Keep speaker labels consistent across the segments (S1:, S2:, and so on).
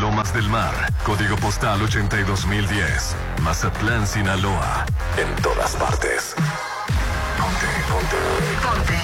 S1: Lomas del Mar, código postal 82010, Mazatlán, Sinaloa. En todas partes. Ponte, ponte. Ponte.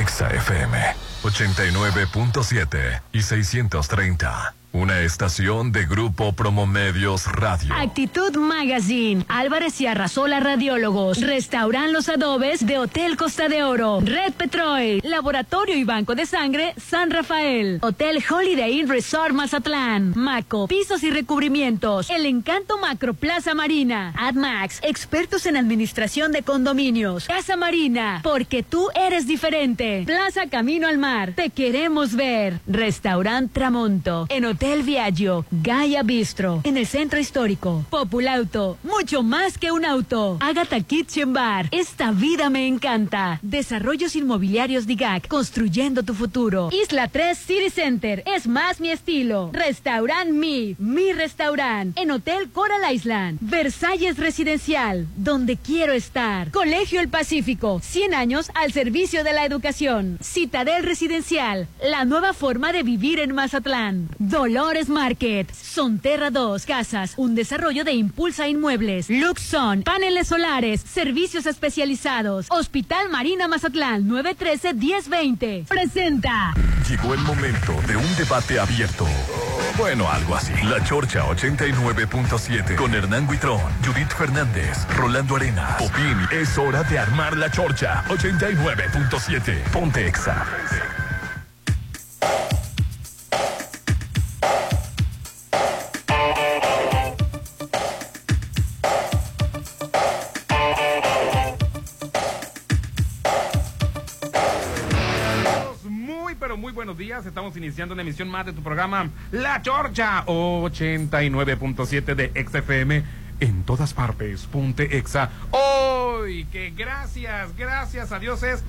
S1: Exa FM 89.7 y 630. Una estación de Grupo Promomedios Radio.
S2: Actitud Magazine. Álvarez y Arrasola Radiólogos. Restauran los adobes de Hotel Costa de Oro. Red Petrol. Laboratorio y Banco de Sangre San Rafael. Hotel Holiday Inn Resort Mazatlán. Maco. Pisos y recubrimientos. El Encanto Macro Plaza Marina. AdMax. Expertos en administración de condominios. Casa Marina. Porque tú eres diferente. Plaza Camino al Mar. Te queremos ver. Restaurant Tramonto. En Hotel Hotel Viaggio, Gaia Bistro, en el centro histórico, Populauto, mucho más que un auto, Agatha Kitchen Bar, esta vida me encanta, Desarrollos Inmobiliarios DIGAC, construyendo tu futuro, Isla 3 City Center, es más mi estilo, Restaurant Mi, mi restaurant, en Hotel Coral Island, Versalles Residencial, donde quiero estar, Colegio El Pacífico, 100 años al servicio de la educación, Citadel Residencial, la nueva forma de vivir en Mazatlán, Dolores Market, Sonterra 2, Casas, un desarrollo de Impulsa Inmuebles, Luxon, paneles solares, servicios especializados, Hospital Marina Mazatlán, 913-1020. Presenta.
S1: Llegó el momento de un debate abierto. Bueno, algo así. La Chorcha 89.7 con Hernán Guitrón, Judith Fernández, Rolando Arenas. Popín, es hora de armar la Chorcha 89.7. Ponte Exa.
S3: Estamos iniciando una emisión más de tu programa La Chorcha 89.7 de XFM en todas partes. Punte Exa. Hoy, que gracias, gracias a Dios es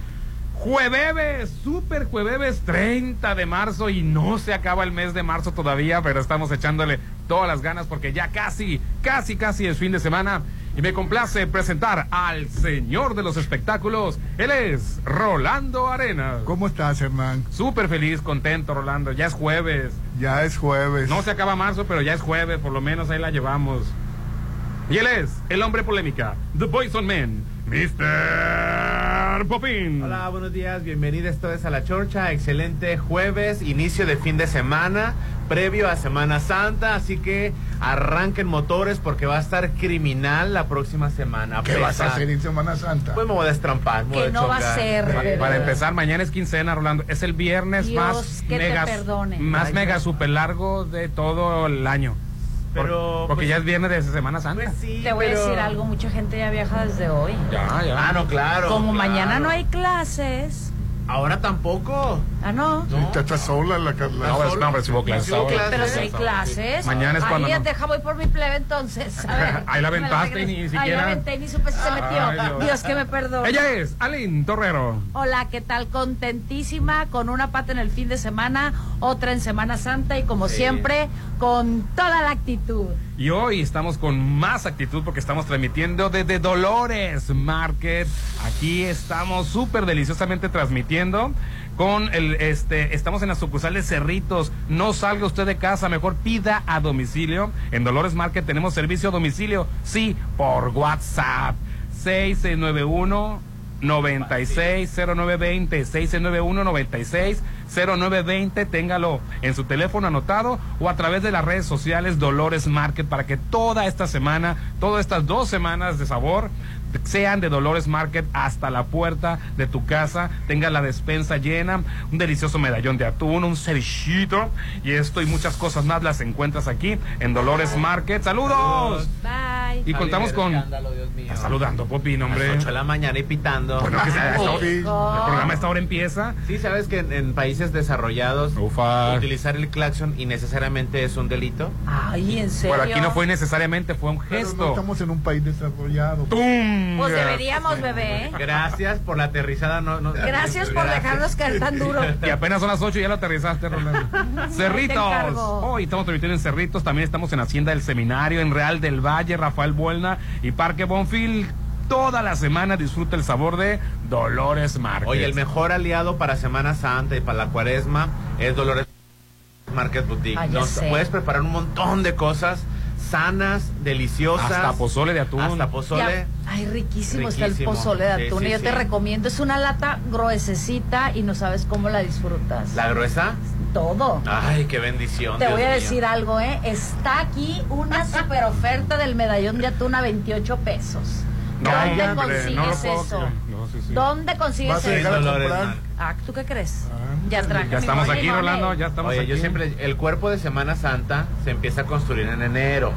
S3: jueves, super jueves 30 de marzo y no se acaba el mes de marzo todavía, pero estamos echándole todas las ganas porque ya casi, casi, casi es fin de semana. Y me complace presentar al señor de los espectáculos. Él es Rolando Arenas.
S4: ¿Cómo estás, Hernán?
S3: Súper feliz, contento, Rolando. Ya es jueves.
S4: Ya es jueves.
S3: No se acaba marzo, pero ya es jueves. Por lo menos ahí la llevamos. Y él es el hombre polémica, The Boys on Men, Mr. Popín.
S5: Hola, buenos días. Bienvenidos todos a La Chorcha. Excelente jueves, inicio de fin de semana previo a Semana Santa, así que arranquen motores porque va a estar criminal la próxima semana.
S4: ¿Qué Pesa. vas a hacer en Semana Santa?
S5: Pues me voy a destrampar.
S6: Que no chocar. va a ser.
S3: Para, para, empezar, mañana es quincena, Rolando. Es el viernes
S6: Dios
S3: más
S6: que
S3: mega,
S6: te
S3: más Ay, mega super largo de todo el año. Pero, porque pues, ya es viernes de Semana Santa.
S6: Pues sí, Te voy pero... a decir algo, mucha gente ya viaja desde hoy.
S3: Ya, ya.
S5: Ah, no, claro.
S6: Como
S5: claro.
S6: mañana no hay clases.
S5: Ahora tampoco.
S6: Ah, no.
S4: no. Está, está sola la, la, la
S3: ahora, sola. No, pero si hubo clases.
S6: Clases. Pero si hay clases.
S3: Mañana es cuando.
S6: Ahí no. deja, voy por mi plebe entonces. A ver,
S3: Ahí la aventaste y ni siquiera.
S6: Ahí la aventé y ni supe si se metió. Ay, Dios. Dios. que me perdone.
S3: Ella es Aline Torrero.
S6: Hola, ¿qué tal? Contentísima con una pata en el fin de semana, otra en Semana Santa y como sí. siempre, con toda la actitud.
S3: Y hoy estamos con más actitud porque estamos transmitiendo desde Dolores Market. Aquí estamos súper deliciosamente transmitiendo con el este estamos en la sucursal de Cerritos. No salga usted de casa, mejor pida a domicilio. En Dolores Market tenemos servicio a domicilio, sí, por WhatsApp. 6691 960920 691 960920 téngalo en su teléfono anotado o a través de las redes sociales Dolores Market para que toda esta semana, todas estas dos semanas de sabor sean de Dolores Market hasta la puerta de tu casa, tenga la despensa llena, un delicioso medallón de atún, un cevichito y esto y muchas cosas más las encuentras aquí en Dolores Market. ¡Saludos!
S6: Bye.
S3: Y contamos con... Está saludando, Popín, hombre.
S5: A las 8 de la mañana y pitando.
S3: Bueno, que sea, oh, el programa a esta hora empieza.
S5: Sí, sabes que en, en países desarrollados
S3: Ufa.
S5: utilizar el claxon innecesariamente es un delito.
S6: Ay, en serio.
S3: Bueno, aquí no fue necesariamente, fue un gesto. Pero
S4: no estamos en un país desarrollado.
S3: ¡Tum!
S6: Pues deberíamos, bebé. ¿eh?
S5: Gracias por la aterrizada. No, no.
S6: Gracias por dejarnos caer tan duro.
S3: Y apenas son las 8 y ya lo aterrizaste, Rolando. Cerritos. Hoy oh, estamos transmitiendo en Cerritos. También estamos en Hacienda del Seminario, en Real del Valle, Rafael Buelna y Parque Bonfil. Toda la semana disfruta el sabor de Dolores Market.
S5: Oye, el mejor aliado para Semana Santa y para la cuaresma es Dolores Market Boutique.
S6: Ah, ya
S5: Nos
S6: sé.
S5: puedes preparar un montón de cosas sanas, deliciosas.
S3: Hasta pozole de atún.
S5: Hasta pozole.
S6: Ya- ay, riquísimo, está el
S5: Riquísimo.
S6: pozole de
S5: Sí,
S6: atún.
S5: sí,
S6: y yo te
S5: sí.
S6: recomiendo, es una lata gruesecita y no sabes cómo la disfrutas.
S5: La gruesa.
S6: Todo.
S5: Ay, qué bendición.
S6: Te
S5: Dios
S6: voy a
S5: mío.
S6: decir algo, ¿eh? Está aquí una super oferta del medallón de atún a 28 pesos.
S3: No,
S6: ¿Dónde
S3: hombre,
S6: consigues
S3: no lo puedo
S6: eso?
S3: creer. No, sí, sí.
S6: ¿Dónde
S4: Vas
S6: consigues
S4: a
S5: Sí,
S4: llegar
S6: eso?
S4: a
S5: Dolores,
S4: comprar.
S5: man.
S6: Ah, ¿tú qué crees?
S4: Ah,
S6: ya traje
S3: Ya
S6: mis
S3: estamos aquí,
S6: limones.
S3: Rolando, ya estamos
S5: Oye,
S3: aquí.
S5: yo siempre, el cuerpo de Semana Santa se empieza a construir en enero.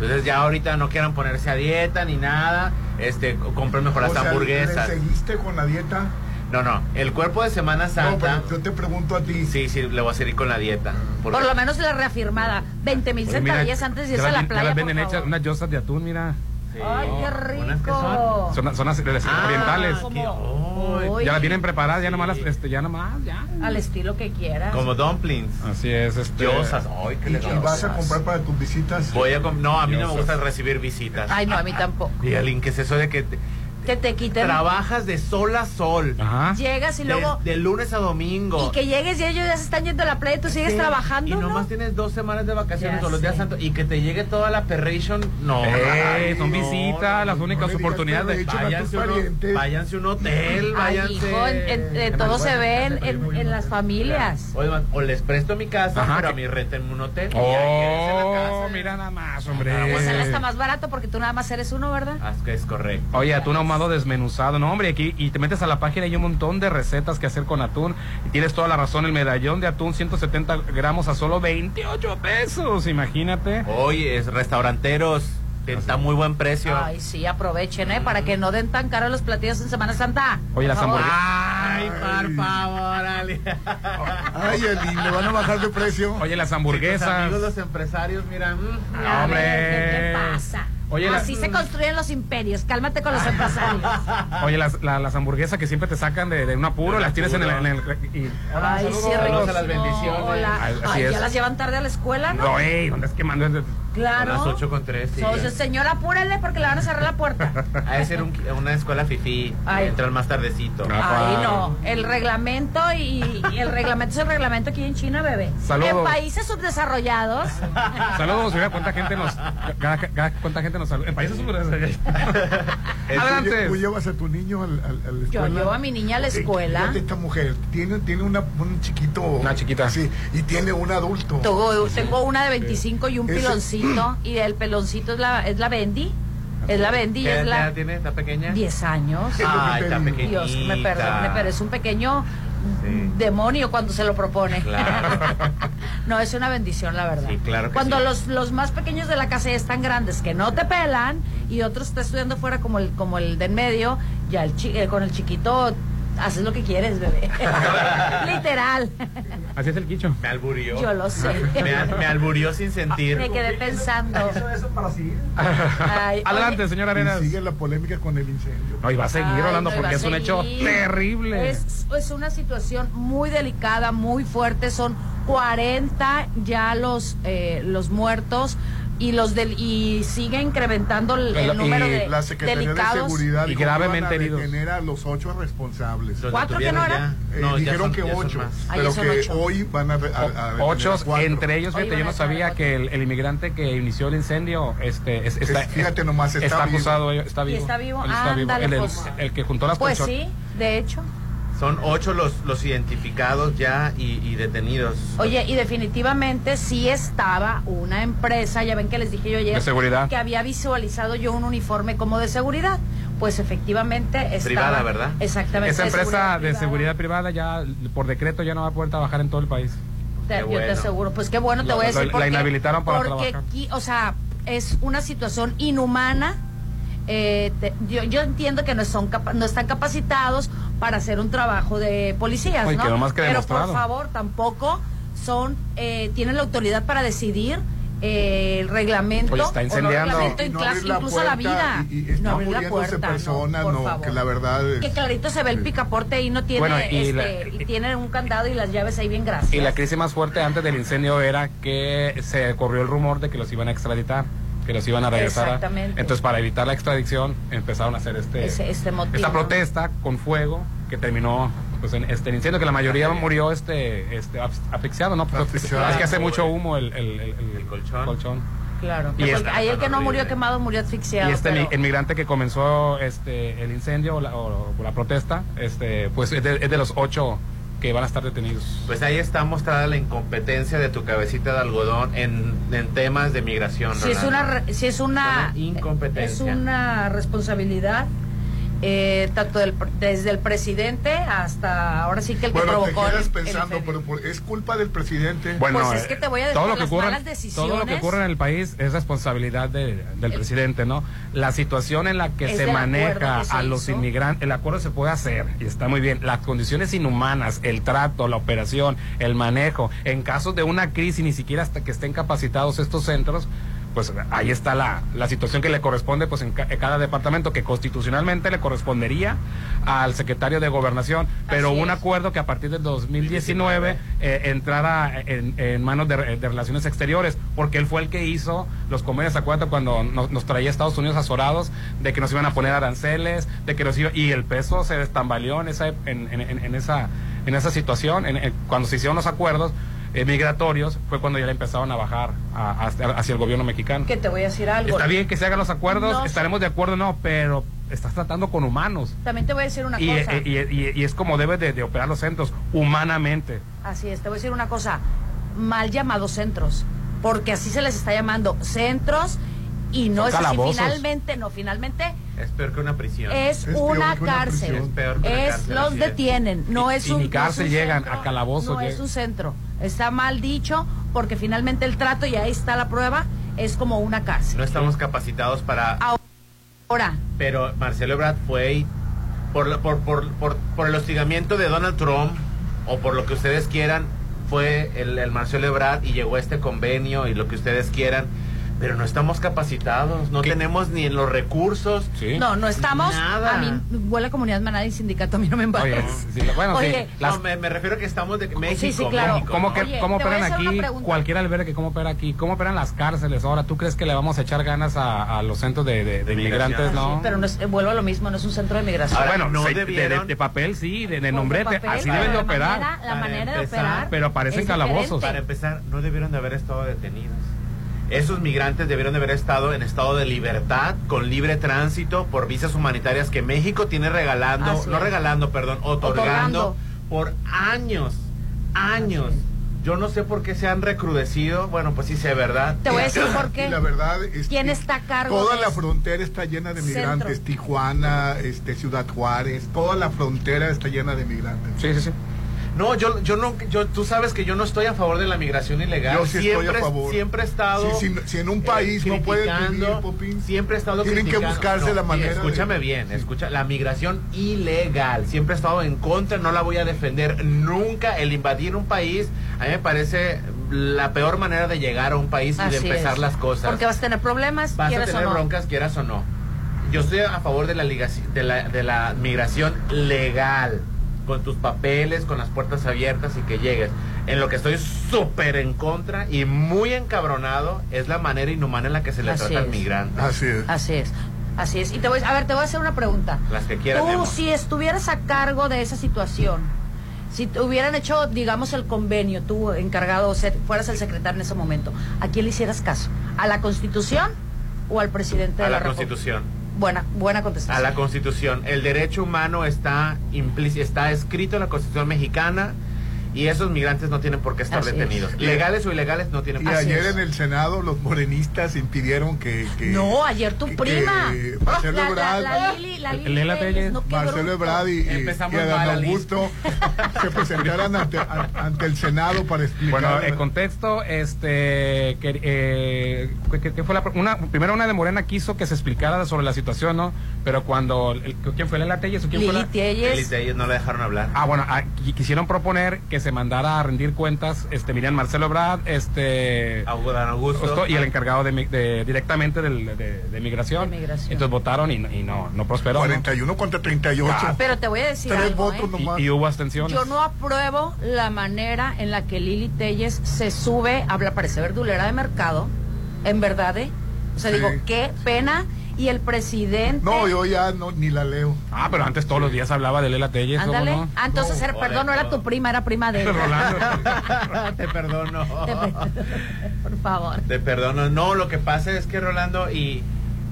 S5: Entonces ya ahorita no quieran ponerse a dieta ni nada, este, co- compren mejor las
S3: Pues,
S4: O sea, ¿le
S5: hamburguesas.
S4: seguiste con la dieta?
S5: No, no, el cuerpo de Semana
S4: No,
S5: Santa.
S4: pero yo te pregunto a ti.
S5: Sí, sí, le voy a seguir con la dieta.
S3: Mm.
S5: porque-
S6: Por lo menos la reafirmada. 20 mil
S3: Oye, mira,
S6: sentadillas antes de
S3: ya
S6: irse a
S3: las
S6: Pues la
S3: ven- ya las
S6: playa. por
S3: venden hechas,
S6: favor.
S3: unas yosas de atún, mira.
S5: Sí.
S6: Ay, qué
S5: Unas que son-
S6: rico.
S3: Son, son las, las
S5: Ah,
S3: orientales.
S5: como-
S6: Como-
S5: Ay,
S6: Uy,
S3: Ya las vienen preparadas, ya
S5: Sí.
S3: nomás las, este, ya nomás, ya.
S6: Al estilo que quieras.
S5: Como dumplings.
S3: Así es, este.
S5: Diosas. Ay, qué
S4: ¿Y, y vas a
S5: deliciosas.
S4: comprar para tus visitas?
S5: Voy a com- No, a mí no me
S3: Diosas.
S5: gusta recibir visitas.
S6: Ay, no, a mí tampoco.
S5: Y Aline, ¿qué es eso de que te-
S6: Que te quiten.
S5: trabajas de sol a sol?
S3: Ajá.
S6: Llegas y luego.
S5: de, de lunes a domingo.
S6: Y que llegues y ellos ya se están yendo a la playa y tú sigues
S5: Sí,
S6: trabajando,
S5: Y
S6: ¿no?
S5: nomás tienes dos semanas de vacaciones
S6: Ya
S5: o los días
S6: sé.
S5: santos y que te llegue toda la perration. No,
S3: Eh,
S5: ay,
S3: son
S5: no,
S3: visitas, las
S5: no,
S4: no
S3: únicas
S4: le digas
S3: oportunidades de.
S4: provecho.
S3: Ay,
S5: Váyanse,
S4: Tus
S5: a
S4: parientes.
S5: un- váyanse a un hotel,
S6: Ay,
S5: váyanse.
S6: hijo, en- en- de todo se ven en, en las familias.
S5: Oye, man, o les presto mi casa,
S3: Ajá,
S5: pero a
S3: que-
S5: mí renten un hotel. y ahí quédense en la
S3: Oh,
S5: casa.
S3: mira nada más, hombre.
S5: Ah,
S6: Pues
S5: bueno.
S6: sale hasta más barato porque tú nada más eres uno, ¿verdad?
S5: Ah, es que es correcto.
S3: Oye, atún ahumado desmenuzado, no hombre, aquí y te metes a la página y hay un montón de recetas que hacer con atún. Y tienes toda la razón, el medallón de atún 170 gramos a solo 28 pesos, imagínate.
S5: Oye, es restauranteros,
S3: Ah,
S5: te- está muy buen precio.
S6: Ay, sí, aprovechen, ¿eh? Para que no den tan caro los platillos en Semana Santa.
S3: Oye, las
S6: Por favor.
S3: hamburguesas.
S5: Ay, por favor, Ale.
S4: Ay, Eli, le van a bajar de precio.
S3: Oye, las
S5: Los
S3: hamburguesas.
S5: amigos, los empresarios, mira. mm.
S6: pues, A
S3: No, hombre.
S6: ver, ¿Qué pasa? Ah,
S3: Oye, la-
S6: Así se construyen los imperios. Cálmate con los empresarios.
S3: Ah. Oye, las, la- las hamburguesas que siempre te sacan de, de un apuro,
S5: De
S3: las
S5: un
S3: tienes en el... en el- y-
S6: Ay,
S5: saludos,
S6: sí,
S5: saludos
S6: rico.
S5: a las bendiciones.
S6: Hola.
S3: Ay, así
S6: Ay,
S3: es.
S6: ya las llevan tarde a la escuela, ¿no?
S3: no, ey, ¿dónde es que mandó?
S5: A
S6: Claro.
S5: las 8 con 3.
S6: So- señor, apúrele porque le van a cerrar la puerta.
S5: Ha de ser un- una escuela fifí.
S6: Ay.
S5: Entran más tardecito.
S3: Ajá.
S6: Ahí
S5: Oh.
S6: no, el reglamento y, y el reglamento es el reglamento aquí en China, bebé.
S3: Saludos.
S6: En países subdesarrollados,
S3: Saludos, mira cuánta gente nos... cada- cada- cuánta gente nos saluda. En países Unidos. Adelante.
S4: ¿Tú llevas a tu niño al, al- a la
S6: yo
S4: escuela?
S6: llevo a mi niña a la
S4: Eh,
S6: escuela.
S4: fíjate esta mujer tiene, tiene una, un chiquito.
S3: Una chiquita.
S4: Sí, y tiene un adulto.
S6: Tengo, tengo una de 25 y un
S4: Ese-
S6: piloncito y el peloncito es la es la Bendy, es la Bendy y
S5: ¿Qué
S6: es
S5: edad qué edad
S6: la
S5: tiene? ¿Está pequeña?
S6: 10 años.
S4: lo que
S5: Ay,
S4: te
S5: está
S4: digo.
S5: pequeñita.
S6: Dios, me perdone, pero es un pequeño
S5: Sí.
S6: demonio cuando se lo propone.
S5: Claro.
S6: No, es una bendición, la verdad.
S5: Sí, claro que
S6: Cuando
S5: sí.
S6: los, los más pequeños de la casa ya están grandes, que no te pelan, y otros está estudiando fuera como el, como el de en medio, ya el chi- eh, con el chiquito haces lo que quieres, bebé. Literal.
S3: Así es el quicho.
S5: Me alburió.
S6: Yo lo sé.
S5: Me, al- me alburió sin sentir.
S6: Me quedé pensando. Ay,
S3: Adelante,
S6: oye,
S3: señor
S4: Y
S3: Arenas.
S4: sigue la polémica con el incendio.
S3: No, y va a seguir,
S6: Ay,
S3: Rolando,
S6: no, y va
S3: porque
S6: a
S3: es un hecho
S6: seguir.
S3: terrible.
S6: Es, es una situación muy delicada, muy fuerte. Son 40 ya los, eh, los muertos y los del, y sigue incrementando el,
S7: Pues
S6: el
S3: Y
S6: número de
S4: La Secretaría de
S6: delicados.
S4: Seguridad
S3: Y
S4: dijo que
S3: gravemente
S4: iban a
S3: heridos.
S4: detener a los ocho responsables.
S5: Los
S6: ¿Cuatro que
S5: detuvieron
S6: no eran?
S5: ya.
S4: Eh,
S5: No, ya
S4: dijeron
S5: son-
S4: que
S5: ya son
S4: ocho,
S5: más.
S6: Ah,
S4: pero
S6: ya son
S4: que
S6: ocho.
S4: hoy van a, re- a- a detener a
S3: Ochos,
S4: cuatro.
S3: entre ellos,
S6: Hoy
S3: fíjate,
S6: van
S3: yo
S6: a
S3: no
S6: estar
S3: sabía
S6: cuatro.
S3: que el, el inmigrante que inició el incendio, este, es- está,
S4: Es- fíjate nomás, está vivo.
S3: acusado, eh, está vivo.
S6: está vivo?
S3: Él está vivo.
S6: Ándale,
S3: El, el-
S6: pues.
S3: el que juntó las
S6: Pues
S3: colchon-
S6: sí, de hecho.
S5: Son ocho los, los identificados ya y, y detenidos.
S6: Oye, y definitivamente sí estaba una empresa, ya ven que les dije yo ayer,
S3: De seguridad.
S6: que había visualizado yo un uniforme como de seguridad. Pues efectivamente estaba...
S5: Privada, ¿verdad?
S6: Exactamente.
S3: Esa empresa de
S6: privada.
S3: seguridad privada ya, por decreto, ya no va a poder trabajar en todo el país.
S6: Te-
S5: Qué
S6: yo te
S5: bueno.
S6: aseguro. Pues qué bueno, te
S3: La-
S6: voy a
S3: la-
S6: decir.
S3: la
S6: por qué.
S3: inhabilitaron para
S6: Porque
S3: trabajar.
S6: aquí, o sea, es una situación inhumana. Eh, te- yo, yo entiendo que no, son capa- no están capacitados para hacer un trabajo de policías,
S3: Ay,
S6: ¿no?
S3: quedó más que
S6: Pero
S3: demostrado.
S6: por favor, tampoco son eh, tienen la autoridad para decidir eh, el reglamento
S3: Oye, está
S6: o no
S3: incendiando.
S6: reglamento,
S4: Y no
S6: inclas-
S4: abrir la
S6: incluso la
S4: puerta,
S6: vida
S4: y-
S3: Ah,
S4: y están
S6: no abrir la
S4: muriéndose
S6: puerta no,
S4: personas,
S6: por
S4: no,
S6: favor.
S4: que la verdad es-
S6: que clarito se ve el picaporte y no tiene
S3: Bueno, y
S6: este,
S3: la-
S6: y tiene un candado y las llaves ahí bien gracias
S3: Y la crisis más fuerte antes del incendio era que se corrió el rumor de que los iban a extraditar, que los iban a regresar. a-
S6: Exactamente.
S3: Entonces, para evitar la extradición, empezaron a hacer este,
S6: Ese- este motín,
S3: esta
S6: ¿no?
S3: protesta con fuego que terminó pues en- este, diciendo que la mayoría murió este, este af- asfixiado, ¿no? Pues,
S4: Asfixiado.
S3: es que hace mucho humo el, el- el- el
S5: El colchón.
S6: Claro.
S3: Y
S6: Porque
S3: está
S6: ahí el que no
S5: horrible.
S6: murió quemado murió asfixiado.
S3: Y este mi-
S6: pero-
S3: el migrante que comenzó este, el incendio o la, o- o la protesta, este, pues es de, es de los ocho que van a estar detenidos.
S5: Pues ahí está mostrada la incompetencia de tu cabecita de algodón en, en temas de migración.
S6: si es
S5: Rolando.
S6: una re- si es una
S5: Una incompetencia.
S6: es una responsabilidad eh, tanto del, pr- desde el presidente hasta ahora sí que el que
S4: Bueno, te
S6: provocó el-
S4: quedas
S6: el
S4: pensando,
S6: efecto.
S4: pero por- es culpa del presidente.
S6: Pues es que te voy a
S3: eh,
S6: decir las malas decisiones.
S3: todo lo que ocurre en el país es responsabilidad de- del
S6: El-
S3: presidente, ¿no? La situación en la que
S6: Es
S3: se
S6: del acuerdo
S3: maneja
S6: que se
S3: a los
S6: hizo.
S3: inmigrantes, el acuerdo se puede hacer y está muy bien. Las condiciones inhumanas, el trato, la operación, el manejo, en caso de una crisis, ni siquiera hasta que estén capacitados estos centros. Pues ahí está la, la situación que le corresponde pues en, ca- en cada departamento, que constitucionalmente le correspondería al secretario de Gobernación, pero
S6: Así
S3: un
S6: es.
S3: acuerdo que a partir del 2019 eh, entrara en, en manos de, re- de Relaciones Exteriores, porque él fue el que hizo los convenios, acuérdate, cuando nos, nos traía a Estados Unidos azorados, de que nos iban a poner aranceles, de que nos iba, y el peso se estambaleó en esa, en, en- en- en esa, en esa situación, en- en- cuando se hicieron los acuerdos eh, migratorios, fue cuando ya le empezaron a bajar a- hacia- hacia el gobierno mexicano.
S6: que te voy a decir algo
S3: Está bien que se hagan los acuerdos,
S6: No.
S3: estaremos de acuerdo o no, pero estás tratando con humanos.
S6: también te voy a decir una
S3: Y, eh,
S6: cosa
S3: y- y- y es como debe de, de operar los centros, humanamente.
S6: Así es, te voy a decir una cosa, mal llamados centros, porque así se les está llamando centros y no
S3: Son
S6: es así
S3: calabozos.
S6: finalmente, no, finalmente
S5: Es peor que una prisión.
S6: es,
S4: Es peor
S6: una
S4: que una
S6: cárcel,
S4: prisión.
S5: Es peor que una
S6: es
S5: cárcel,
S6: los
S5: así es.
S6: detienen, no
S3: Y-
S6: es
S3: y
S6: un
S3: ni
S6: no es
S3: cárcel
S6: un
S3: llegan,
S6: centro,
S3: a calabozo
S6: no es
S3: llegan.
S6: un centro, está mal dicho porque finalmente el trato y ahí está la prueba es como una
S5: No
S6: cárcel.
S5: estamos capacitados para...
S6: Ahora,
S5: Pero Marcelo Ebrard fue y- por, la- por, por, por, por el hostigamiento de Donald Trump o por lo que ustedes quieran, fue el, el Marcelo Ebrard y llegó a este convenio y lo que ustedes quieran. Pero no estamos capacitados, no
S3: ¿Qué?
S5: tenemos ni en los recursos.
S3: Sí.
S6: no, no estamos,
S5: Nada.
S6: a mí huele a comunidad manada y sindicato, a mí no
S3: Oye,
S6: me embarres.
S3: sí, bueno, sí,
S6: Oye,
S3: las-
S5: No, me, me refiero que estamos de México.
S6: sí, claro.
S5: México,
S3: ¿Cómo,
S5: ¿no?
S3: que,
S6: Oye,
S3: ¿cómo
S6: te voy a
S3: operan
S6: hacer una
S3: aquí?
S6: pregunta.
S3: Cualquier albergue, ¿cómo opera aquí? ¿Cómo operan las cárceles ahora? ¿Tú crees que le vamos a echar ganas a, a los centros de, de- de
S5: De
S3: inmigrantes?
S5: migración.
S3: No.
S6: pero no es, eh, vuelvo a lo mismo, no es un centro de migración.
S5: Ahora,
S3: bueno,
S5: no
S3: se- de, de-
S5: debieron-
S3: de papel sí, de, de
S6: Por
S3: nombrete,
S6: Pues papel,
S3: así
S6: pero
S3: deben de
S6: la
S3: operar.
S6: manera- la
S5: Para
S6: manera de
S5: empezar,
S6: operar.
S3: pero aparecen
S6: es
S3: calabozos.
S5: Para
S6: diferente.
S5: empezar, no debieron de haber estado detenidos. Esos migrantes debieron de haber estado en estado de libertad, con libre tránsito, por visas humanitarias que México tiene regalando,
S6: Así
S5: no
S6: es.
S5: regalando, perdón,
S6: Otorgando.
S5: otorgando, por años, años.
S6: Así
S5: Yo no sé por qué se han recrudecido, bueno, pues sí sé, ¿verdad?
S6: Te voy a decir por
S4: Y
S6: qué.
S4: la verdad es
S6: ¿Quién
S4: que
S6: está a cargo
S4: Toda
S6: de
S4: la
S6: esto?
S4: frontera está llena de migrantes.
S6: Centro.
S4: Tijuana, este, Ciudad Juárez, toda la frontera está llena de migrantes.
S3: Sí, sí, sí.
S5: No, yo, yo no, yo, tú sabes que yo no estoy a favor de la migración ilegal.
S4: Yo sí estoy
S5: siempre,
S4: a favor.
S5: Siempre he estado.
S4: Si- si- si en un
S5: eh,
S4: país no puedes
S5: criticando,
S4: vivir, Popín,
S5: Siempre he estado
S4: tienen que
S5: criticando.
S4: buscarse la
S5: sí,
S4: manera
S5: Escúchame
S4: de-
S5: bien,
S4: sí.
S5: escucha. La migración ilegal. Siempre he estado en contra, no la voy a defender nunca. El invadir un país, a mí me parece la peor manera de llegar a un país
S6: Así
S5: y de empezar
S6: es.
S5: las cosas.
S6: Porque vas a tener problemas,
S5: Vas a
S6: quieres
S5: tener
S6: o no.
S5: broncas, quieras o no. Yo estoy a favor de la, ligaci- de, la, de la migración legal, con tus papeles, con las puertas abiertas y que llegues. En lo que estoy súper en contra y muy encabronado es la manera inhumana en la que se le
S6: Así
S5: trata al
S6: es.
S5: migrante.
S4: Así es.
S6: Así es. Así es. Y te voy a ver, te voy a hacer una pregunta.
S5: Las que quieras, mi
S6: Tú
S5: amor.
S6: si estuvieras a cargo de esa situación, si te hubieran hecho, digamos, el convenio, tú encargado, o sea, fueras el secretario en ese momento, ¿a quién le hicieras caso? ¿A la Constitución o al presidente
S5: A
S6: de la,
S5: la
S6: República?
S5: Constitución.
S6: Buena, buena
S5: A
S6: contestación.
S5: la Constitución. El derecho humano está implícito, está escrito en la Constitución mexicana y esos migrantes no tienen por qué estar
S6: Así es.
S5: detenidos. Legales o ilegales no tienen
S4: Y
S5: por qué.
S4: ayer
S6: es.
S4: en el Senado los morenistas impidieron que... que-
S6: No, ayer tu
S4: que-
S6: prima.
S4: que
S6: la,
S4: Eh, Marcelo
S6: la-
S4: Ebrard-
S6: la Lili, la Lili
S3: Lela
S6: Telles,
S3: Telles.
S6: no, qué
S4: Marcelo
S6: bruto.
S4: Ebrard y, y-
S5: Empezamos
S4: y Adán
S5: mal, Alice.
S4: Augusto se presentaran ante, an- ante el Senado para explicar...
S3: Bueno, eh, el contexto, este, que, eh, que- que- que fue la, pro- una, primero una de Morena quiso que se explicara sobre la situación, ¿no? Pero cuando, el- ¿quién fue la Telles o quién fue
S6: Lili
S3: la-
S6: Telles.
S5: Elite, ellos no la dejaron hablar.
S3: Ah, bueno, ah, qui- quisieron proponer que se mandara a rendir cuentas, este, Miriam Marcelo Brad, este,
S5: A Hugo Dan Augusto.
S3: Justo, y el encargado de, mi- de- directamente del- de, de migración.
S6: De migración.
S3: Entonces votaron y, no- y no, no prosperó. ¿no?
S4: 41 contra 38.
S3: Ah,
S6: Pero te voy a decir
S4: Tres
S6: algo,
S4: votos
S6: ¿eh?
S4: nomás.
S3: Y, y hubo abstenciones.
S6: Yo no apruebo la manera en la que Lili Telles se sube, habla, parece verdulera de mercado, en verdad, ¿eh? O sea,
S4: Sí.
S6: digo, qué pena. y el presidente.
S4: No, yo ya no, ni la leo.
S3: Ah, pero antes todos los días hablaba de Lela Telles, ¿cómo
S6: Ándale.
S3: no?
S6: Ah, entonces, era-
S5: joder,
S6: perdón, no era
S5: no.
S6: tu prima, era prima de él.
S3: Rolando.
S5: Te perdono.
S6: Por favor.
S5: Te perdono. No, lo que pasa es que Rolando y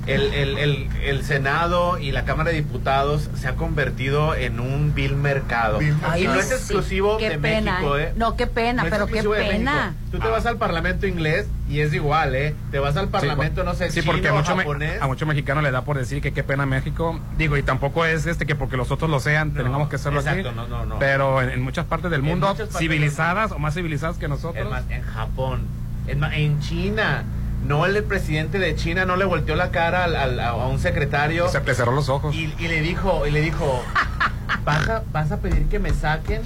S5: el, el- el- el Senado y la Cámara de Diputados se ha convertido en un vil mercado.
S4: Vil mercado.
S5: y no
S6: Ay,
S5: es
S6: sí,
S5: exclusivo
S6: qué
S5: de
S6: pena,
S5: México, ¿eh?
S6: No, qué pena,
S5: No es
S6: pero qué
S5: exclusivo de
S6: pena.
S5: México. Tú te vas al Parlamento inglés y es igual, ¿eh? Te vas al Parlamento, no sé,
S3: Sí,
S5: chino,
S3: porque a mucho, me-
S5: japonés.
S3: a mucho mexicano le da por decir que qué pena México. Digo, y tampoco es este que porque los otros lo sean, tengamos que hacerlo
S5: exacto,
S3: así.
S5: no, no, no.
S3: Pero en, en muchas partes del
S5: En
S3: mundo,
S5: muchas partes
S3: civilizadas o más civilizadas que nosotros.
S5: Es más, en Japón, es más, en China. No, el presidente de China no le volteó la cara al- al- a un secretario
S3: se le cerró los ojos.
S5: y, y le dijo, y le dijo, vas a, vas a pedir que me saquen.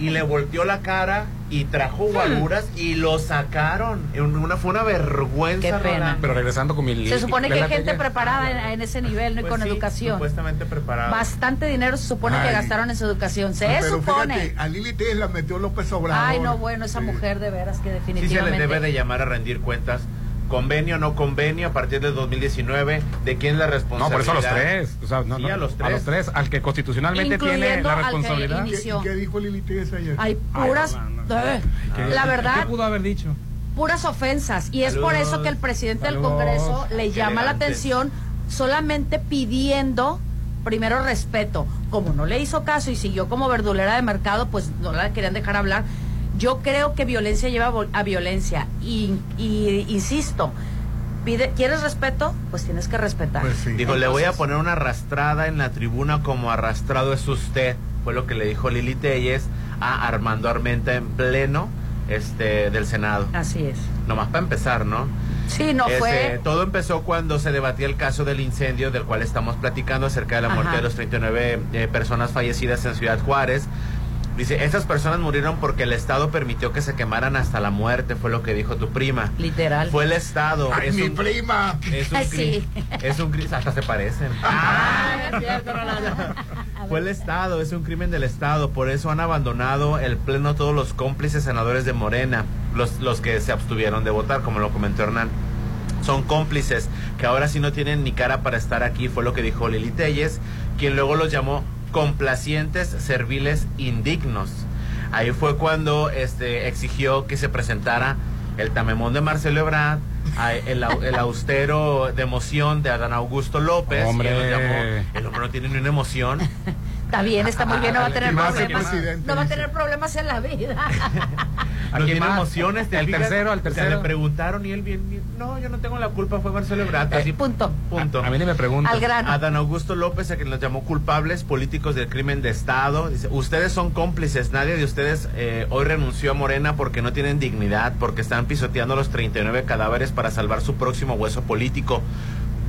S5: Y le volteó la cara y trajo
S6: Hmm.
S5: guaguras y lo sacaron. En Una, fue una vergüenza.
S6: Qué pena.
S5: Rolando.
S3: Pero regresando con mi.
S6: Se supone que hay
S3: Lela
S6: gente
S3: Telles.
S6: preparada en, en ese nivel, ¿no? Y
S5: Ah, Pues
S6: con
S5: sí,
S6: educación.
S5: Supuestamente preparado.
S6: Bastante dinero se supone que
S4: Ay.
S6: gastaron en su educación. Se
S4: Pero
S6: supone.
S4: fíjate, a Lili Telles la metió López Obrador.
S6: Ay, no, bueno, esa
S4: Sí.
S6: mujer de veras que
S5: Sí se
S6: definitivamente.
S5: les debe de llamar a rendir cuentas. Convenio, no convenio, a partir de 2019, ¿de quién es la
S3: No,
S5: responsabilidad?
S3: por eso a los tres. O sea, no,
S5: Sí,
S3: no,
S5: a los tres.
S3: Al que constitucionalmente tiene
S6: Incluyendo
S3: la
S6: al que
S3: responsabilidad.
S4: ¿Qué,
S6: inició.
S4: y qué dijo Lili Telles ayer?
S6: Hay puras.
S3: Ay, no,
S6: Eh,
S3: ¿Qué-
S6: la
S3: ¿Qué
S6: verdad,
S3: pudo haber dicho?
S6: puras ofensas. Y es
S5: Saludos.
S6: por eso que el presidente
S3: Saludos.
S6: del Congreso le
S5: Qué
S6: llama la
S5: elegante.
S6: atención solamente pidiendo primero respeto. Como no le hizo caso y siguió como verdulera de mercado, pues no la querían dejar hablar. Yo creo que violencia lleva vol- a violencia. Y, y insisto, pide, ¿quieres respeto? Pues tienes que respetar.
S4: Pues sí.
S5: Dijo, le voy a poner una arrastrada en la tribuna como arrastrado es usted. Fue lo que le dijo Lili Telles a Armando Armenta en pleno este del Senado.
S6: Así es.
S5: Nomás para empezar, ¿no?
S6: Sí, no
S5: Este,
S6: fue.
S5: Todo empezó cuando se debatía el caso del incendio del cual estamos platicando acerca de la muerte
S6: Ajá.
S5: de los 39 eh, personas fallecidas en Ciudad Juárez. Dice, estas personas murieron porque el Estado permitió que se quemaran hasta la muerte, fue lo que dijo tu prima.
S6: Literal.
S5: Fue el Estado.
S4: Ay,
S5: es
S4: mi
S5: un-
S4: prima.
S5: es un,
S6: Ay,
S5: cri-
S6: sí.
S5: es un cri- hasta se parecen. Fue el Estado, es un crimen del Estado, por eso han abandonado el pleno todos los cómplices senadores de Morena, los, los que se abstuvieron de votar, como lo comentó Hernán. Son cómplices que ahora sí no tienen ni cara para estar aquí, fue lo que dijo Lili Telles, quien luego los llamó complacientes, serviles, indignos. Ahí fue cuando este, exigió que se presentara el tamemón de Marcelo Ebrard, a- el, au- el austero de emoción de Adán Augusto López,
S3: Hombre.
S5: quien los llamó, el hombre no tiene ni una emoción.
S6: Está bien, está muy bien, no va a tener
S4: Y va a ser
S6: problemas.
S4: presidente,
S6: No va a
S4: dice.
S6: tener problemas en la vida.
S5: no
S3: Aquí
S5: tiene
S3: más.
S5: emociones. ¿te
S3: El
S5: fijas?
S3: tercero, el
S5: O sea,
S3: tercero.
S5: le preguntaron y él bien, bien, No, yo no tengo la culpa, fue Marcelo Ebrard. así,
S6: Punto.
S5: punto.
S3: Eh, A, a mí ni me preguntan.
S6: Al grano.
S5: Adán Augusto López, a quien los llamó culpables políticos del crimen de Estado, dice, ustedes son cómplices, nadie de ustedes eh, hoy renunció a Morena porque no tienen dignidad, porque están pisoteando los 39 cadáveres para salvar su próximo hueso político.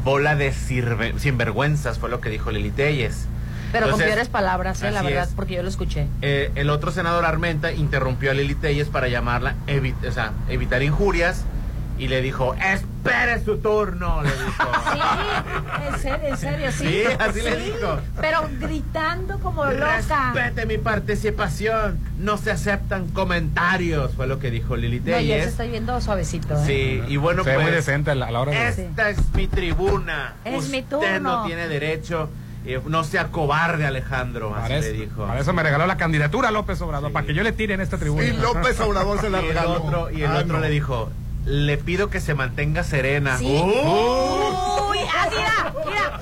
S5: Bola de sirve- sinvergüenzas, fue lo que dijo Lili Telles.
S6: Pero con
S5: Entonces,
S6: peores palabras, eh, la
S5: así
S6: verdad,
S5: es.
S6: porque yo lo escuché.
S5: Eh, el otro senador Armenta interrumpió a Lili Telles para llamarla, evi- o sea, evitar injurias, y le dijo, espere su turno, le
S6: Sí,
S5: dijo.
S6: en serio, en serio, sí.
S5: Sí, así le dijo.
S6: Pero gritando como loca.
S5: Respete mi participación, no se aceptan comentarios, fue lo que dijo Lili
S6: No, ya se
S5: Telles.
S6: está yendo suavecito, ¿eh?
S5: Sí, y bueno,
S3: Se ve muy
S5: pues,
S3: decente a la, a la hora de.
S6: Sí.
S5: esta es mi tribuna.
S6: Es mi
S5: Usted no
S6: turno.
S5: tiene derecho, eh, no sea cobarde, Alejandro, así
S3: Para eso,
S5: le dijo.
S3: para eso me regaló la candidatura López Obrador,
S5: Sí.
S3: para que yo le tire en esta tribuna.
S4: Y López Obrador se la
S5: Y el
S4: regaló.
S5: otro, y el
S4: Ah,
S5: otro
S4: no.
S5: le dijo, le pido que se mantenga serena. Uh.
S6: Sí. Uy, ah, mira, mira.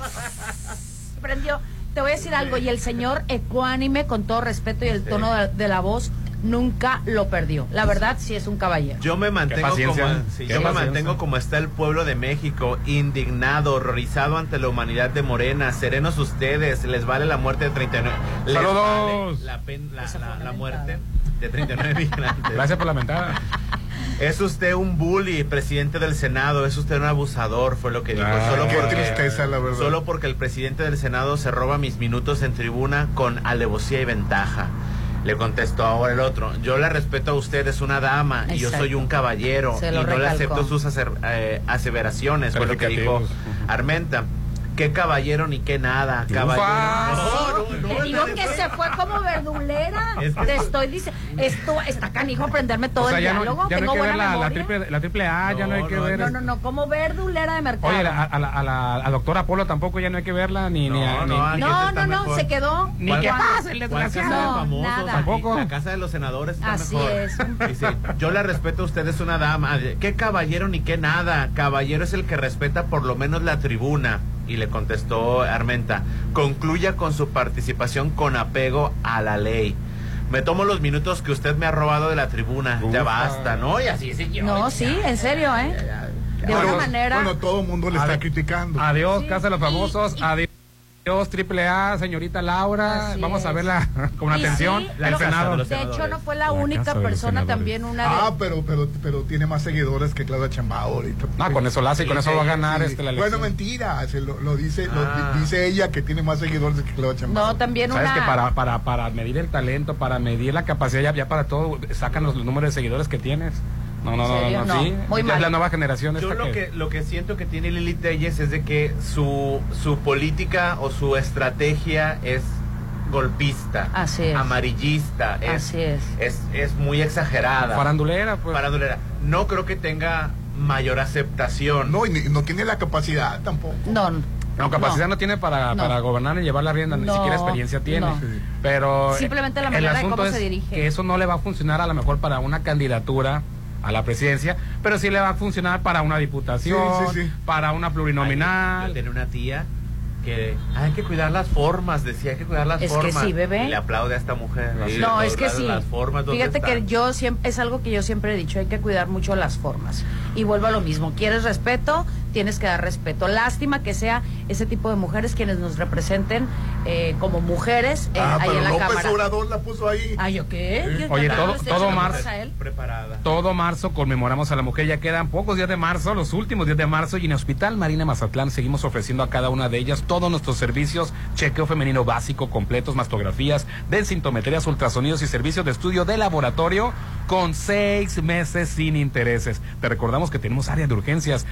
S6: Prendió. Te voy a decir algo. Y el señor ecuánime, con todo respeto y el tono de, de la voz, nunca lo perdió. La verdad, sí es un caballero.
S5: Yo me mantengo
S3: paciencia,
S5: como
S3: ¿eh?
S5: sí,
S3: Qué
S5: yo me
S3: paciencia.
S5: mantengo como está el pueblo de México, indignado, horrorizado ante la humanidad de Morena. Serenos ustedes, les vale la muerte de 39. les
S3: Saludos.
S5: vale la, pen- la-
S6: Esa
S5: la-
S6: fue una
S5: la
S6: mentada.
S5: muerte de 39 migrantes.
S3: Gracias por la mentada.
S5: Es usted un bully, presidente del Senado, es usted un abusador, fue lo que dijo.
S3: Ah,
S5: solo
S4: Qué
S5: porque
S4: tristeza, la verdad.
S5: Solo porque el presidente del Senado se roba mis minutos en tribuna con alevosía y ventaja. Le contestó ahora el otro, yo la respeto a usted, es una dama y yo
S6: Exacto.
S5: soy un caballero
S6: Se
S5: y
S6: lo
S5: no le
S6: recalcó.
S5: acepto sus aser- eh, aseveraciones, fue lo que dijo
S3: Calificativos.
S5: Armenta. qué caballero ni qué nada.
S3: Ufa.
S5: Caballero.
S6: Ah, sí, te digo que se fue como verdulera.
S5: Es que-
S6: Te estoy diciendo, esto está canijo aprenderme todo
S3: O sea,
S6: el
S3: ya
S6: diálogo.
S3: no, ya no
S6: Tengo
S3: hay que ver
S6: buena
S3: la, la
S6: memoria.
S3: triple, la triple A, ya no hay
S5: No,
S3: que
S5: no,
S3: ver.
S6: No, no, no, como verdulera de mercado.
S3: Oye, la- a, la, a la- a la doctora Polo tampoco ya no hay que verla, ni, ni, a-
S5: No,
S3: ni-
S5: no,
S6: no, no, no, se quedó.
S3: Ni que
S6: Juan-
S3: pase el desgraciado.
S6: No, nada.
S3: Tampoco.
S5: Tampoco. La casa de los senadores está
S6: Así
S5: mejor.
S6: es.
S5: Dice, yo la respeto, usted es una dama. ¿Qué caballero ni qué nada? Caballero es el que respeta por lo menos la tribuna. Y le contestó Armenta, concluya con su participación con apego a la ley. Me tomo los minutos que usted me ha robado de la tribuna.
S3: Ufa.
S5: Ya basta, ¿no? Y así siguió.
S6: No, sí, en serio, ¿eh? De
S7: Bueno,
S6: una manera.
S7: Bueno, todo el mundo le
S3: A
S7: está
S3: ver.
S7: criticando.
S3: Adiós,
S6: Sí,
S3: Casa de los
S6: y-
S3: Famosos.
S6: y-
S3: Adiós, triple A, señorita Laura.
S6: Así
S3: Vamos a
S6: es.
S3: verla con
S6: Y
S3: atención.
S6: sí,
S3: la
S6: pero-
S3: el Senado.
S5: los
S6: De hecho, no fue la,
S3: La casa
S6: única
S3: de los
S6: persona
S3: senadores.
S6: también, una de.
S7: Ah, pero, pero, pero tiene más seguidores que Claudia Chambao ahorita.
S3: Ah, con eso la hace y con
S5: Sí,
S3: eso va a
S5: sí,
S3: ganar
S7: Sí.
S3: este, la
S7: bueno,
S3: elección.
S7: mentira. se lo, lo dice, lo
S5: Ah.
S7: di- dice ella que tiene más seguidores que Claudia Chambao.
S6: no, también
S3: Sabes
S6: una.
S3: que para, para, para medir el talento, para medir la capacidad, ya, ya para todo, sacan los, los números de seguidores que tienes. No, no,
S6: ¿En
S3: no,
S6: serio?
S3: no,
S6: No,
S3: sí.
S6: muy
S3: Ya
S6: mal.
S3: es la nueva generación
S5: Yo
S3: esta
S5: lo
S3: que-
S5: que, lo que siento que tiene Lili Telles es de que su, su política o su estrategia es golpista,
S6: Así es.
S5: amarillista, es,
S6: Así es.
S5: es, es muy exagerada,
S3: farandulera, pues.
S5: farandulera. No creo que tenga mayor aceptación.
S7: No, y ni- no tiene la capacidad tampoco.
S6: No, no.
S3: No, capacidad no, tiene para,
S6: No.
S3: para gobernar ni llevar la rienda, ni
S6: No,
S3: siquiera experiencia tiene.
S6: no.
S3: Pero
S6: Simplemente la
S3: el
S6: manera de
S3: asunto
S6: cómo
S3: es
S6: se dirige.
S3: Que eso no le va a funcionar a lo mejor para una candidatura a la presidencia, pero sí le va a funcionar para una diputación,
S7: Sí, sí, sí.
S3: para una
S5: Yo
S3: plurinominal.
S5: tenía una tía que hay que cuidar las formas, decía hay que cuidar las
S6: Es que
S5: formas.
S6: sí, bebé.
S5: Y le aplaude a esta mujer.
S3: No,
S5: Y le
S6: No,
S5: aplaude
S6: es que
S5: las-
S6: sí.
S5: las formas, ¿dónde
S6: Fíjate que
S5: están?
S6: yo siempre, es algo que yo siempre he dicho, hay que cuidar mucho las formas. Y vuelvo a lo mismo, quieres respeto, tienes que dar respeto. Lástima que sea ese tipo de mujeres quienes nos representen eh, como mujeres en-
S7: ah,
S6: ahí
S7: pero
S6: en la
S7: López
S6: Cámara.
S7: Obrador la puso ahí.
S6: Ay, ¿yo qué? ¿Qué
S3: Oye,
S6: está
S3: todo-
S6: hablando? ¿Estoy
S3: todo
S6: haciendo
S3: Mar-
S6: cosas a él?
S5: preparada.
S3: Todo marzo conmemoramos a la mujer, ya quedan pocos días de marzo, los últimos días de marzo, y en Hospital Marina Mazatlán seguimos ofreciendo a cada una de ellas todos nuestros servicios, chequeo femenino básico, completos, mastografías, densintometrías, ultrasonidos y servicios de estudio de laboratorio con seis meses sin intereses. Te recordamos que tenemos área de urgencias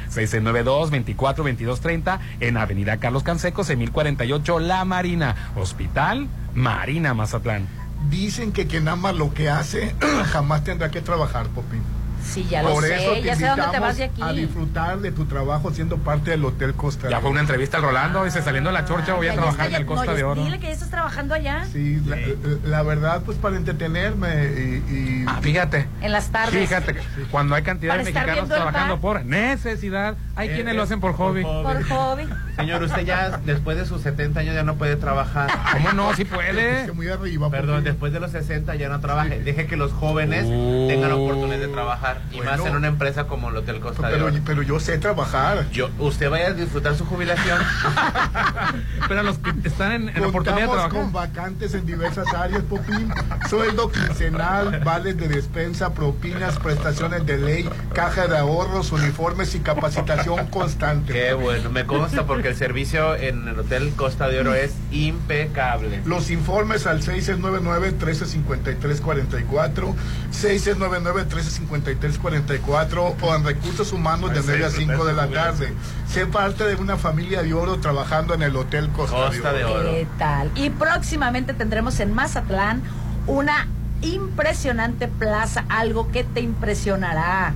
S3: 692-242230 en Avenida Carlos Canseco, en 1048 La Marina, Hospital Marina Mazatlán.
S7: Dicen que quien ama lo que hace jamás tendrá que trabajar, Popín.
S6: Sí, ya lo sé, ya sé dónde te vas de
S7: a
S6: aquí.
S7: disfrutar de tu trabajo siendo parte del Hotel Costa.
S3: Ya fue una entrevista al Rolando, dice saliendo de la chorcha voy a
S6: Ah, Ya
S3: trabajar en
S6: está,
S3: el
S6: ya- no,
S3: Costa
S6: ya-
S3: de Oro.
S6: Dile que ya estás trabajando allá,
S7: Sí, la, la verdad, pues para entretenerme y... y-
S3: Ah, fíjate.
S6: en las tardes.
S3: Fíjate, que cuando hay cantidad
S6: Para
S3: de
S6: estar
S3: mexicanos
S6: viendo el
S3: trabajando
S6: pan.
S3: por Pues, necesidad, hay
S5: Eh,
S3: quienes
S5: eh,
S3: lo hacen por hobby.
S6: Por hobby.
S5: Señor, usted ya después de sus 70 años ya no puede trabajar.
S3: ¿Cómo no? Si
S7: es que
S3: puede.
S7: muy arriba.
S5: Perdón,
S7: Popín.
S5: después de los 60 ya no trabaje. Deje que los jóvenes
S3: Oh.
S5: tengan la oportunidad de trabajar. Y
S7: Bueno.
S5: más en una empresa como el Hotel Costa de
S7: Pero,
S5: Oro.
S7: pero yo sé trabajar.
S5: Yo, usted vaya a disfrutar su jubilación.
S3: Pero los que están en, en oportunidad de trabajar.
S7: Contamos con vacantes en diversas áreas, Popín. Sueldo quincenal, vales de despensa, propinas, prestaciones de ley, caja de ahorros, uniformes y capacitación constante.
S5: Qué bueno, me consta porque el servicio en el Hotel Costa de Oro es impecable.
S7: Los informes al 699-1353-44, 699-1353-44 o en Recursos Humanos de
S5: Ay,
S7: 9 a
S5: sí,
S7: 5 de la
S5: perfecto.
S7: tarde. Sé parte de una familia de oro trabajando en el Hotel Costa,
S5: Costa
S7: de
S5: de
S7: Oro.
S5: Oro.
S6: ¿Qué tal? Y próximamente tendremos en Mazatlán una impresionante plaza, algo que te impresionará.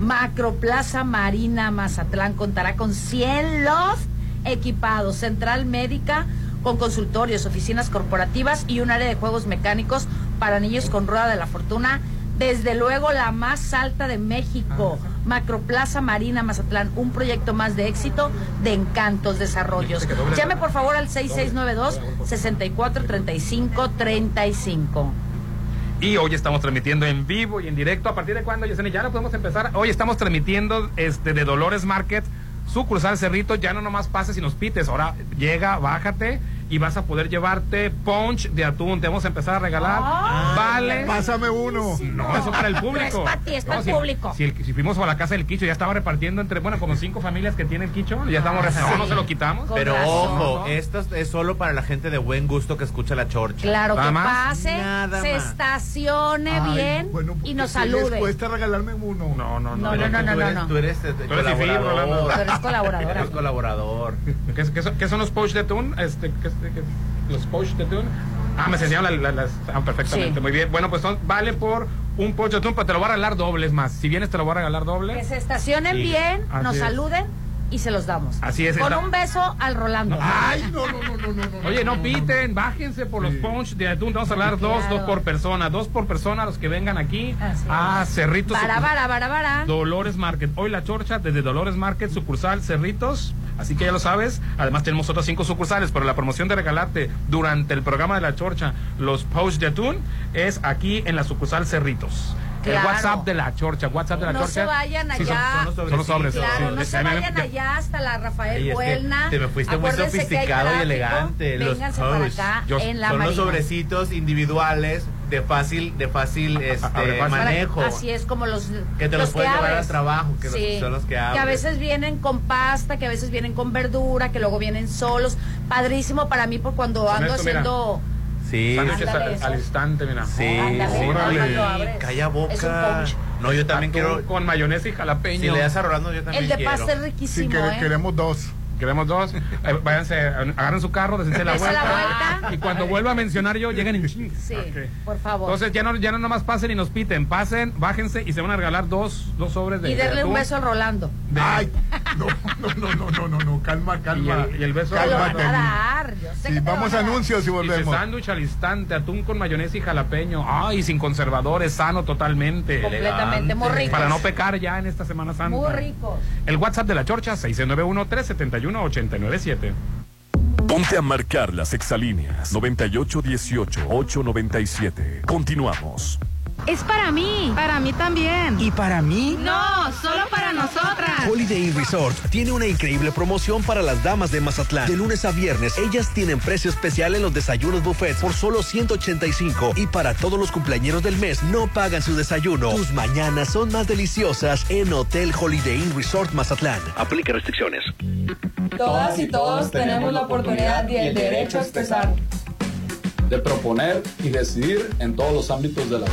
S6: Macroplaza Marina Mazatlán contará con 100 loft equipados, central médica con consultorios, oficinas corporativas y un área de juegos mecánicos para niños con rueda de la fortuna. Desde luego la más alta de México, Macroplaza Marina Mazatlán, un proyecto más de éxito, de encantos, desarrollos. Llame por favor al 6692-643535.
S3: Y hoy estamos transmitiendo en vivo y en directo. ¿A partir de cuándo, Yesenia? Ya no podemos empezar. Hoy estamos transmitiendo este de Dolores Market, sucursal Cerrito. Ya no nomás pases y nos pites. Ahora llega, bájate y vas a poder llevarte punch de atún. Te vamos a empezar a regalar
S6: Ay,
S3: vales.
S7: Pásame uno.
S3: No, eso para el
S6: No, es
S3: público.
S6: para ti, es para el
S3: si-
S6: público.
S3: Si, el- si fuimos a la casa del Quicho, ya estaba repartiendo entre, bueno, como cinco familias que tienen Quicho. Ya estamos
S6: Ah,
S3: repartiendo.
S6: sí.
S3: No, no se lo quitamos.
S6: Con
S5: Pero
S6: razón.
S5: ojo, esto es- es solo para la gente de buen gusto que escucha la chorcha.
S6: Claro
S3: Nada
S6: que
S3: más.
S6: pase,
S5: Nada
S6: se
S5: más.
S6: estacione
S7: Ay,
S6: bien
S7: bueno, ¿por
S6: y
S7: qué
S6: nos
S7: se les
S6: salude.
S7: cuesta regalarme uno?
S3: No, no,
S6: No,
S3: no.
S5: Pero
S6: no,
S5: tú
S6: no, no,
S5: eres-
S6: no.
S5: Tú eres, eh,
S3: Tú eres fifí, Rolando.
S5: colaborador.
S6: Tú eres colaboradora.
S5: Tú eres colaborador.
S3: ¿Qué, qué son- qué son los pouch de atún? Este, ¿qué- qué- qué- los pouch de atún. Ah, me enseñaron la- la- las. ah, perfectamente.
S6: Sí.
S3: Muy bien. Bueno, pues son, vale por un pouch de atún, pero te lo voy a regalar dobles más. Si vienes, te lo voy a regalar
S6: Que
S3: doble.
S6: se estacionen
S3: Sí,
S6: bien,
S3: así
S6: nos
S3: es.
S6: saluden y se los damos.
S3: Así es,
S6: Con
S3: está-
S6: un beso al Rolando.
S7: Ay, no, no, no, no, no. no
S3: Oye, no piten, bájense por los
S7: Sí.
S3: punch de atún. Vamos a hablar dos,
S6: Claro.
S3: dos por persona, dos por persona los que vengan aquí Ah,
S6: Así
S3: a Cerritos.
S6: Bara,
S3: Sucursal
S6: bara, bara, bara.
S3: Dolores Market. Hoy la chorcha desde Dolores Market, sucursal Cerritos. Así que ya lo sabes. Además tenemos otras cinco sucursales, pero la promoción de regalarte durante el programa de la chorcha los posts de atún es aquí en la sucursal Cerritos. El
S6: Claro.
S3: WhatsApp de la chorcha, WhatsApp de la
S6: No
S3: chorcha.
S6: se vayan
S3: Sí, son-
S6: allá.
S3: son, los sobres.
S6: Claro,
S3: sí.
S6: no se
S3: Ya me-
S6: vayan
S3: ya-
S6: allá hasta la
S5: Ey,
S6: Rafael
S5: es que
S6: Buelna.
S5: te me fuiste muy
S6: Acuérdense que hay
S5: sofisticado y
S6: tráfico,
S5: elegante. Los
S6: Vénganse para
S5: posts.
S6: acá
S3: Yo-
S6: en la
S5: Son los
S6: Marina.
S5: sobrecitos individuales de fácil, de fácil
S3: abre
S5: este,
S3: fácil.
S6: Eh, Para-
S5: manejo.
S6: así es como los
S5: Que te los puedes llevar
S6: abres.
S5: al trabajo, que los- son los que
S6: a
S5: abres.
S6: veces vienen con pasta, que a veces vienen con verdura, que luego vienen solos. Padrísimo para mí por cuando
S3: Con
S6: ando
S3: esto, mira.
S6: haciendo
S5: Sí,
S3: Sándwiches
S6: Ándale,
S3: al,
S6: eso.
S3: al instante, mira.
S5: sí,
S6: Ándale,
S5: sí.
S6: nada más
S3: Órale.
S6: lo abres.
S5: Calla
S6: Es un
S5: boca.
S6: punch.
S5: No, yo también
S3: Atún
S5: quiero.
S3: con mayonesa y jalapeño.
S5: Si le das a Rolando, yo también
S6: El de
S5: quiero.
S6: pasta es
S7: Sí,
S6: riquísimo,
S7: que-
S6: ¿eh?
S7: queremos dos.
S3: Queremos dos. Eh, váyanse, agarren su carro, desense la
S6: Dense
S3: vuelta.
S6: la vuelta.
S3: Y cuando vuelva a mencionar yo, llegan en chingas.
S6: Sí,
S3: Ok.
S6: por favor.
S3: Entonces ya no, ya no nomás pasen y nos piten, pasen, bájense y se van a regalar dos, dos sobres de
S6: y darle un
S3: atún.
S6: beso a Rolando.
S3: De-
S7: Ay, no, no, no, no, no, no, no, calma, calma.
S3: ¿Y el- y el beso?
S6: Te lo van
S7: Cálmate.
S6: a dar. Yo sé
S7: Sí,
S6: que te lo
S7: vamos
S6: van
S7: a
S6: dar.
S7: anuncios y
S3: Dice,
S7: volvemos.
S3: sándwich al instante, atún con mayonesa y jalapeño. Ay, sin conservadores, sano totalmente.
S6: Completamente, muy
S3: Elegante.
S6: ricos.
S3: Para no pecar ya en esta Semana Santa.
S6: Muy ricos.
S3: El WhatsApp de la Chorcha, 691-371-897.
S8: Ponte a marcar las exalíneas 9818-897. Continuamos.
S2: Es para mí. Para mí también.
S9: Y para mí,
S2: No, solo para nosotras.
S9: Holiday Inn Resort tiene una increíble promoción para las damas de Mazatlán. De lunes a viernes, ellas tienen precio especial en los desayunos buffet por solo 185 y para todos los cumpleañeros del mes no pagan su desayuno. Tus mañanas son más deliciosas en Hotel Holiday Inn Resort Mazatlán. Aplica restricciones.
S10: Todas y todos tenemos la oportunidad y el derecho a expresar,
S11: de proponer y decidir en todos los ámbitos de la vida.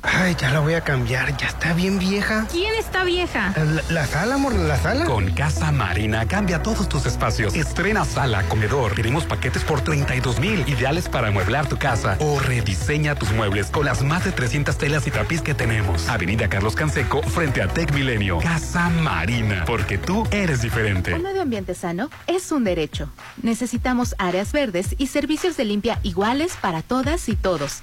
S12: Ay, ya la voy a cambiar, ya está bien vieja. Eh,
S2: ¿quién está vieja?
S12: La, la sala, amor, la sala.
S8: Con Casa Marina cambia todos tus espacios. Estrena sala, comedor. Tenemos paquetes por 32 mil, ideales para amueblar tu casa. O rediseña tus muebles con las más de 300 telas y tapiz que tenemos. Avenida Carlos Canseco, frente a Tech Milenio. Casa Marina, porque tú eres diferente.
S2: Un medio ambiente sano es un derecho. Necesitamos áreas verdes y servicios de limpia iguales para todas y todos.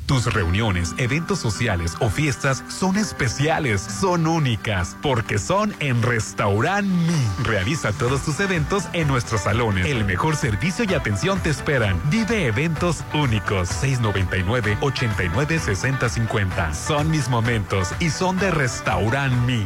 S8: Tus reuniones, eventos sociales o fiestas son especiales, son únicas, porque son en Restaurant Mi. Realiza todos tus eventos en nuestros salones. El mejor servicio y atención te esperan. Vive eventos únicos. 699-896050. Son mis momentos y son de Restaurant Mi.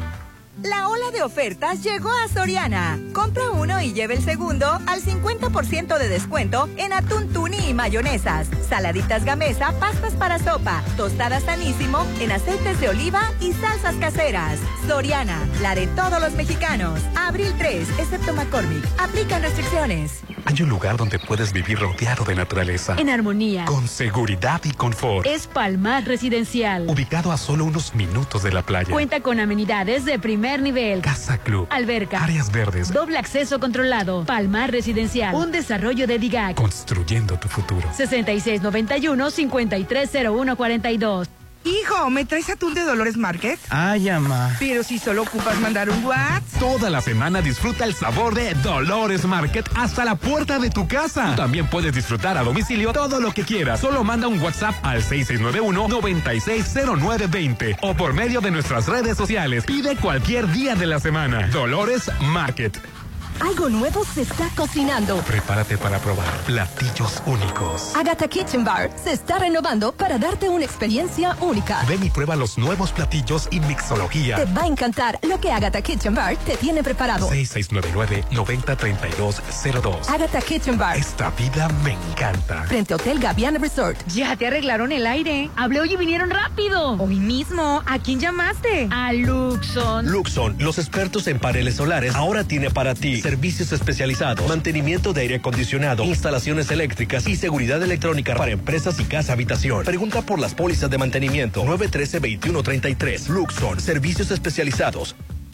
S2: La ola de ofertas llegó a Soriana. Compra uno y lleve el segundo al 50% de descuento en atún tuni y mayonesas, saladitas gamesa, pastas para sopa, tostadas sanísimo en aceites de oliva y salsas caseras. Soriana, la de todos los mexicanos. Abril 3, excepto McCormick. Aplican restricciones.
S8: Hay un lugar donde puedes vivir rodeado de naturaleza.
S2: En armonía.
S8: Con seguridad y confort.
S2: Es Palmas Residencial.
S8: Ubicado a solo unos minutos de la playa.
S2: Cuenta con amenidades de primer nivel.
S8: Casa Club.
S2: Alberca.
S8: Áreas verdes.
S2: Doble acceso controlado. Palmar Residencial. Un desarrollo de DIGAC.
S8: Construyendo tu futuro.
S2: 6691-530142.
S13: Hijo, ¿me traes atún de Dolores Market?
S12: Ay, ama.
S13: Pero si solo ocupas mandar un WhatsApp.
S8: Toda la semana disfruta el sabor de Dolores Market hasta la puerta de tu casa. También puedes disfrutar a domicilio todo lo que quieras. Solo manda un WhatsApp al 6691-960920 o por medio de nuestras redes sociales. Pide cualquier día de la semana. Dolores Market.
S14: Algo nuevo se está cocinando.
S8: Prepárate para probar platillos únicos.
S14: Agatha Kitchen Bar se está renovando para darte una experiencia única.
S8: Ven y prueba los nuevos platillos y mixología.
S14: Te va a encantar lo que Agatha Kitchen Bar te tiene preparado.
S8: 6699-903202.
S4: Ah.
S14: Agatha Kitchen Bar.
S8: Esta vida me encanta.
S14: Frente a Hotel Gaviana Resort.
S2: Ya te arreglaron el aire. Hablé hoy y vinieron rápido.
S15: Hoy mismo. ¿A quién llamaste?
S2: A Luxon.
S9: Luxon, los expertos en paneles solares, ahora tiene para ti servicios especializados, mantenimiento de aire acondicionado, instalaciones eléctricas y seguridad electrónica para empresas y casa habitación. Pregunta por las pólizas de mantenimiento 913-2133. Luxon, servicios especializados.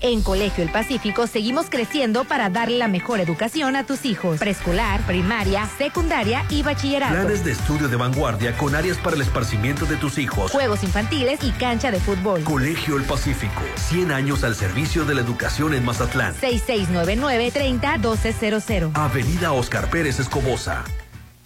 S16: En Colegio El Pacífico seguimos creciendo para darle la mejor educación a tus hijos. Preescolar, primaria, secundaria y bachillerato.
S9: Planes de estudio de vanguardia con áreas para el esparcimiento de tus hijos.
S16: Juegos infantiles y cancha de fútbol.
S9: Colegio El Pacífico. 100 años al servicio de la educación en Mazatlán.
S16: 6699-301200.
S9: Avenida Oscar Pérez Escobosa.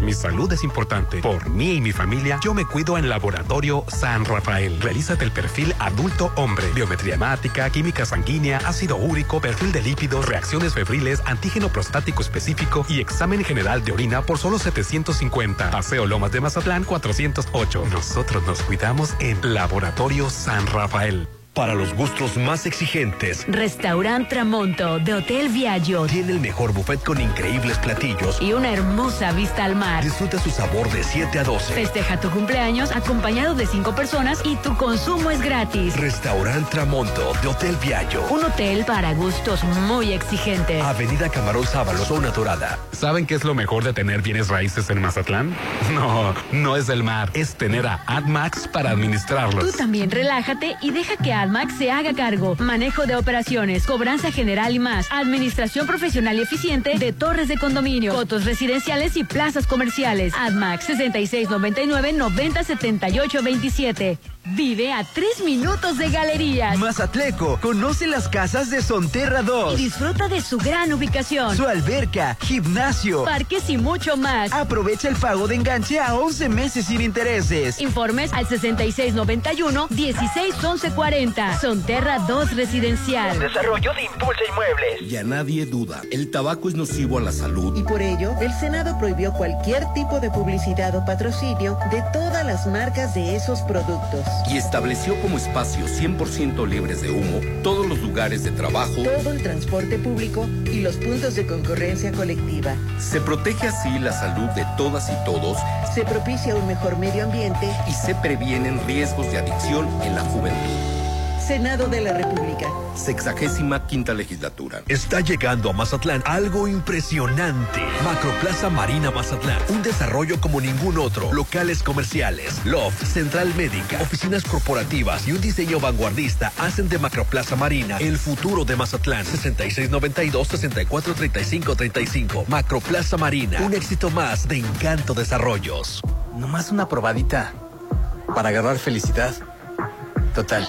S8: Mi salud es importante. Por mí y mi familia, yo me cuido en Laboratorio San Rafael. Realízate el perfil adulto hombre, biometría hemática, química sanguínea, ácido úrico, perfil de lípidos, reacciones febriles, antígeno prostático específico y examen general de orina por solo 750. Paseo Lomas de Mazatlán 408. Nosotros nos cuidamos en Laboratorio San Rafael.
S9: Para los gustos más exigentes,
S2: Restaurant Tramonto de Hotel Viaggio
S9: tiene el mejor buffet con increíbles platillos
S2: y una hermosa vista al mar.
S9: Disfruta su sabor de 7 a 12.
S2: Festeja tu cumpleaños acompañado de 5 personas y tu consumo es gratis.
S9: Restaurant Tramonto de Hotel Viaggio.
S2: Un hotel para gustos muy exigentes.
S9: Avenida Camarón Sábalo, zona dorada.
S8: ¿Saben qué es lo mejor de tener bienes raíces en Mazatlán? No, no es el mar, es tener a AdMax para administrarlos.
S2: Tú también relájate y deja que AdMax se haga cargo. Manejo de operaciones, cobranza general y más. Administración profesional y eficiente de torres de condominio, fotos residenciales y plazas comerciales. AdMax 6699-907827. Vive a tres minutos de galerías.
S17: Mazatleco, conoce las casas de Sonterra 2.
S2: Y disfruta de su gran ubicación.
S17: Su alberca, gimnasio,
S2: parques y mucho más.
S17: Aprovecha el pago de enganche a 11 meses sin intereses.
S2: Informes al 6691-161140. Sonterra 2 Residencial.
S17: Desarrollo de Impulsa Inmuebles.
S18: Ya nadie duda, el tabaco es nocivo a la salud.
S10: Y por ello, el Senado prohibió cualquier tipo de publicidad o patrocinio de todas las marcas de esos productos.
S18: Y estableció como espacios 100% libres de humo todos los lugares de trabajo,
S10: todo el transporte público y los puntos de concurrencia colectiva.
S18: Se protege así la salud de todas y todos.
S10: Se propicia un mejor medio ambiente.
S18: Y se previenen riesgos de adicción en la juventud.
S10: Senado de la República.
S18: Sexagésima quinta legislatura.
S9: Está llegando a Mazatlán algo impresionante. Macroplaza Marina Mazatlán. Un desarrollo como ningún otro. Locales comerciales, loft, central médica, oficinas corporativas y un diseño vanguardista hacen de Macroplaza Marina el futuro de Mazatlán. 6692-643535. Macroplaza Marina. Un éxito más de Encanto Desarrollos.
S19: Nomás una probadita. Para agarrar felicidad. Total.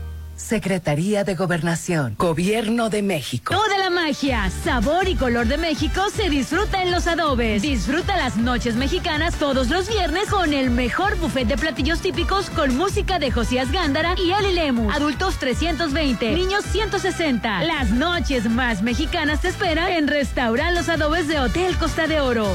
S5: Secretaría de Gobernación, Gobierno de México.
S2: Toda la magia, sabor y color de México se disfruta en los adobes. Disfruta las noches mexicanas todos los viernes con el mejor buffet de platillos típicos con música de Josías Gándara y Eli Lemus. Adultos 320, niños 160. Las noches más mexicanas te esperan en Restaurar los Adobes de Hotel Costa de Oro.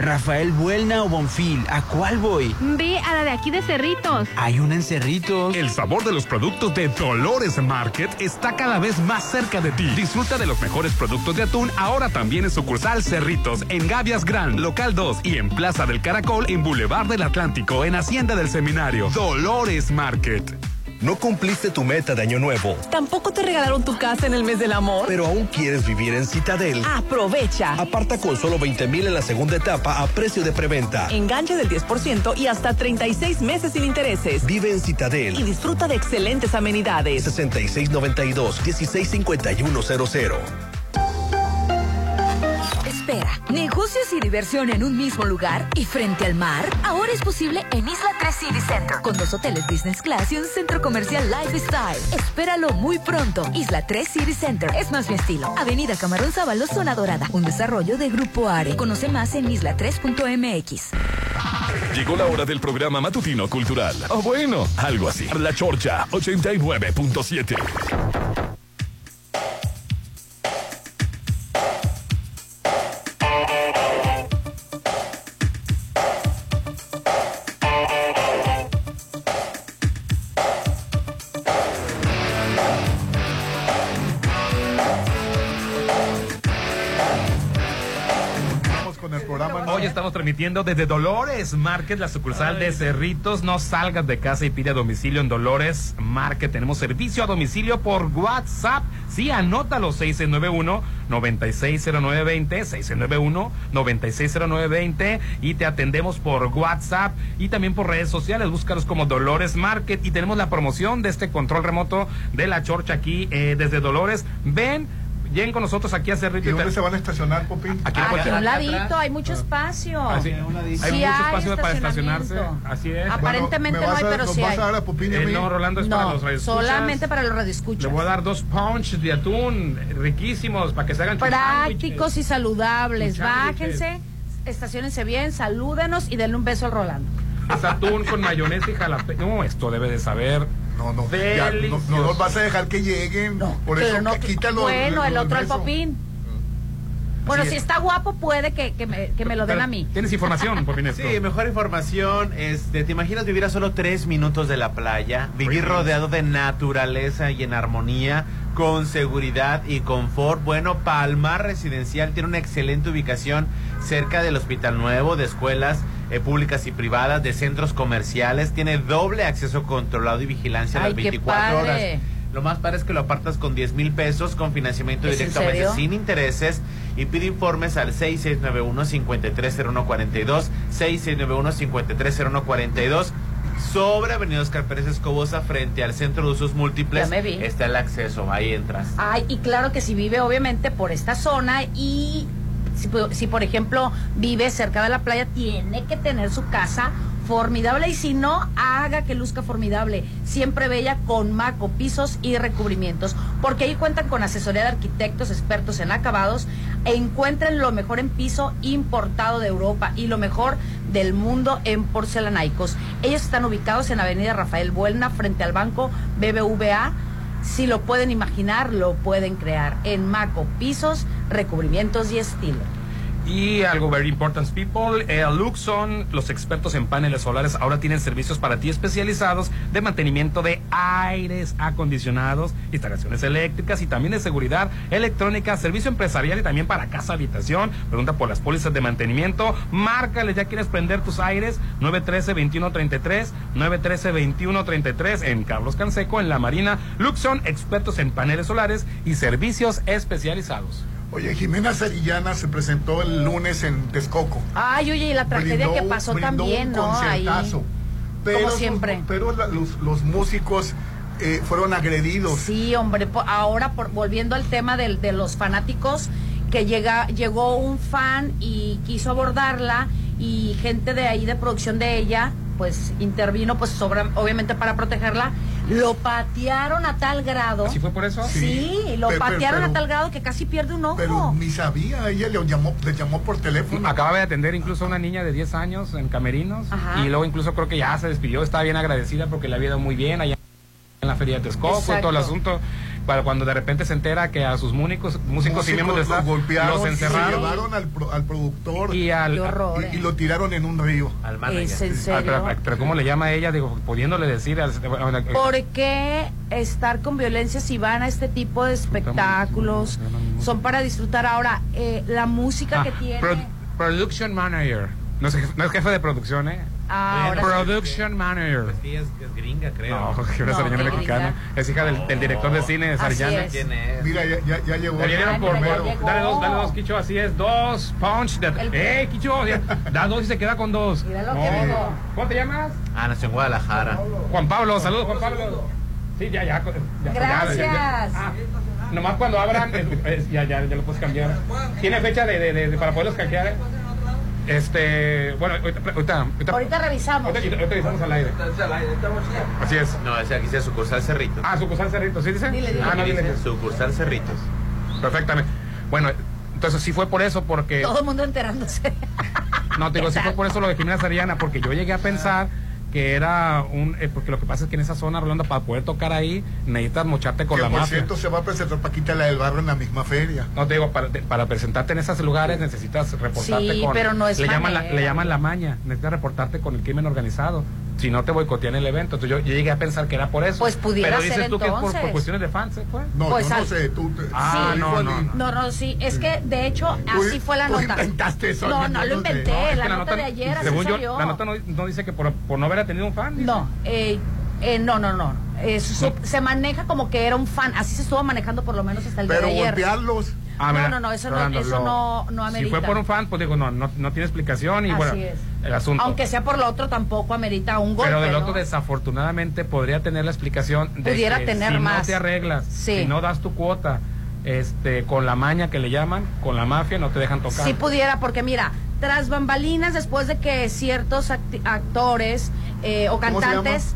S17: Rafael Buelna o Bonfil, ¿a cuál voy?
S20: Ve a la de aquí de Cerritos.
S17: Hay una en Cerritos.
S8: El sabor de los productos de Dolores Market está cada vez más cerca de ti. Disfruta de los mejores productos de atún ahora también en sucursal Cerritos, en Gavias Gran, local 2 y en Plaza del Caracol, en Boulevard del Atlántico, en Hacienda del Seminario. Dolores Market.
S9: No cumpliste tu meta de año nuevo,
S21: Tampoco te regalaron tu casa en el mes del amor.
S9: pero aún quieres vivir en Citadel.
S21: Aprovecha.
S9: Aparta con solo 20 mil en la segunda etapa a precio de preventa.
S21: Enganche del 10% y hasta 36 meses sin intereses.
S9: Vive en
S21: Y
S9: Citadel.
S21: disfruta de excelentes amenidades.
S9: 6692-165100.
S22: Espera, negocios y diversión en un mismo lugar y frente al mar, ahora es posible en Isla 3 City Center, con dos hoteles business class y un centro comercial lifestyle. Espéralo muy pronto. Isla 3 City Center es más mi estilo. Avenida Camarón Sábalo, Zona Dorada, un desarrollo de Grupo Are. Conoce más en isla3.mx.
S1: Llegó la hora del programa matutino cultural. O Ah, bueno, algo así. La Chorcha 89.7.
S3: Hoy estamos transmitiendo desde Dolores Market, la sucursal de Cerritos. No salgas de casa y pide a domicilio en Dolores Market. Tenemos servicio a domicilio por WhatsApp. Sí, anótalo 691-960920, 691-960920 y te atendemos por WhatsApp y también por redes sociales. Búscanos como Dolores Market y tenemos la promoción de este control remoto de la chorcha aquí eh, desde Dolores. Ven, lleguen con nosotros aquí a Cerritos. ¿Y dónde se van a estacionar, Popín? Aquí en Ah, la
S6: Aquí a
S3: puerta.
S6: un ladito, hay mucho espacio.
S3: Así,
S6: Sí
S3: Ah, hay mucho espacio para
S6: estacionamiento.
S3: estacionarse. Así es.
S6: Aparentemente no hay, pero sí hay.
S3: Eh, no, Rolando, es para los
S6: No,
S3: radioescuchas.
S6: solamente para los
S3: Le
S6: radioescuchas.
S3: voy a dar dos punch de atún eh, riquísimos para que se hagan
S6: Prácticos y saludables.
S3: Un sándwiches.
S6: Bájense, estacionense bien, salúdenos y denle un beso al Rolando.
S3: chupancos. Es atún con mayonesa y jalapeño. No, esto debe de saber. No, no.
S7: Ya, no, no los vas a dejar que lleguen. por
S6: Pero
S7: eso
S6: no-
S7: que- quítalo.
S6: bueno, el otro al
S7: beso.
S6: popín. Bueno,
S7: Así
S6: si
S7: es.
S6: está guapo, puede que, que me, que me lo den a mí.
S3: ¿Tienes información, Popín?
S23: Sí, mejor información. Este, ¿Te imaginas vivir a solo tres minutos de la playa? Vivir
S3: Really?
S23: rodeado de naturaleza y en armonía, con seguridad y confort. Bueno, Palmar Residencial tiene una excelente ubicación cerca del Hospital Nuevo, de escuelas eh, públicas y privadas, de centros comerciales. Tiene doble acceso controlado y vigilancia
S6: Ay,
S23: las
S6: qué
S23: 24 horas.
S6: padre.
S23: Lo más padre es que lo apartas con 10 mil pesos, con financiamiento
S6: ¿Es en
S23: directamente
S6: serio?
S23: sin intereses. Y pide informes al 6691-530142, 6691-530142. Sobre Avenida Oscar Pérez Escobosa, frente al Centro de Usos Múltiples,
S6: Ya me vi.
S23: está el acceso. Ahí entras.
S6: Ay, y claro que si vive obviamente por esta zona y si, po- si, por ejemplo vive cerca de la playa, tiene que tener su casa formidable y si no, haga que luzca formidable, siempre bella con maco, pisos y recubrimientos, porque ahí cuentan con asesoría de arquitectos expertos en acabados e encuentren lo mejor en piso importado de Europa y lo mejor del mundo en porcelanaicos. Ellos están ubicados en Avenida Rafael Buelna frente al banco BBVA. Si lo pueden imaginar, lo pueden crear en Maco Pisos, Recubrimientos y Estilo.
S3: Y algo very important people, eh, Luxon, los expertos en paneles solares ahora tienen servicios para ti especializados de mantenimiento de aires acondicionados, instalaciones eléctricas y también de seguridad electrónica, servicio empresarial y también para casa habitación. Pregunta por las pólizas de mantenimiento, márcales, ya quieres prender tus aires 913 2133 913 2133 en Carlos Canseco en la Marina. Luxon, expertos en paneles solares y servicios especializados.
S7: Oye, Jimena Sarillana se presentó el lunes en Texcoco.
S6: Ay, oye, y la tragedia
S7: Brindó
S6: que
S7: un-
S6: pasó
S7: brindó
S6: también,
S7: un
S6: ¿no? Ahí.
S7: conciertazo.
S6: Como
S7: sus-
S6: siempre.
S7: pero la- los, los músicos eh, fueron agredidos.
S6: Sí, hombre, po- ahora por- volviendo al tema del- de los fanáticos, que llega, llegó un fan y quiso abordarla y gente de ahí de producción de ella, pues intervino, pues sobra- obviamente para protegerla, lo patearon a tal grado.
S7: ¿Así fue por eso?
S6: Sí,
S7: Sí.
S6: lo
S7: Pe- pe-
S6: patearon
S7: pero-
S6: a tal grado que casi pierde un ojo.
S7: Pero ni sabía, ella le llamó, le llamó por teléfono.
S3: Acaba de atender incluso a una niña de 10 años en Camerinos
S6: Ajá.
S3: y luego incluso creo que ya se despidió, está bien agradecida porque le había ido muy bien allá en la feria de Texcoco y todo el
S7: Exacto.
S3: asunto. Para cuando de repente se entera que a sus músicos, músicos y miembros de
S7: los
S3: staff
S7: golpearon,
S3: los
S7: y se
S3: encerraron.
S7: llevaron al, pro- al productor
S3: Y al- Qué horror,
S7: y- y lo tiraron en un río.
S23: Al
S6: manager. eh. ¿Es en serio?
S3: Ah, pero, pero ¿cómo le llama a ella? Digo, pudiéndole decir. al- bueno, eh,
S6: ¿Por qué estar con violencia si van a este tipo de espectáculos? Son para disfrutar ahora eh, la música
S3: ah,
S6: que tiene.
S3: pro- production manager. No es, jef- no es jefe de producción, ¿eh?
S6: Ah, ahora sí.
S3: production manager.
S23: Sí, es, es gringa, creo.
S3: No, que una
S23: No,
S3: señora
S23: qué
S3: mexicana. Es hija del, del director de cine,
S23: Así
S3: Sarjana.
S23: es. ¿Quién es?
S7: Mira, ya, ya, ya llegó.
S3: Le vinieron por por- Dale dos, dale dos, Kicho, así es. Dos, punch. De, ¡Eh, Kicho! ya, Da dos y se queda con dos.
S23: que digo.
S3: ¿Cómo te llamas?
S23: Ah, nació en Guadalajara.
S3: Juan Pablo, saludos, Juan Pablo. Sí, ya, ya. ya- ya- ya- Ah, nomás cuando abran, eh, eh, ya, ya, ya lo puedes cambiar. ¿Tiene fecha de, de- de- de- para poderlos canjear? eh? Este, bueno, ahorita, ahorita, ahorita-
S6: Ahorita revisamos.
S3: ahorita- ahorita avisamos al aire. Así es.
S23: No, es aquí dice sucursal Cerritos.
S3: Ah, sucursal Cerritos, ¿sí dice?
S23: Dile, dile.
S3: Ah, no,
S23: Aquí
S3: dile.
S23: dice Sucursal Cerritos.
S3: Perfectamente. Bueno, entonces sí fue por eso, porque...
S6: Todo el mundo enterándose.
S3: No, te digo, sí fue por eso lo de Jimena Sariana, porque yo llegué a pensar que era un... eh, porque lo que pasa es que en esa zona, Rolando, para poder tocar ahí, necesitas mocharte con
S7: Que,
S3: la
S7: por
S3: mafia.
S7: cierto, se va a presentar Paquita la del Barrio en la misma feria.
S3: No te digo, para, te- para presentarte en esos lugares necesitas reportarte
S7: Sí,
S3: con...
S7: pero no es
S3: le llaman, la,
S7: manera.
S3: le llaman la maña, necesitas reportarte con el crimen organizado. Si no te boicotean el evento. Entonces yo, yo llegué a pensar que era por eso.
S6: Pues pudiera
S3: Pero dices
S6: ser
S3: tú que es por- por,
S6: entonces.
S3: cuestiones de fans, ¿eh? ¿Fue?
S7: No,
S6: Pues
S7: yo no
S6: al-
S7: sé, tú. te-
S3: Ah,
S7: tú,
S3: no,
S7: Juan,
S3: no, no.
S6: No, no, sí, es que de hecho así fue la
S7: tú
S6: nota.
S7: inventaste eso,
S6: no,
S7: yo
S6: no
S7: no
S6: lo
S7: sé.
S6: inventé,
S7: No, es
S6: la,
S7: que
S6: nota, de ayer así
S3: según yo,
S6: salió.
S3: la nota no, no dice que por, por no haber tenido un fan. dice.
S6: No, eh, eh, no, no, no. Eh, su- Se maneja como que era un fan, así se estuvo manejando por lo menos hasta el
S7: Pero
S6: día de ayer.
S7: golpearlos.
S3: Ah,
S6: no,
S3: mira,
S6: no, no, eso,
S3: Rolando,
S6: no, eso
S3: lo-
S6: no, no
S3: Si
S6: amerita.
S3: fue por un fan, pues digo, no, no, no tiene explicación y
S6: Así
S3: bueno,
S6: es.
S3: el asunto.
S6: Aunque sea por lo otro, tampoco amerita un golpe.
S3: Pero del
S6: ¿no?
S3: otro, desafortunadamente, podría tener la explicación de
S6: Pudiera
S3: que
S6: tener
S3: si no
S6: más.
S3: te arreglas,
S6: Sí.
S3: si no das tu cuota este, con la maña que le llaman, con la mafia, no te dejan tocar.
S6: Si pudiera, porque mira, tras bambalinas, después de que ciertos acti- actores eh, o
S3: ¿Cómo se
S6: cantantes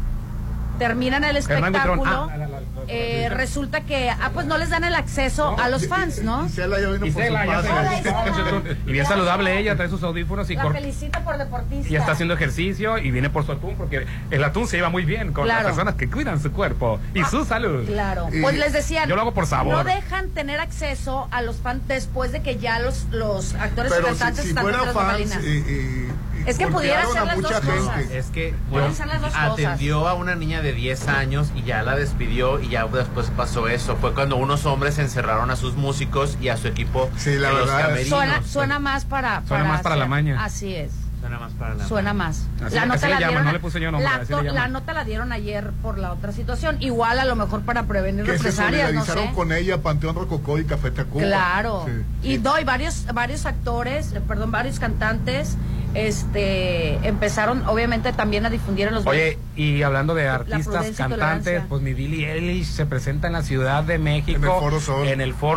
S6: terminan el
S7: Hernán Buitrón.
S6: espectáculo,
S7: Ah, la, la, la, la,
S6: eh, resulta que, ah, pues no les dan el acceso a los fans, ¿no?
S3: Isela, ya se-
S6: Hola, Isela.
S3: y bien saludable ella, trae sus audífonos y,
S6: La
S3: cor-
S6: felicito por deportista.
S3: y está haciendo ejercicio y viene por su atún, porque el atún se lleva muy bien con
S6: Claro.
S3: las personas que cuidan su cuerpo y su salud.
S6: Claro. Pues les decían.
S3: Yo lo hago por sabor.
S6: No dejan tener acceso a los fans después de que ya los, los actores y
S7: Pero si,
S6: cantantes
S7: si
S6: están
S7: fuera
S6: tras
S7: fans,
S6: bambalinas.
S7: eh, eh,
S6: Es que pudiera
S7: golpearon
S6: ser
S7: a
S6: las
S7: mucha
S6: dos cosas.
S7: gente.
S23: Es que
S6: Pueden
S23: bueno,
S6: ser las dos cosas.
S23: atendió a una niña de 10 años y ya la despidió y ya después pasó eso. Fue cuando unos hombres encerraron a sus músicos y a su equipo
S7: la
S23: en
S7: verdad
S23: los
S7: es-
S23: camerinos.
S6: Suena, suena más para,
S23: Suena más para la
S6: hacer-
S23: maña.
S6: Así es.
S23: Suena más para la
S6: Suena más.
S23: Así-
S6: la
S23: así
S6: nota
S23: le llaman,
S6: la dieron.
S23: no le puse yo nombre,
S6: la,
S23: así le
S6: to-
S23: llaman.
S6: la nota la dieron ayer por la otra situación. Igual a lo mejor para prevenir
S7: que se
S6: represalias, no
S7: solidarizaron
S6: sé.
S7: con ella, Panteón Rococó y Café Tacuba.
S6: Claro.
S7: Sí.
S6: Y doy varios varios actores, eh, perdón, varios cantantes este empezaron obviamente también a difundir en los
S3: Oye, y hablando de artistas,
S6: prudencia y
S3: cantantes,
S6: tolerancia.
S3: pues mi Billie Eilish se presenta en la Ciudad de México. En el Foro Sol.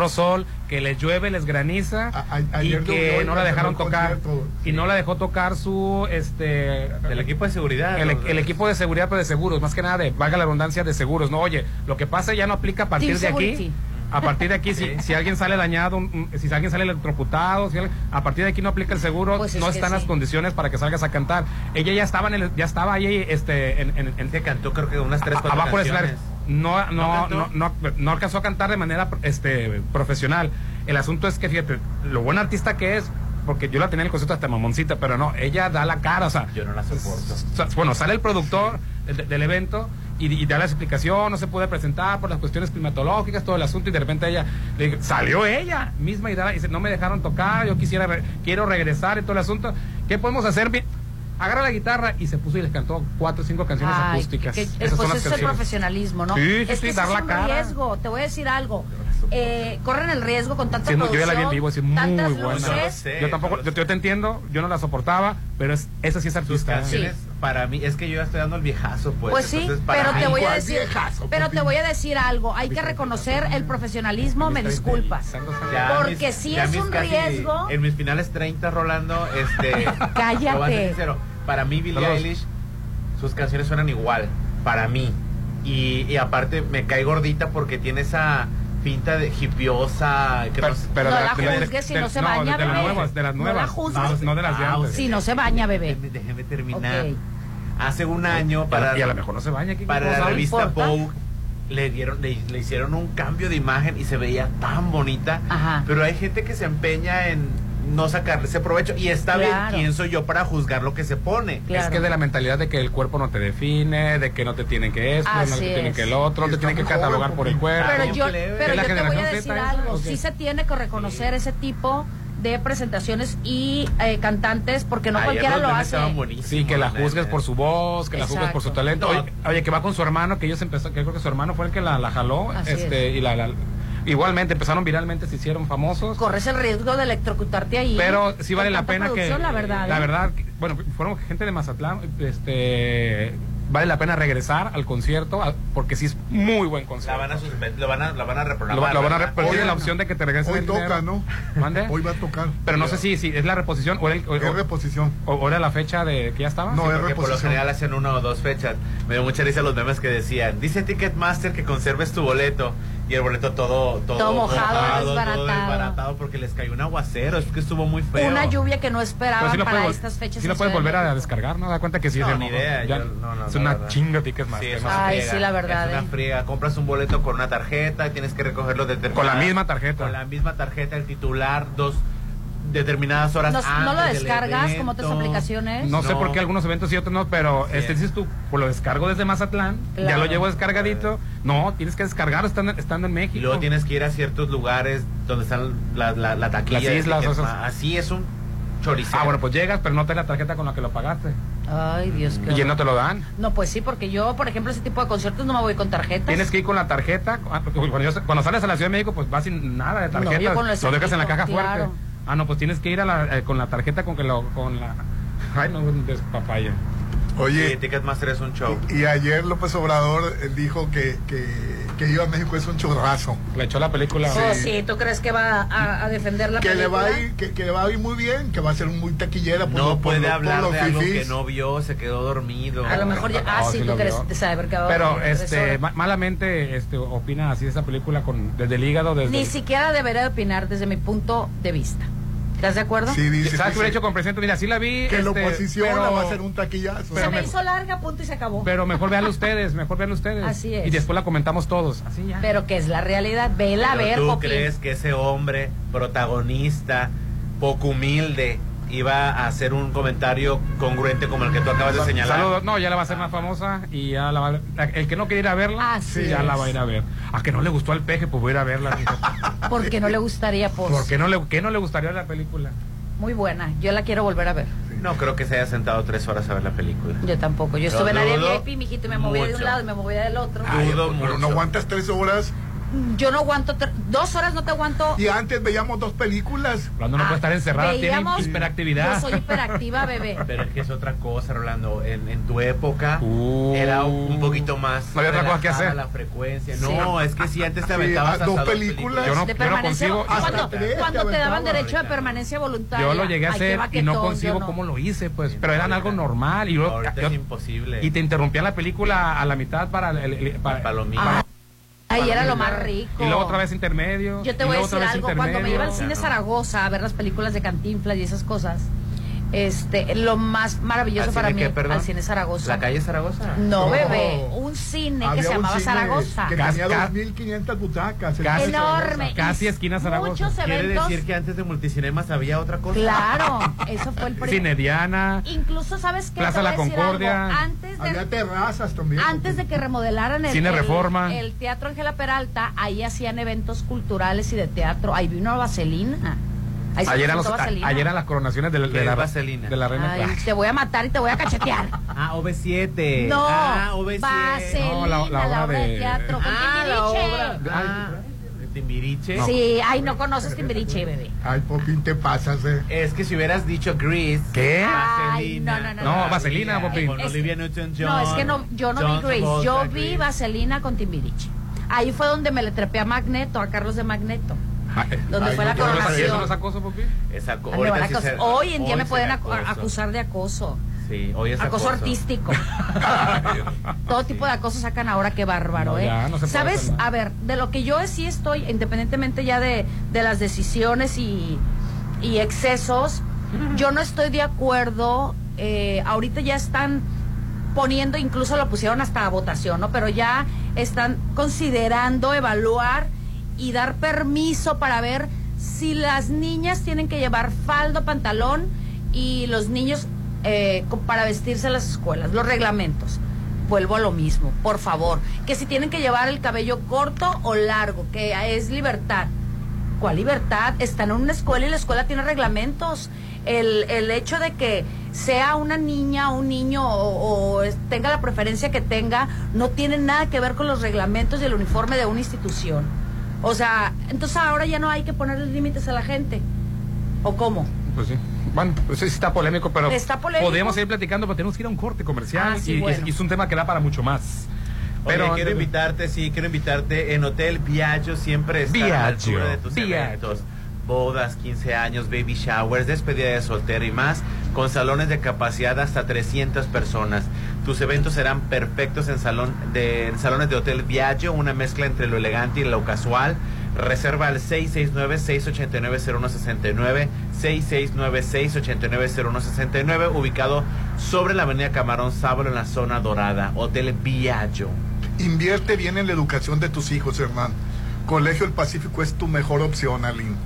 S3: que les llueve, les graniza. y
S7: ayer llovió
S3: que
S7: y
S3: no la dejaron
S7: canceló el
S3: tocar.
S7: concierto.
S3: Y no la dejó tocar su. este
S23: El equipo de seguridad.
S3: el,
S23: ¿no?
S3: el equipo de seguridad, pero de seguros, más que nada de, valga la redundancia, de seguros. No, oye, lo que pasa ya no aplica a partir
S23: Team
S3: de aquí.
S23: Security.
S3: A partir de aquí, si, si alguien sale dañado, un- un- si alguien sale electrocutado, si alguien- a partir de aquí no aplica el seguro,
S23: Pues es
S3: no
S23: que
S3: están
S23: sí.
S3: las condiciones para que salgas a cantar. Ella ya estaba en el- ya estaba ahí, este, en, en, en-
S23: cantó creo que unas tres,
S3: a-
S23: cuatro
S3: abajo del
S23: canciones.
S3: escenario. No, no,
S23: ¿No
S3: no, no, no alcanzó a cantar de manera este, profesional. El asunto es que, fíjate, lo buen artista que es, porque yo la tenía en el concierto hasta mamoncita, pero no, ella da la cara, o sea.
S23: Yo no la soporto.
S3: sa- Bueno, sale el productor de- del evento y, y da la explicación, no se puede presentar por las cuestiones climatológicas, todo el asunto, y de repente ella le digo, salió ella misma y, da la- y dice, no me dejaron tocar, yo quisiera, re- quiero regresar y todo el asunto. ¿Qué podemos hacer? Mi- Agarra la guitarra y se puso y les cantó cuatro o cinco canciones
S6: Ay,
S3: acústicas.
S6: que- que-
S3: Esas son
S6: pues
S3: las
S6: eso es el
S3: canciones.
S6: profesionalismo, ¿no?
S3: Sí, sí,
S6: es
S3: sí,
S6: que ese
S3: dar
S6: es
S3: la
S6: un
S3: cara.
S6: riesgo, te voy a decir algo. eh, corren el riesgo con tanta
S3: Sí, no, yo ya
S6: producción,
S3: la vi en vivo, es muy
S6: tantas
S3: buena.
S6: luces.
S3: yo tampoco, yo, yo te entiendo, yo no la soportaba, pero es, esa sí es artista.
S5: canciones, para mí, es que yo ya estoy dando el viejazo, pues.
S6: Pues, sí,
S5: entonces, para
S6: pero te
S5: mí-
S6: voy a
S5: ¿Cuál
S6: decir,
S5: viejazo?
S6: pero te voy a decir algo. Hay que reconocer el profesionalismo. Me disculpas,
S5: Ya
S6: porque
S5: mis-
S6: sí
S5: ya
S6: es
S5: mis
S6: un
S5: casi- eh,
S6: riesgo.
S5: En mis finales 30, Rolando, este.
S6: Cállate.
S5: te voy a ser sincero, para mí, Billie
S6: Saludos.
S5: Eilish, sus canciones suenan igual. Para mí. Y, y aparte, me cae gordita porque tiene esa finta de hipiosa. Que no,
S6: pero No de la- la de la- juzgues si de- no se no, baña, de las bebé. nuevas, de las No la nuevas. juzgues. No, no de las de
S5: Ah,
S6: antes. Si no se baña, bebé.
S5: Déjeme, déjeme terminar. Hace un año, para.
S3: y a lo mejor no se baña. ¿qué
S5: Para
S3: cosa?
S5: la
S3: No
S5: revista
S3: importa.
S5: Vogue le dieron, le, le hicieron un cambio de imagen y se veía tan bonita.
S3: Ah.
S5: Pero hay gente que se empeña en no sacarle ese provecho. Y está
S3: Claro.
S5: bien quién soy yo para juzgar lo que se pone.
S3: Es que de la mentalidad de que el cuerpo no te define, de que no te tienen que esto, no
S6: Así
S3: te tienen
S6: es.
S3: que el otro, te tienen que catalogar por el cuerpo.
S6: Pero yo, pero
S3: Es la
S6: yo te voy a
S3: generación
S6: decir
S3: Z, ¿eh?
S6: algo.
S3: Ok.
S6: Sí se tiene que reconocer ese tipo de presentaciones y eh, cantantes, porque no
S3: Ayer
S6: cualquiera
S3: los
S6: lo
S3: memes
S6: hace.
S3: estaban buenísimos, Sí, que la juzgues por su voz, que la juzgues por su talento. Oye, oye, que va con su hermano, que ellos empezó, que creo que su hermano fue el que la, la jaló,
S6: Así
S3: este,
S6: es.
S3: y la, la- igualmente empezaron viralmente, se hicieron famosos.
S6: Corres el riesgo de electrocutarte ahí.
S3: Pero sí vale
S6: Con
S3: la
S6: tanta
S3: pena que.
S6: producción, La verdad.
S3: La
S6: ¿eh?
S3: verdad, que- bueno, fueron gente de Mazatlán, este. Vale la pena regresar al concierto a- porque sí es muy buen
S5: La
S3: concierto.
S5: van a suspender, lo van a, la van a reprogramar.
S3: Lo, va- lo van a
S5: ¿verdad?
S3: repetir la opción de que te regresen
S5: hoy
S3: el
S5: toca,
S3: dinero.
S5: ¿no?
S3: ¿Mande?
S7: Ah, Hoy va a tocar.
S3: Pero no sé si, si es la reposición o era el, o- o-
S7: reposición.
S3: o- o era la fecha de que ya estaba. pues,
S5: Sí, porque por lo general hacen una o dos fechas. Me dio mucha risa los memes que decían, dice Ticketmaster que conserves tu boleto. Y el boleto todo, todo,
S6: Todo mojado,
S5: todo
S6: desbaratado.
S5: desbaratado porque les cayó un aguacero. Es que estuvo muy feo.
S6: Una lluvia que no
S3: Pero
S6: esperaba
S3: sí la
S6: para
S3: puedes vol-
S6: estas fechas.
S3: sí la
S6: en
S3: puedes
S6: Ciudad de
S3: volver a descargar, ¿no? Da cuenta que sí.
S5: No,
S3: de-
S5: ni idea,
S3: ya-
S5: yo- no, no,
S3: es
S5: la
S3: una
S5: verdad.
S3: chinga tickets más.
S5: Sí, es
S3: que no
S5: una
S3: sé.
S6: Ay, sí, la verdad,
S5: Es una
S6: eh.
S5: friega. Compras un boleto con una tarjeta, tienes que recogerlo de
S3: Con la misma tarjeta.
S5: Con la misma tarjeta, el titular, dos determinadas horas
S6: Nos-
S5: antes
S6: no lo
S5: del
S6: descargas como otras
S5: evento.
S6: aplicaciones.
S3: No, sé por qué algunos eventos y otros no, pero este dices tú, pues lo descargo desde Mazatlán, ya
S5: Claro.
S3: lo llevo descargadito. No, tienes que descargarlo estando, estando en México.
S5: Y luego tienes que ir a ciertos lugares donde están la, la, la taquilla.
S3: Las
S5: de
S3: islas,
S5: Ticketmaster.
S3: esas.
S5: Así es un choricero.
S3: Ah, bueno, pues llegas, pero no te la tarjeta con la que lo pagaste.
S6: Ay, Dios qué
S3: Y ya
S6: horror.
S3: no te lo dan.
S6: No, pues sí, porque yo, por ejemplo, ese tipo de conciertos no me voy con tarjetas.
S3: Tienes que ir con la tarjeta. Ah, Cuando, yo- cuando sales a la Ciudad de México, pues vas sin nada de
S6: No, yo
S3: tarjeta.
S6: con el
S3: lo dejas en la
S6: saquito,
S3: caja
S6: claro.
S3: fuerte. Ah, no, pues tienes que ir a la, eh, con la tarjeta con que lo. Con la... Ay, no, papaya.
S7: Oye.
S5: Sí, Ticketmaster es un show.
S7: Y ayer López Obrador eh, dijo que, que, que iba a México es un chorrazo.
S3: Le echó la película.
S6: Oh, sí, ¿tú crees que va a, a defender la
S7: Que le va a
S6: película?
S7: ir, que, que le va a ir muy bien, que va a ser muy taquillera. por
S5: No
S7: lo- por
S5: puede
S7: lo- por
S5: hablar
S7: los
S5: de algo
S7: fifís.
S5: que no vio, se quedó dormido.
S6: A lo mejor ya. Ah,
S3: No,
S6: sí,
S3: Oh, sí
S6: tú
S3: lo
S6: crees
S3: vio.
S6: de saber que va a
S3: Pero
S6: dormir tres
S3: este,
S6: horas.
S3: ma- malamente este, opina así de esa película con, desde el hígado, desde.
S6: Ni
S3: el-
S6: siquiera debería opinar desde mi punto de vista. ¿Estás de acuerdo?
S3: ¿Sabes qué hubiera hecho con Presidente? Mira, sí la vi.
S7: Que la
S3: este,
S7: oposición
S3: pero-
S7: va a ser un taquillazo.
S6: Se me hizo larga, punto y se acabó.
S3: Pero mejor véanla ustedes, mejor véanla ustedes.
S6: Así es.
S3: Y después la comentamos todos. Así ya.
S6: Pero que es la realidad. Vela a
S5: Pero
S6: ver,
S5: ¿Tú
S6: Popín.
S5: crees que ese hombre protagonista, poco humilde, iba a hacer un comentario congruente como el que tú acabas de señalar?
S3: Saludos. No, ya la va a hacer más famosa y ya la va a- El que no quiere ir a verla,
S6: Así
S3: ya
S6: es.
S3: la va a ir a ver. A que no le gustó al peje, pues voy a ir a verla. fíjate.
S6: Porque no le gustaría pues. por
S3: ¿Por qué no le, qué no le gustaría la película?
S6: Muy buena. Yo la quiero volver a ver.
S5: No creo que se haya sentado tres horas a ver la película.
S6: Yo tampoco. Yo estuve en área VIP, mijito, y me movía de un
S5: mucho.
S6: lado y me movía del otro.
S3: Ah.
S5: Dudo
S7: Pero
S5: mucho.
S7: no aguantas tres horas.
S6: Yo no aguanto. tre- Dos horas no te aguanto.
S7: Y antes veíamos dos películas.
S3: Cuando no puede estar encerrada,
S6: veíamos-
S3: tiene hiperactividad.
S6: Yo soy hiperactiva, bebé.
S5: Pero es que es otra cosa, Rolando. En, en tu época era un poquito más.
S3: Uh. No había otra cosa que
S5: relajada
S3: hacer.
S5: La frecuencia.
S3: Sí.
S5: No, es que si antes
S3: Sí,
S5: te aventabas
S3: ah,
S5: hasta
S3: dos
S5: dos
S3: películas.
S5: películas.
S3: Yo no-
S6: de
S3: yo no
S6: permanencia
S3: consigo-
S6: cuando,
S3: Hasta tres te
S6: cuando te daban
S5: aventaban.
S6: derecho de permanencia voluntaria
S3: Yo lo llegué a
S6: Ay, qué
S3: hacer y no
S6: baquetón,
S3: concibo
S6: yo no.
S3: cómo lo hice, pues. pero eran algo normal. Y, luego-
S5: Ahorita
S3: yo-
S5: es imposible.
S3: y te interrumpían la película a la mitad para el, el- para,
S5: palomita.
S6: Ay, era lo más rico.
S3: Y luego otra vez intermedio.
S6: Yo te
S3: y
S6: voy a
S3: luego otra
S6: decir
S3: vez
S6: algo. Cuando me iba al
S3: intermedio.
S6: cine Zaragoza a ver las películas de Cantinflas y esas cosas, este, lo más maravilloso
S5: ¿Al
S6: para
S5: cine
S6: mí
S5: qué, perdón?
S6: al cine Zaragoza.
S5: ¿La calle Zaragoza?
S6: No,
S5: No.
S6: bebé. Un cine que
S7: Había
S6: se
S7: un
S6: llamaba
S7: cine
S6: Zaragoza.
S7: Que
S3: Cas-
S7: tenía
S3: cas-
S7: 2.500 butacas.
S3: Casi-
S6: Enorme.
S3: Casi esquina Zaragoza.
S6: Muchos
S5: Quiere
S6: eventos.
S5: decir que antes de Multicinemas había otra cosa.
S6: Claro, eso fue el primer.
S3: Cine Diana.
S6: Incluso, ¿sabes qué?
S3: Plaza
S6: Te voy
S3: La
S6: a decir
S3: Concordia.
S6: algo. Antes de,
S7: Había terrazas también.
S6: antes de que remodelaran el,
S3: Cine
S6: el-
S3: Reforma.
S6: el Teatro Ángela Peralta, ahí hacían eventos culturales y de teatro. Ahí vino Vaselina. Ahí se
S3: Ayer eran, los-
S6: presentó
S3: a-
S6: Vaselina.
S3: ayer eran las coronaciones de, la- de
S5: ¿Qué
S3: la
S5: es Vaselina?
S3: de la reina.
S6: Ay, te voy a matar y te voy a cachetear.
S5: Ah, OV7.
S6: No,
S5: Ah,
S6: Vaselina,
S3: No,
S6: la,
S3: la- la
S6: obra
S3: Eh, obra
S6: de,
S3: de-
S6: teatro. con
S5: Ah, la
S6: Timbiriche.
S5: obra. Ah,
S23: Timbiriche.
S6: Sí, ay, no conoces Timbiriche, bebé.
S7: Ay, Popín, te pasas, eh.
S23: Es que si hubieras dicho Grease.
S6: ¿Qué? Ay,
S23: Vaselina.
S6: no, no, no, No, no.
S3: Vaselina, Popín.
S23: Con
S6: Es-
S23: Olivia Newton-John.
S6: No, es que no, yo no
S23: John
S6: vi Grace,
S23: Travolta,
S6: yo vi
S23: Grease.
S6: Vaselina con Timbiriche. Ahí fue donde me le trepé a Magneto, a Carlos de Magneto. Donde fue la
S23: ¿tú no lo
S6: coronación.
S23: sabías? ¿Eso no es
S3: acoso, Popín?
S23: Es aco-
S6: Me
S23: ahorita
S6: van a
S23: sí
S6: acos-
S23: se-
S6: hoy en día
S23: hoy
S6: me
S23: se
S6: pueden
S23: le
S6: acu-
S23: acosa.
S6: acusar de acoso.
S23: Sí, hoy es
S6: acoso, artístico. Todo tipo de acoso sacan ahora, qué bárbaro,
S23: No,
S6: ¿eh?
S23: ya, no se puede
S6: ¿Sabes?
S23: hacer nada.
S6: A ver, de lo que yo sí estoy, independientemente ya de, de las decisiones y, y excesos, yo no estoy de acuerdo. eh, ahorita ya están poniendo, incluso lo pusieron hasta a votación, ¿no? Pero ya están considerando evaluar y dar permiso para ver si las niñas tienen que llevar faldo, pantalón y los niños eh, co- para vestirse en las escuelas, los reglamentos. Vuelvo a lo mismo, por favor. Que si tienen que llevar el cabello corto o largo, que es libertad. ¿Cuál libertad? Están en una escuela y la escuela tiene reglamentos. El, el hecho de que sea una niña o un niño o, o es- tenga la preferencia que tenga no tiene nada que ver con los reglamentos y el uniforme de una institución. O sea, entonces ahora ya no hay que ponerle límites a la gente. ¿O cómo?
S3: Pues sí. Bueno, pues sí está polémico, pero
S6: Está polémico.
S3: podemos ir platicando, pero tenemos que ir a un corte comercial
S6: Ah, sí,
S3: y, y-
S6: bueno.
S3: y es un tema que da para mucho más. Pero
S23: Oye, quiero
S3: antes-
S23: invitarte, sí, quiero invitarte en Hotel Viaggio siempre está a la
S3: Viaggio,
S23: altura de tus
S3: Viaggio.
S23: eventos. Bodas, 15 años, baby showers, despedida de soltero y más, con salones de capacidad hasta 300 personas. Tus eventos serán perfectos en, salón de, en salones de Hotel Viaggio, una mezcla entre lo elegante y lo casual. Reserva al 669-689-0169, 669-689-0169, ubicado sobre la avenida Camarón Sábalo en la zona dorada, Hotel Viaggio.
S7: Invierte bien en la educación de tus hijos, Hernán. Colegio El Pacífico es tu mejor opción, Aline.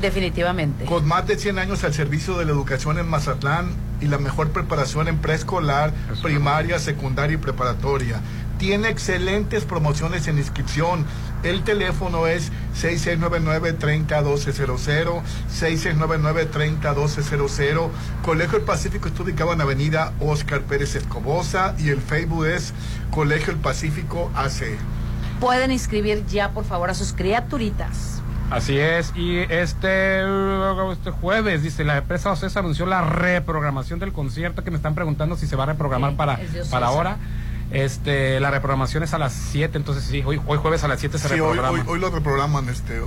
S6: Definitivamente.
S7: Con más de 100 años al servicio de la educación en Mazatlán y la mejor preparación en preescolar, primaria, secundaria y preparatoria. Tiene excelentes promociones en inscripción. El teléfono es 6699-301200, 6699-301200. Colegio El Pacífico está ubicado en Avenida Oscar Pérez Escobosa y el Facebook es Colegio El Pacífico AC.
S6: Pueden inscribir ya, por favor, a sus criaturitas.
S3: Así es, y este, este jueves, dice, la empresa OCES anunció la reprogramación del concierto, que me están preguntando si se va a reprogramar para,
S7: es de Ocesa.
S3: para ahora. Este, la reprogramación es a las 7, entonces sí, hoy, hoy jueves a las 7 se
S7: Sí, hoy,
S3: reprograma.
S7: hoy, hoy lo reprograman este, eh,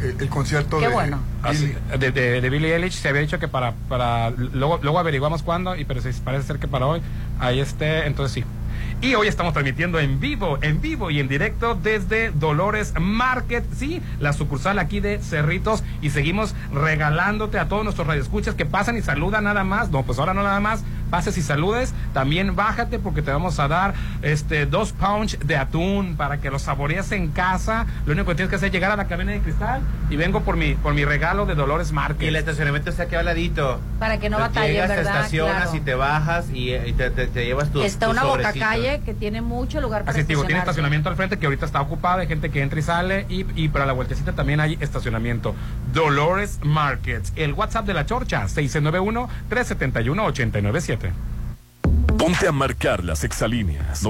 S7: el, el concierto
S3: Qué
S7: de
S3: bueno. Así, de, de, de Billie Eilish se había dicho que para, para luego, luego averiguamos cuándo, y pero sí, parece ser que para hoy, ahí esté, entonces sí. Y hoy estamos transmitiendo en vivo, en vivo y en directo desde Dolores Market, sí, la sucursal aquí de Cerritos, y seguimos regalándote a todos nuestros radioescuchas que pasan y saludan nada más, no, pues ahora no nada más, pases y saludes, también bájate porque te vamos a dar este dos pounds de atún para que los saborees en casa, lo único que tienes que hacer es llegar a la cabina de cristal y vengo por mi, por mi regalo de Dolores Market.
S23: Y el estacionamiento está aquí al ladito.
S6: Para que no batallen,
S23: Llegas, te
S6: ¿verdad?
S23: estacionas
S6: Claro.
S23: y te bajas y, eh, y te, te- te llevas tus
S6: Está
S23: tus
S6: una boca
S23: sobrecitos.
S6: calle que tiene mucho lugar para
S3: Así te digo, tiene
S6: estacionarse.
S3: estacionamiento al frente que ahorita está ocupado, hay gente que entra y sale, y, y para la vueltecita también hay estacionamiento. Dolores Markets, el WhatsApp de la Chorcha, 691-371-897.
S1: Ponte a marcar las exalíneas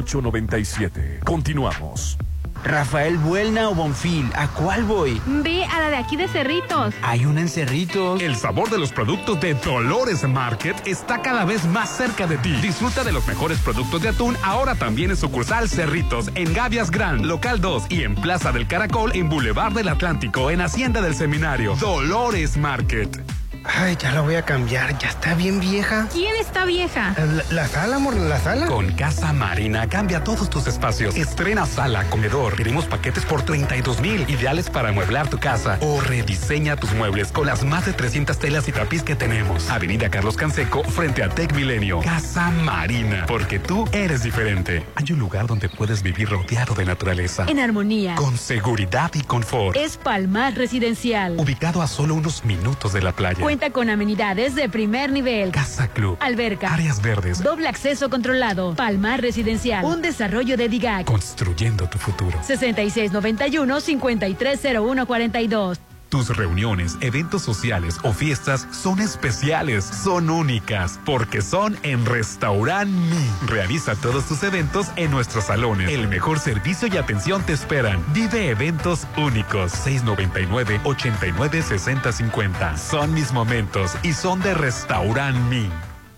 S1: 9818-897. Continuamos.
S17: Rafael Buelna o Bonfil, ¿a cuál voy?
S20: Vi a la de aquí de Cerritos.
S17: Hay una en Cerritos.
S1: El sabor de los productos de
S8: Dolores Market está cada vez más cerca de ti. Disfruta de los mejores productos de atún ahora también en sucursal Cerritos, en Gavias Gran, local 2 y en Plaza del Caracol, en Boulevard del Atlántico, en Hacienda del Seminario. Dolores Market.
S12: Ay, ya la voy a cambiar, ya está bien vieja.
S20: ¿Quién está vieja?
S12: La, la sala, amor, la sala.
S8: Con Casa Marina cambia todos tus espacios. Estrena sala, comedor. Pedimos paquetes por 32 mil, ideales para amueblar tu casa. O rediseña tus muebles con las más de 300 telas y tapiz que tenemos. Avenida Carlos Canseco, frente a Tech Milenio. Casa Marina, porque tú eres diferente. Hay un lugar donde puedes vivir rodeado de naturaleza.
S2: En armonía.
S8: Con seguridad y confort.
S2: Es Palmar Residencial.
S8: Ubicado a solo unos minutos de la playa.
S2: Cuenta con amenidades de primer nivel.
S8: Casa Club.
S2: Alberca.
S8: Áreas verdes.
S2: Doble acceso controlado. Palmar Residencial. Un desarrollo de DIGAC.
S8: Construyendo tu futuro.
S2: 6691-530142.
S8: Tus reuniones, eventos sociales o fiestas son especiales, son únicas, porque son en Restaurant Mi. Realiza todos tus eventos en nuestros salones. El mejor servicio y atención te esperan. Vive eventos únicos. 699-896050. Son mis momentos y son de Restaurant Mi.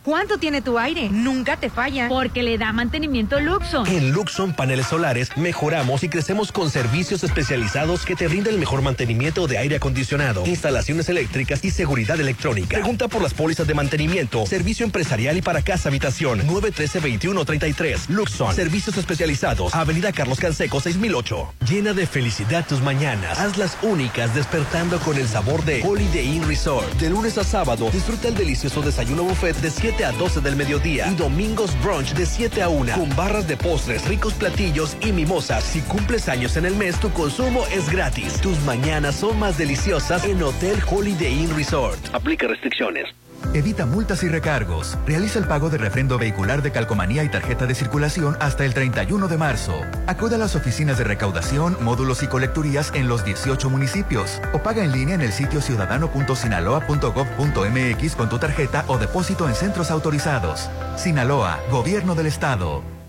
S16: ¿Cuánto tiene tu aire? Nunca te falla. Porque le da mantenimiento Luxo.
S9: En Luxon Paneles Solares mejoramos y crecemos con servicios especializados que te brindan el mejor mantenimiento de aire acondicionado, instalaciones eléctricas y seguridad electrónica. Pregunta por las pólizas de mantenimiento, servicio empresarial y para casa habitación 913-2133. Luxon, servicios especializados, Avenida Carlos Canseco 6008. Llena de felicidad tus mañanas, hazlas únicas despertando con el sabor de Holiday Inn Resort. De lunes a sábado disfruta el delicioso desayuno buffet de 7 7 a 12 del mediodía y domingos brunch de 7 a 1 con barras de postres, ricos platillos y mimosas. Si cumples años en el mes, tu consumo es gratis. Tus mañanas son más deliciosas en Hotel Holiday Inn Resort. Aplica restricciones.
S24: Evita multas y recargos. Realiza el pago de refrendo vehicular de calcomanía y tarjeta de circulación hasta el 31 de marzo. Acude a las oficinas de recaudación, módulos y colecturías en los 18 municipios. O paga en línea en el sitio ciudadano.sinaloa.gov.mx con tu tarjeta o depósito en centros autorizados. Sinaloa, Gobierno del Estado.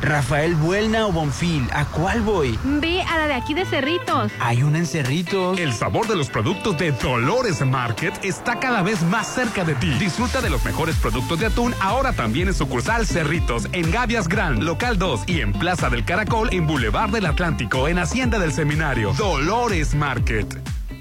S17: Rafael Buelna o Bonfil, ¿a cuál voy?
S20: Ve a la de aquí de Cerritos.
S17: Hay una en Cerritos.
S8: El sabor de los productos de Dolores Market está cada vez más cerca de ti. Disfruta de los mejores productos de atún ahora también en sucursal Cerritos, en Gavias Gran, Local 2 y en Plaza del Caracol, en Boulevard del Atlántico, en Hacienda del Seminario. Dolores Market.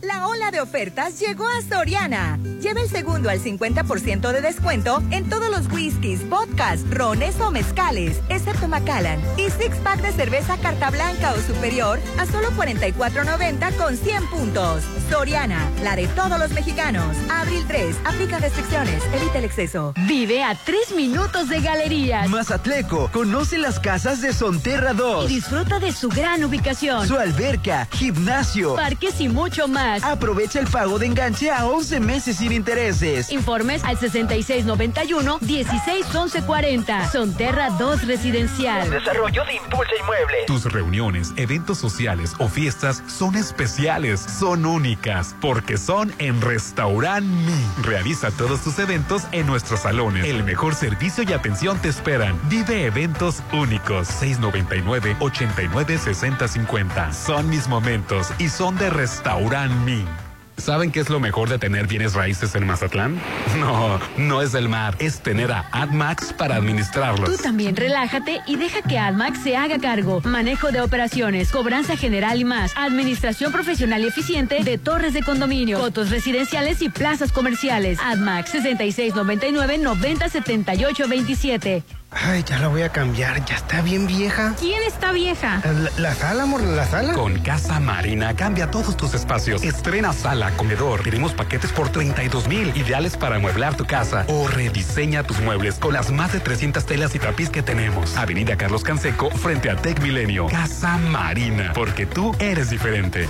S25: La ola de ofertas llegó a Soriana. Lleva el segundo al 50% de descuento en todos los whiskies, vodkas, rones o mezcales, excepto Macallan. Y six pack de cerveza carta blanca o superior a solo 44.90 con 100 puntos. Soriana, la de todos los mexicanos. Abril 3, aplica restricciones, evita el exceso.
S2: Vive a 3 minutos de galerías.
S17: Mazatleco, conoce las casas de Sonterra 2.
S2: Y disfruta de su gran ubicación.
S17: Su alberca, gimnasio,
S2: parques y mucho más.
S9: Ah,
S17: Aprovecha el pago de enganche a 11 meses sin intereses.
S2: Informes al 6691-161140. Sonterra 2 Residencial.
S13: Desarrollo de Impulsa Inmueble.
S8: Tus reuniones, eventos sociales o fiestas son especiales, son únicas, porque son en Restaurant Mi. Realiza todos tus eventos en nuestros salones. El mejor servicio y atención te esperan. Vive eventos únicos. 699-896050. Son mis momentos y son de Restaurant mí. ¿Saben qué es lo mejor de tener bienes raíces en Mazatlán? No, no es el mar, es tener a AdMax para administrarlos.
S2: Tú también relájate y deja que AdMax se haga cargo. Manejo de operaciones, cobranza general y más, administración profesional y eficiente de torres de condominio, fotos residenciales y plazas comerciales. AdMax 6699 907827.
S12: Ay, ya la voy a cambiar, ya está bien vieja.
S20: ¿Quién está vieja?
S12: La, la sala, amor, la sala.
S8: Con Casa Marina cambia todos tus espacios. Estrena sala, comedor. Tenemos paquetes por 32 mil ideales para amueblar tu casa o rediseña tus muebles con las más de 300 telas y tapiz que tenemos. Avenida Carlos Canseco frente a Tech Milenio. Casa Marina, porque tú eres diferente.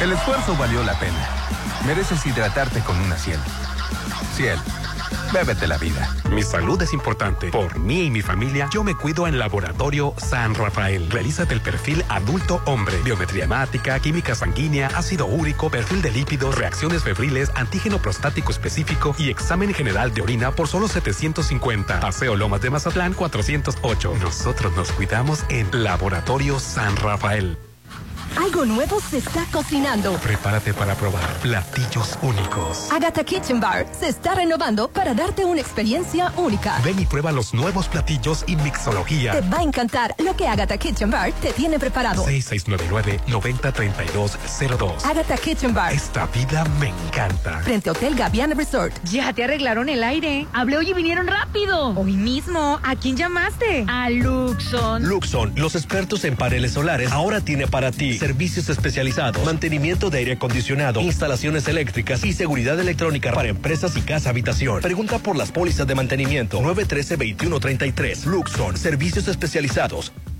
S26: El esfuerzo valió la pena. Mereces hidratarte con una ciel. Ciel, bébete la vida.
S8: Mi salud es importante. Por mí y mi familia, yo me cuido en Laboratorio San Rafael. Realízate el perfil adulto hombre. Biometría hemática, química sanguínea, ácido úrico, perfil de lípidos, reacciones febriles, antígeno prostático específico y examen general de orina por solo 750. Paseo Lomas de Mazatlán 408. Nosotros nos cuidamos en Laboratorio San Rafael.
S4: Algo nuevo se está cocinando.
S8: Prepárate para probar platillos únicos.
S4: Agatha Kitchen Bar se está renovando para darte una experiencia única.
S8: Ven y prueba los nuevos platillos y
S4: Te
S8: mixología.
S4: va a encantar lo que Agatha Kitchen Bar te tiene preparado.
S8: 6699-903202.
S4: Agatha Kitchen Bar,
S8: Esta vida me encanta.
S4: frente a Hotel Gaviana Resort.
S2: Ya te arreglaron el aire. Hablé hoy y vinieron rápido. Hoy mismo. ¿A quién llamaste? A Luxon.
S9: Luxon, los expertos en paneles solares, ahora tiene para ti servicios especializados, mantenimiento de aire acondicionado, instalaciones eléctricas y seguridad electrónica para empresas y casa habitación. Pregunta por las pólizas de mantenimiento 913-2133. Luxon, servicios especializados.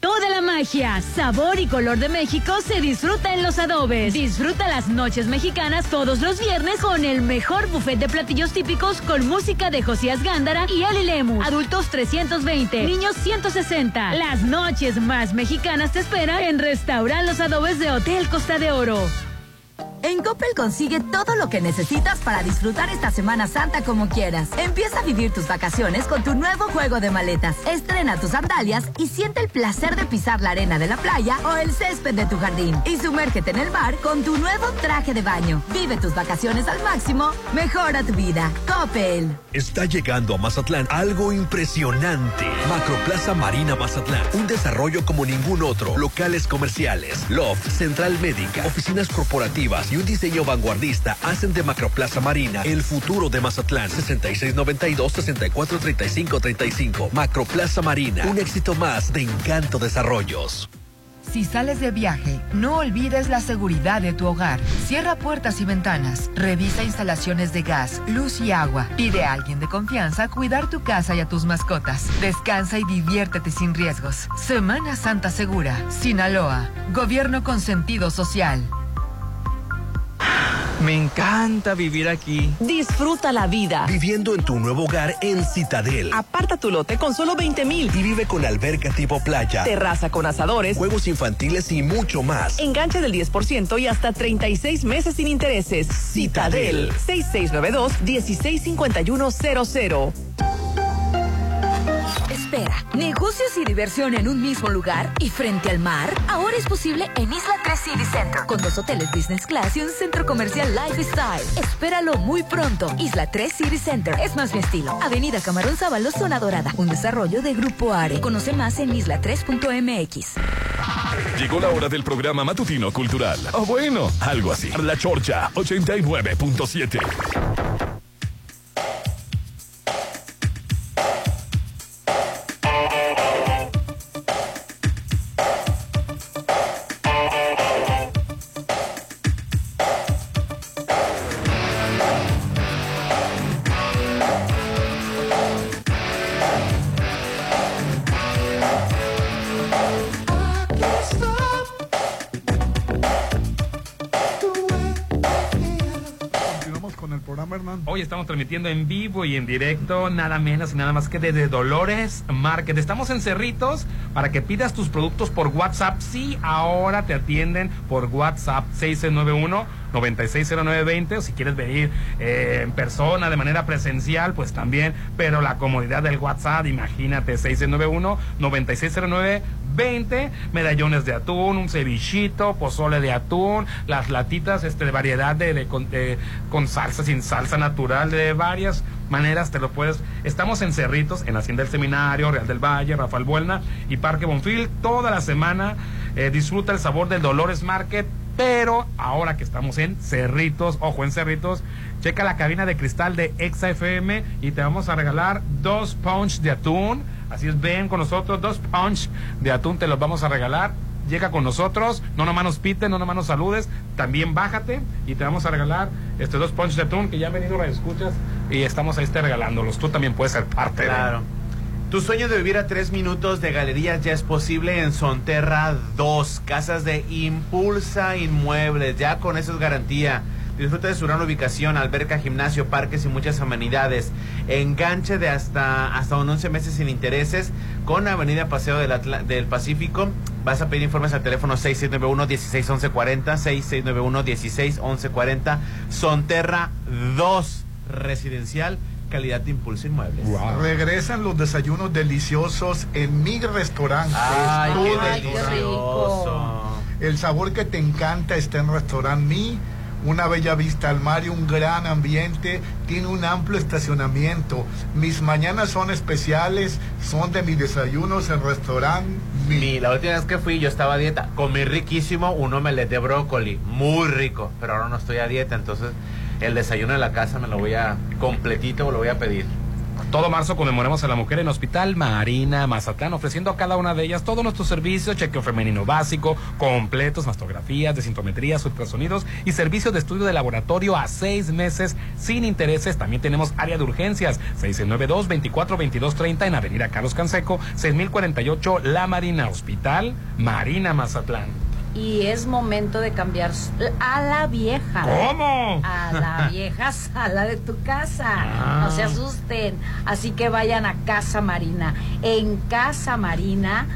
S2: Toda la magia, sabor y color de México se disfruta en los adobes. Disfruta las noches mexicanas todos los viernes con el mejor buffet de platillos típicos con música de Josías Gándara y Ali Lemus. Adultos 320, niños 160. Las noches más mexicanas te esperan en Restaurant Los Adobes de Hotel Costa de Oro.
S4: En Coppel consigue todo lo que necesitas para disfrutar esta Semana Santa como quieras. Empieza a vivir tus vacaciones con tu nuevo juego de maletas. Estrena tus sandalias y siente el placer de pisar la arena de la playa o el césped de tu jardín. Y sumérgete en el mar con tu nuevo traje de baño. Vive tus vacaciones al máximo. Mejora tu vida. Coppel.
S9: Está llegando a Mazatlán algo impresionante. Macroplaza Marina Mazatlán. Un desarrollo como ningún otro. Locales comerciales, loft, central médica, oficinas corporativas y un diseño vanguardista hacen de Macroplaza Marina el futuro de Mazatlán. 6692-643535. Macroplaza Marina. Un éxito más de Encanto Desarrollos.
S5: Si sales de viaje, no olvides la seguridad de tu hogar. Cierra puertas y ventanas, revisa instalaciones de gas, luz y agua. Pide a alguien de confianza cuidar tu casa y a tus mascotas. Descansa y diviértete sin riesgos. Semana Santa Segura, Sinaloa, gobierno con sentido social.
S17: Me encanta vivir aquí.
S21: Disfruta la vida.
S9: Viviendo en tu nuevo hogar en Citadel.
S21: Aparta tu lote con solo 20 mil.
S9: Y vive con alberca tipo playa,
S21: Terraza con asadores.
S9: juegos infantiles y mucho más.
S21: Enganche del 10% y hasta 36 meses sin intereses. Citadel. 6692-165100.
S22: Espera. Negocios y diversión en un mismo lugar y frente al mar. Ahora es posible en Isla 3 City Center. Con dos hoteles business class y un centro comercial lifestyle. Espéralo muy pronto. Isla 3 City Center es más mi estilo. Avenida Camarón Sábalo, Zona Dorada. Un desarrollo de Grupo Are. Conoce más en isla3.mx.
S1: Llegó la hora del programa matutino cultural. O Ah, bueno, algo así. La Chorcha 89.7.
S7: Continuamos con el programa, Hernán.
S3: Hoy estamos transmitiendo en vivo y en directo, nada menos y nada más que desde Dolores Market. Estamos en Cerritos para que pidas tus productos por WhatsApp. Sí, ahora te atienden por WhatsApp 691. 960920 o si quieres venir eh, en persona de manera presencial pues también pero la comodidad del WhatsApp imagínate 691 960920 medallones de atún un cevichito pozole de atún las latitas este de variedad de, de- con, de- con salsa sin salsa natural de varias maneras te lo puedes estamos en Cerritos en Hacienda del Seminario Real del Valle Rafael Buelna y Parque Bonfil toda la semana Eh, disfruta el sabor del Dolores Market pero ahora que estamos en Cerritos, ojo en Cerritos, checa la cabina de cristal de Exa FM y te vamos a regalar dos punch de atún. Así es, ven con nosotros, dos punch de atún te los vamos a regalar. Llega con nosotros, no nomás nos piten, no nomás nos saludes, también bájate y te vamos a regalar este dos punch de atún que ya han venido escuchas y estamos ahí te regalándolos. Tú también puedes ser parte. de-
S5: Claro. Tu sueño de vivir a tres minutos de galerías ya es posible en Sonterra 2, casas de Impulsa Inmuebles, ya con eso es garantía. Disfruta de su gran ubicación, alberca, gimnasio, parques y muchas amenidades. Enganche de hasta, hasta un 11 meses sin intereses con Avenida Paseo del, Atla- del Pacífico. Vas a pedir informes al teléfono 6691-161140, 6691-161140, Sonterra 2, residencial, calidad de Impulsa Inmuebles.
S7: Regresan los desayunos deliciosos en mi restaurante.
S5: Ay,
S7: Tu
S5: qué
S7: restaurante.
S5: delicioso.
S7: El sabor que te encanta está en Restaurant Mi. Una bella vista al mar y un gran ambiente. Tiene un amplio estacionamiento. Mis mañanas son especiales. Son de mis desayunos en Restaurant Mi.
S5: Mi- la última vez que fui yo estaba a dieta, comí riquísimo un omelette de brócoli, muy rico, pero ahora no estoy a dieta, entonces el desayuno de la casa me lo voy a completito, lo voy a pedir.
S3: Todo marzo conmemoramos a la mujer en Hospital Marina Mazatlán, ofreciendo a cada una de ellas todos nuestros servicios, chequeo femenino básico, completos, mastografías, desintometrías, ultrasonidos y servicios de estudio de laboratorio a seis meses sin intereses. También tenemos área de urgencias, 692-242230 en Avenida Carlos Canseco, 6048 La Marina, Hospital Marina Mazatlán.
S6: Y es momento de cambiar a la vieja.
S3: ¿Cómo?
S6: A la vieja sala de tu casa.
S3: Ah.
S6: No se asusten. Así que vayan a Casa Marina. En Casa Marina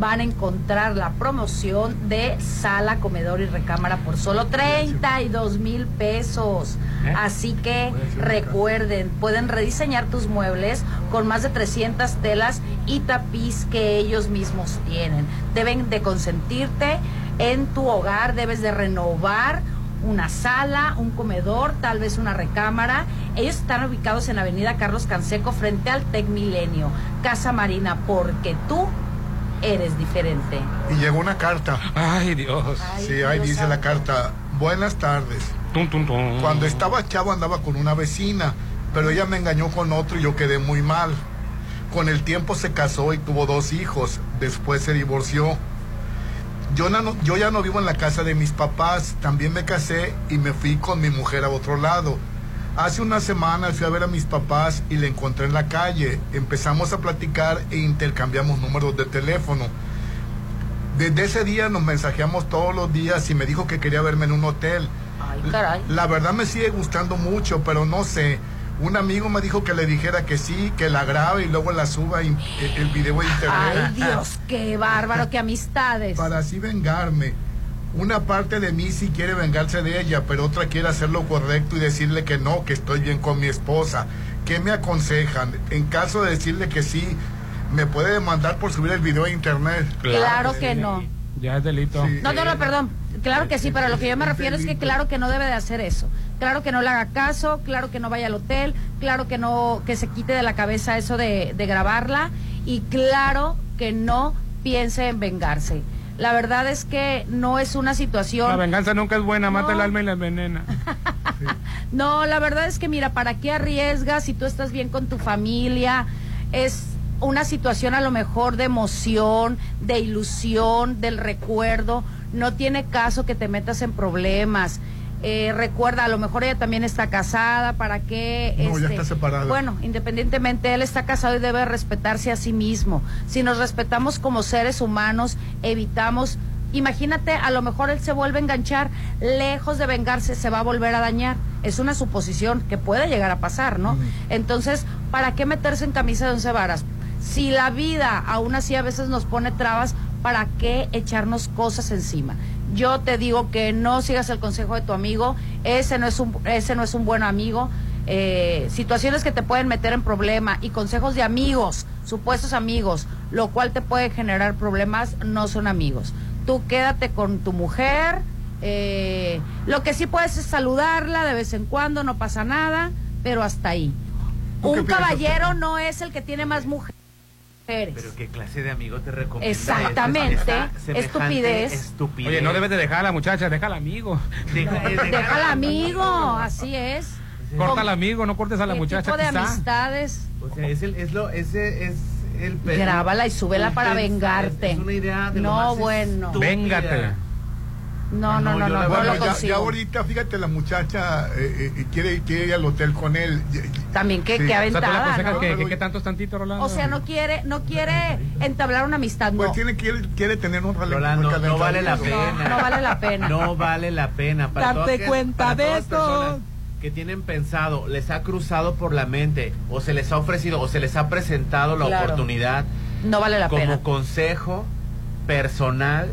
S6: van a encontrar la promoción de sala, comedor y recámara por solo 32 mil pesos. Así que recuerden, pueden rediseñar tus muebles con más de 300 telas y tapiz que ellos mismos tienen. Deben de consentirte en tu hogar, debes de renovar una sala, un comedor, tal vez una recámara. Ellos están ubicados en la Avenida Carlos Canseco frente al Tec Milenio, Casa Marina, porque tú eres diferente.
S7: Y llegó una carta.
S3: Ay, Dios.
S7: Sí, ahí dice la carta. Buenas tardes. Cuando estaba chavo andaba con una vecina, pero ella me engañó con otro y yo quedé muy mal. Con el tiempo se casó y tuvo dos hijos. Después se divorció. Yo, na- no- yo ya no vivo en la casa de mis papás. También me casé y me fui con mi mujer a otro lado. Hace una semana fui a ver a mis papás y le encontré en la calle. Empezamos a platicar e intercambiamos números de teléfono. Desde ese día nos mensajeamos todos los días y me dijo que quería verme en un hotel. La verdad me sigue gustando mucho, pero no sé. Un amigo me dijo que le dijera que sí, que la grabe y luego la suba in- el, el video a internet.
S6: Ay, Dios, qué bárbaro, qué amistades.
S7: Para así vengarme. Una parte de mí sí quiere vengarse de ella, pero otra quiere hacer lo correcto y decirle que no, que estoy bien con mi esposa. ¿Qué me aconsejan? En caso de decirle que sí, ¿me puede demandar por subir el video a internet?
S6: Claro, que no.
S3: Ya es delito.
S6: No, no, no, perdón. Claro que sí, pero a lo que yo me refiero es que claro que no debe de hacer eso. Claro que no le haga caso, claro que no vaya al hotel, claro que no, que se quite de la cabeza eso de, de grabarla y claro que no piense en vengarse. La verdad es que no es una situación...
S3: La venganza nunca es buena, mata
S6: No.
S3: el alma y la envenena.
S6: No, la verdad es que mira, ¿para qué arriesgas si tú estás bien con tu familia? Es una situación a lo mejor de emoción, de ilusión, del recuerdo. No tiene caso que te metas en problemas. Eh, recuerda, a lo mejor ella también está casada, ¿para qué? este?
S7: No, ya está separada.
S6: Bueno, independientemente, él está casado y debe respetarse a sí mismo. Si nos respetamos como seres humanos, evitamos... Imagínate, a lo mejor él se vuelve a enganchar, lejos de vengarse, se va a volver a dañar. es una suposición que puede llegar a pasar, ¿no? Entonces, ¿para qué meterse en camisa de once varas? Si la vida aún así a veces nos pone trabas, ¿para qué echarnos cosas encima? Yo te digo que no sigas el consejo de tu amigo, ese no es un, ese no es un buen amigo. Eh, situaciones que te pueden meter en problema y consejos de amigos, supuestos amigos, lo cual te puede generar problemas, no son amigos. Tú quédate con tu mujer, eh, lo que sí puedes es saludarla de vez en cuando, no pasa nada, pero hasta ahí.
S5: ¿Tú qué
S6: Un
S5: piensas,
S6: caballero no es el que tiene más mujeres.
S5: Pero qué clase de amigo te recomienda.
S6: Exactamente.
S5: esta- esta semejante
S6: Estupidez.
S5: Estupidez.
S3: Oye, no debes de dejar a la muchacha, deja al amigo.
S6: Deja al amigo, así es.
S3: Corta al amigo, no cortes a la
S6: ¿Qué
S3: muchacha.
S6: tipo de
S3: quizá.
S6: amistades?
S5: O sea, es el, es lo, ese es el pe-
S6: Grábala y súbela
S5: el
S6: para
S5: pens-
S6: vengarte.
S5: Es, es una idea de lo
S6: No,
S5: más
S6: bueno.
S5: estúpida.
S3: Véngate. Ah,
S6: No, no, no, no,
S7: Ah, yo
S6: no,
S7: la- bueno,
S6: lo
S7: ya,
S6: consigo.
S7: ya ahorita, fíjate, la muchacha eh, eh, quiere, quiere ir al hotel con él.
S6: También, qué- qué
S3: O sea, tú le
S6: aventada,
S3: aconsejas
S6: ¿no?
S3: que, que- que tantos tantitos, Rolando.
S6: O sea, no quiere, no quiere entablar una amistad, no.
S7: Pues Tiene, quiere, quiere tener un rale-
S5: Rolando,
S7: un
S5: no vale la
S7: calentamiento.
S5: pena.
S6: No vale la pena.
S5: No vale la pena.
S6: Date
S5: todas aquellas-
S6: cuenta
S5: para
S6: de
S5: todas las
S6: eso.
S5: personas Que tienen pensado, les ha cruzado por la mente, o se les ha ofrecido, o se les ha presentado la
S6: Claro.
S5: oportunidad
S6: No vale la
S5: como
S6: pena.
S5: consejo personal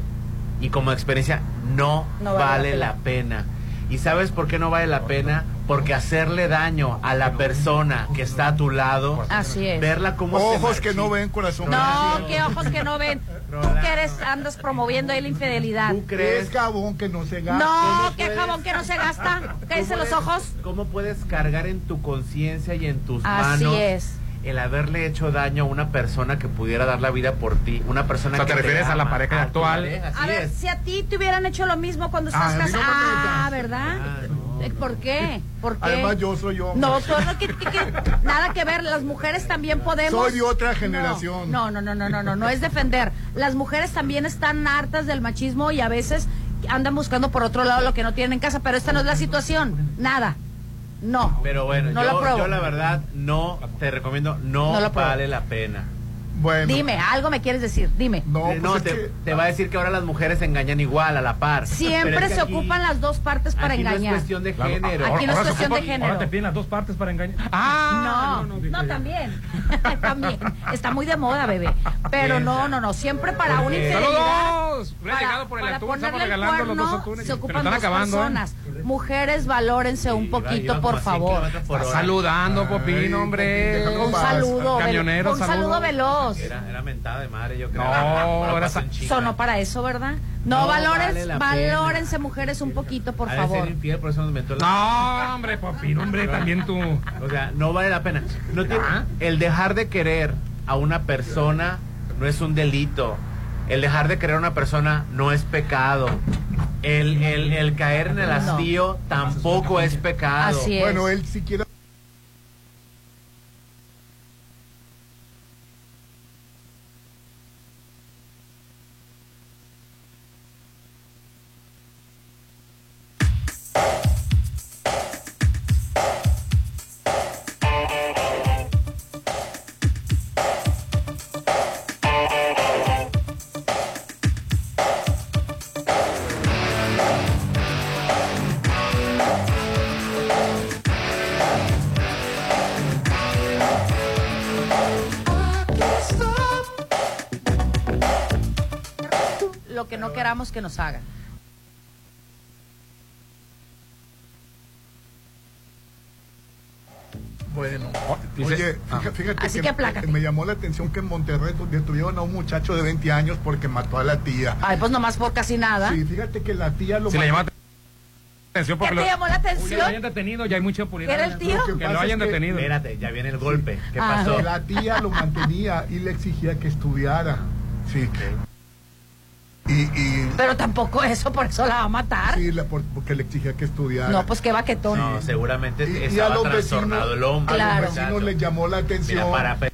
S5: y como experiencia, no,
S6: No
S5: vale, la, pena. ¿Y sabes por qué no vale la pena? Porque hacerle daño a la persona que está a tu lado,
S6: Así es.
S5: verla como
S7: Ojos que no ven, corazón.
S6: No, qué ojos que no ven. Tú que eres, andas promoviendo ahí la infidelidad. ¿Tú
S7: crees? Es jabón que no se gasta.
S6: No, qué jabón que no se gasta. Cállense los ojos.
S5: ¿Cómo puedes cargar en tu conciencia y en tus
S6: Así
S5: manos
S6: es.
S5: el haberle hecho daño a una persona que pudiera dar la vida por ti? Una
S3: O
S5: persona
S3: sea,
S5: que
S3: te refieres a la
S5: ama,
S3: pareja
S5: a tu
S3: actual.
S5: pareja,
S6: A
S5: así
S6: ver,
S5: es.
S6: si a ti te hubieran hecho lo mismo cuando
S5: Ah,
S6: estás
S5: a mí no
S6: casada.
S5: me
S6: Ah, ¿verdad? Eh, ¿Por qué? ¿Por qué?
S7: Además, yo soy yo.
S6: No, tú no, que- que- nada que ver, las mujeres también podemos.
S7: Soy de otra generación.
S6: No, no, no, no, no, no, no es defender. Las mujeres también están hartas del machismo y a veces andan buscando por otro lado lo que no tienen en casa, pero esta no es la situación. Nada. No.
S5: Pero bueno,
S6: No lo
S5: yo,
S6: apruebo.
S5: yo la verdad no te recomiendo, no,
S6: No lo apruebo.
S5: vale la pena.
S7: Bueno.
S6: Dime, algo me quieres decir, dime.
S5: No, te, te va a decir Pues que ahora las mujeres engañan igual, a la par. Pero
S6: Siempre
S5: es que
S6: se
S5: aquí-
S6: ocupan las dos partes para
S5: aquí no es
S6: engañar.
S5: cuestión de
S3: Claro,
S5: género.
S3: ahora-
S6: Aquí no es
S3: ahora se
S6: cuestión de
S3: ocupa-
S6: género.
S3: Ahora te piden las dos partes para engañar. Ah.
S6: no, no, también. también. Está muy de moda, bebé. Pero no, no, no. Siempre para una
S3: Porque-
S6: infidelidad.
S3: ¡Saludos! Hubiera llegado por el
S6: para
S3: atún, estamos
S6: ponerle el
S3: regalando los dos
S6: cuerno,
S3: atunes.
S6: Se
S3: Pero
S6: ocupan
S3: están
S6: dos
S3: acabando, ¿eh?
S6: personas. Mujeres, valórense un poquito,
S3: iba
S6: por
S3: como a cien
S6: favor.
S3: kilómetros por Está hora. saludando, Popín, hombre.
S5: déjalo
S6: Un
S5: pasar.
S6: saludo. velo-
S3: Camionero,
S6: un saludo
S3: saludo.
S6: veloz.
S5: Era, era mentada de madre, yo creo.
S3: No,
S5: Ahora
S3: ahora
S5: pasan chingas.
S6: Sonó para eso, ¿verdad? No,
S5: No, vale
S6: valores,
S5: la
S6: valórense, mujeres, un poquito, por
S5: Ha de
S6: favor.
S5: ser infiel, por eso nos inventó la-
S3: No, hombre, Popín, hombre, también tú. ¿Ah?
S5: O sea, no vale la pena. No tiene- El dejar de querer a una persona no es un delito. El dejar de querer a una persona no es pecado. El, el, el caer en el
S7: No.
S5: hastío tampoco es pecado.
S7: Bueno, él siquiera.
S6: Lo que no queramos que nos hagan.
S7: Bueno, oye, fíjate, fíjate
S6: Así
S7: que,
S6: que aplácate.
S7: me llamó la atención que en Monterrey detuvieron a un muchacho de 20 años porque mató a la tía.
S6: Ay, pues nomás por casi nada.
S7: Sí, fíjate que la tía lo
S3: Si le llamó la atención
S6: ¿Qué
S3: porque
S6: te
S3: lo-
S6: llamó la
S3: que lo
S6: atención?
S3: hayan detenido, ya hay mucha impunidad.
S6: ¿Era el tío? Lo que
S7: pasa
S3: Que lo hayan
S7: es que-
S3: detenido.
S5: Espérate, ya viene el golpe. ¿Qué
S6: Ah.
S5: pasó?
S6: pasó?
S7: La tía lo mantenía y le exigía que estudiara. Sí. Y, y
S6: Pero tampoco eso, por eso la va a matar.
S7: sí, la- por- porque le exigía que estudiara.
S6: No, pues qué vaquetón.
S5: No, seguramente
S7: Y- y
S5: estaba
S7: a los
S5: trastornado
S7: vecinos-
S5: el hombre.
S7: a
S6: Claro.
S7: los vecinos les llamó la atención.
S5: Mira, para pe-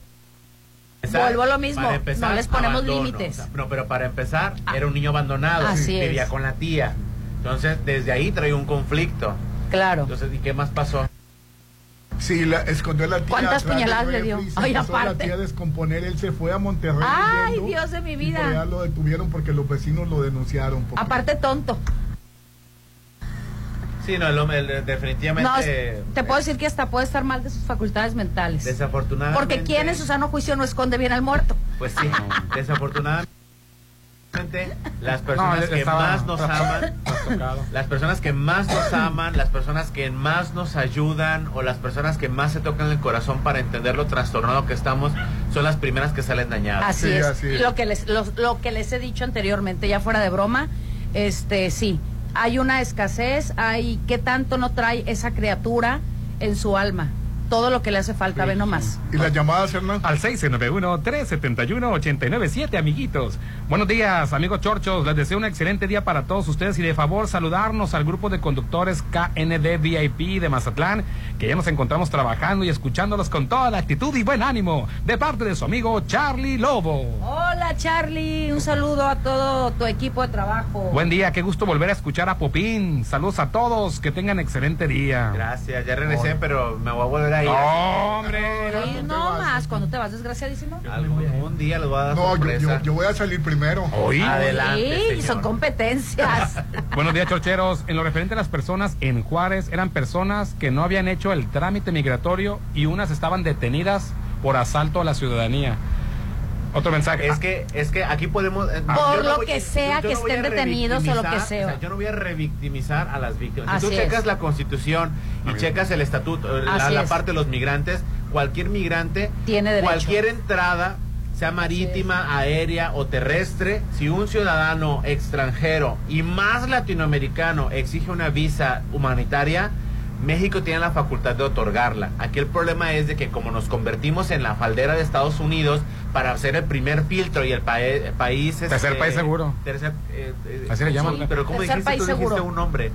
S5: empezar,
S6: Vuelvo a lo mismo,
S5: para empezar,
S6: no les ponemos
S5: abandono.
S6: límites. Ah.
S5: O sea, no, pero para empezar, era un niño abandonado.
S6: Así
S5: vivía
S6: es.
S5: con la tía. Entonces, desde ahí traía un conflicto.
S6: Claro.
S5: Entonces, ¿y qué más pasó?
S7: Sí, la escondió a la tía.
S6: ¿Cuántas
S7: atrás del
S6: puñaladas le
S7: refri,
S6: dio?
S7: se
S6: Ay,
S7: empezó la
S6: aparte.
S7: tía a descomponer, él se fue a Monterrey.
S6: Ay,
S7: huyendo,
S6: Dios de mi
S7: y
S6: vida.
S7: por allá lo detuvieron porque los vecinos lo denunciaron. porque-
S6: Aparte tonto.
S5: Sí, no, el hombre, el- definitivamente.
S6: No, te puedo decir que hasta puede estar mal de sus facultades mentales.
S5: Desafortunadamente.
S6: Porque quien en su sano juicio no esconde bien al muerto.
S5: Pues sí, desafortunadamente. Las personas
S3: No, él
S5: que
S3: estaba
S5: más nos aman, las personas que más nos aman, las personas que más nos ayudan o las personas que más se tocan el corazón para entender lo trastornado que estamos, son las primeras que salen dañadas.
S6: Ah, Así, es. Lo, que les, los- lo que les he dicho anteriormente, ya fuera de broma, este sí, hay una escasez, hay qué tanto no trae esa criatura en su alma. Todo lo que le hace falta, ve nomás.
S7: ¿Y las llamadas, Hernán?
S3: Al 691-371-897, amiguitos. Buenos días, amigos chorchos. Les deseo un excelente día para todos ustedes y de favor saludarnos al grupo de conductores KND VIP de Mazatlán, que ya nos encontramos trabajando y escuchándolos con toda la actitud y buen ánimo de parte de su amigo Charlie Lobo.
S6: Hola Charlie, un saludo a todo tu equipo de trabajo.
S3: Buen día, qué gusto volver a escuchar a Popín. Saludos a todos, que tengan excelente día.
S5: Gracias, ya regresé, pero me voy a volver a ir.
S3: No,
S6: Sí, no más, cuando te vas desgraciadísimo.
S5: Un día les voy a dar
S7: No, yo,
S5: sorpresa.
S7: yo- yo voy a salir primero.
S3: Hoy.
S6: Sí, son competencias.
S3: Buenos días, chorcheros. En lo referente a las personas en Juárez, eran personas que no habían hecho el trámite migratorio y unas estaban detenidas por asalto a la ciudadanía. Otro mensaje. Ah,
S5: Es que, es que aquí podemos. eh,
S6: Por
S5: yo
S6: lo
S5: voy-
S6: que sea
S5: yo
S6: que
S5: voy
S6: estén
S5: a
S6: detenidos o lo que
S5: revictimizar,
S6: sea.
S5: o yo no voy a revictimizar a las víctimas. si
S6: Así
S5: tú checas
S6: es.
S5: la constitución y checas el estatuto, eh, la,
S6: Así
S5: la
S6: es.
S5: parte de los migrantes, cualquier migrante,
S6: Tiene derecho.
S5: cualquier entrada, sea marítima, aérea o terrestre, si un ciudadano extranjero y más latinoamericano exige una visa humanitaria, México tiene la facultad de otorgarla. Aquí el problema es de que como nos convertimos en la faldera de Estados Unidos para hacer el primer filtro y el pae- país...
S3: Tercer país seguro.
S5: tercer, eh, eh,
S3: Así le llaman.
S5: sí, pero ¿cómo
S3: Tercer
S5: dijiste?
S3: país
S5: Tú dijiste
S3: seguro.
S5: un nombre.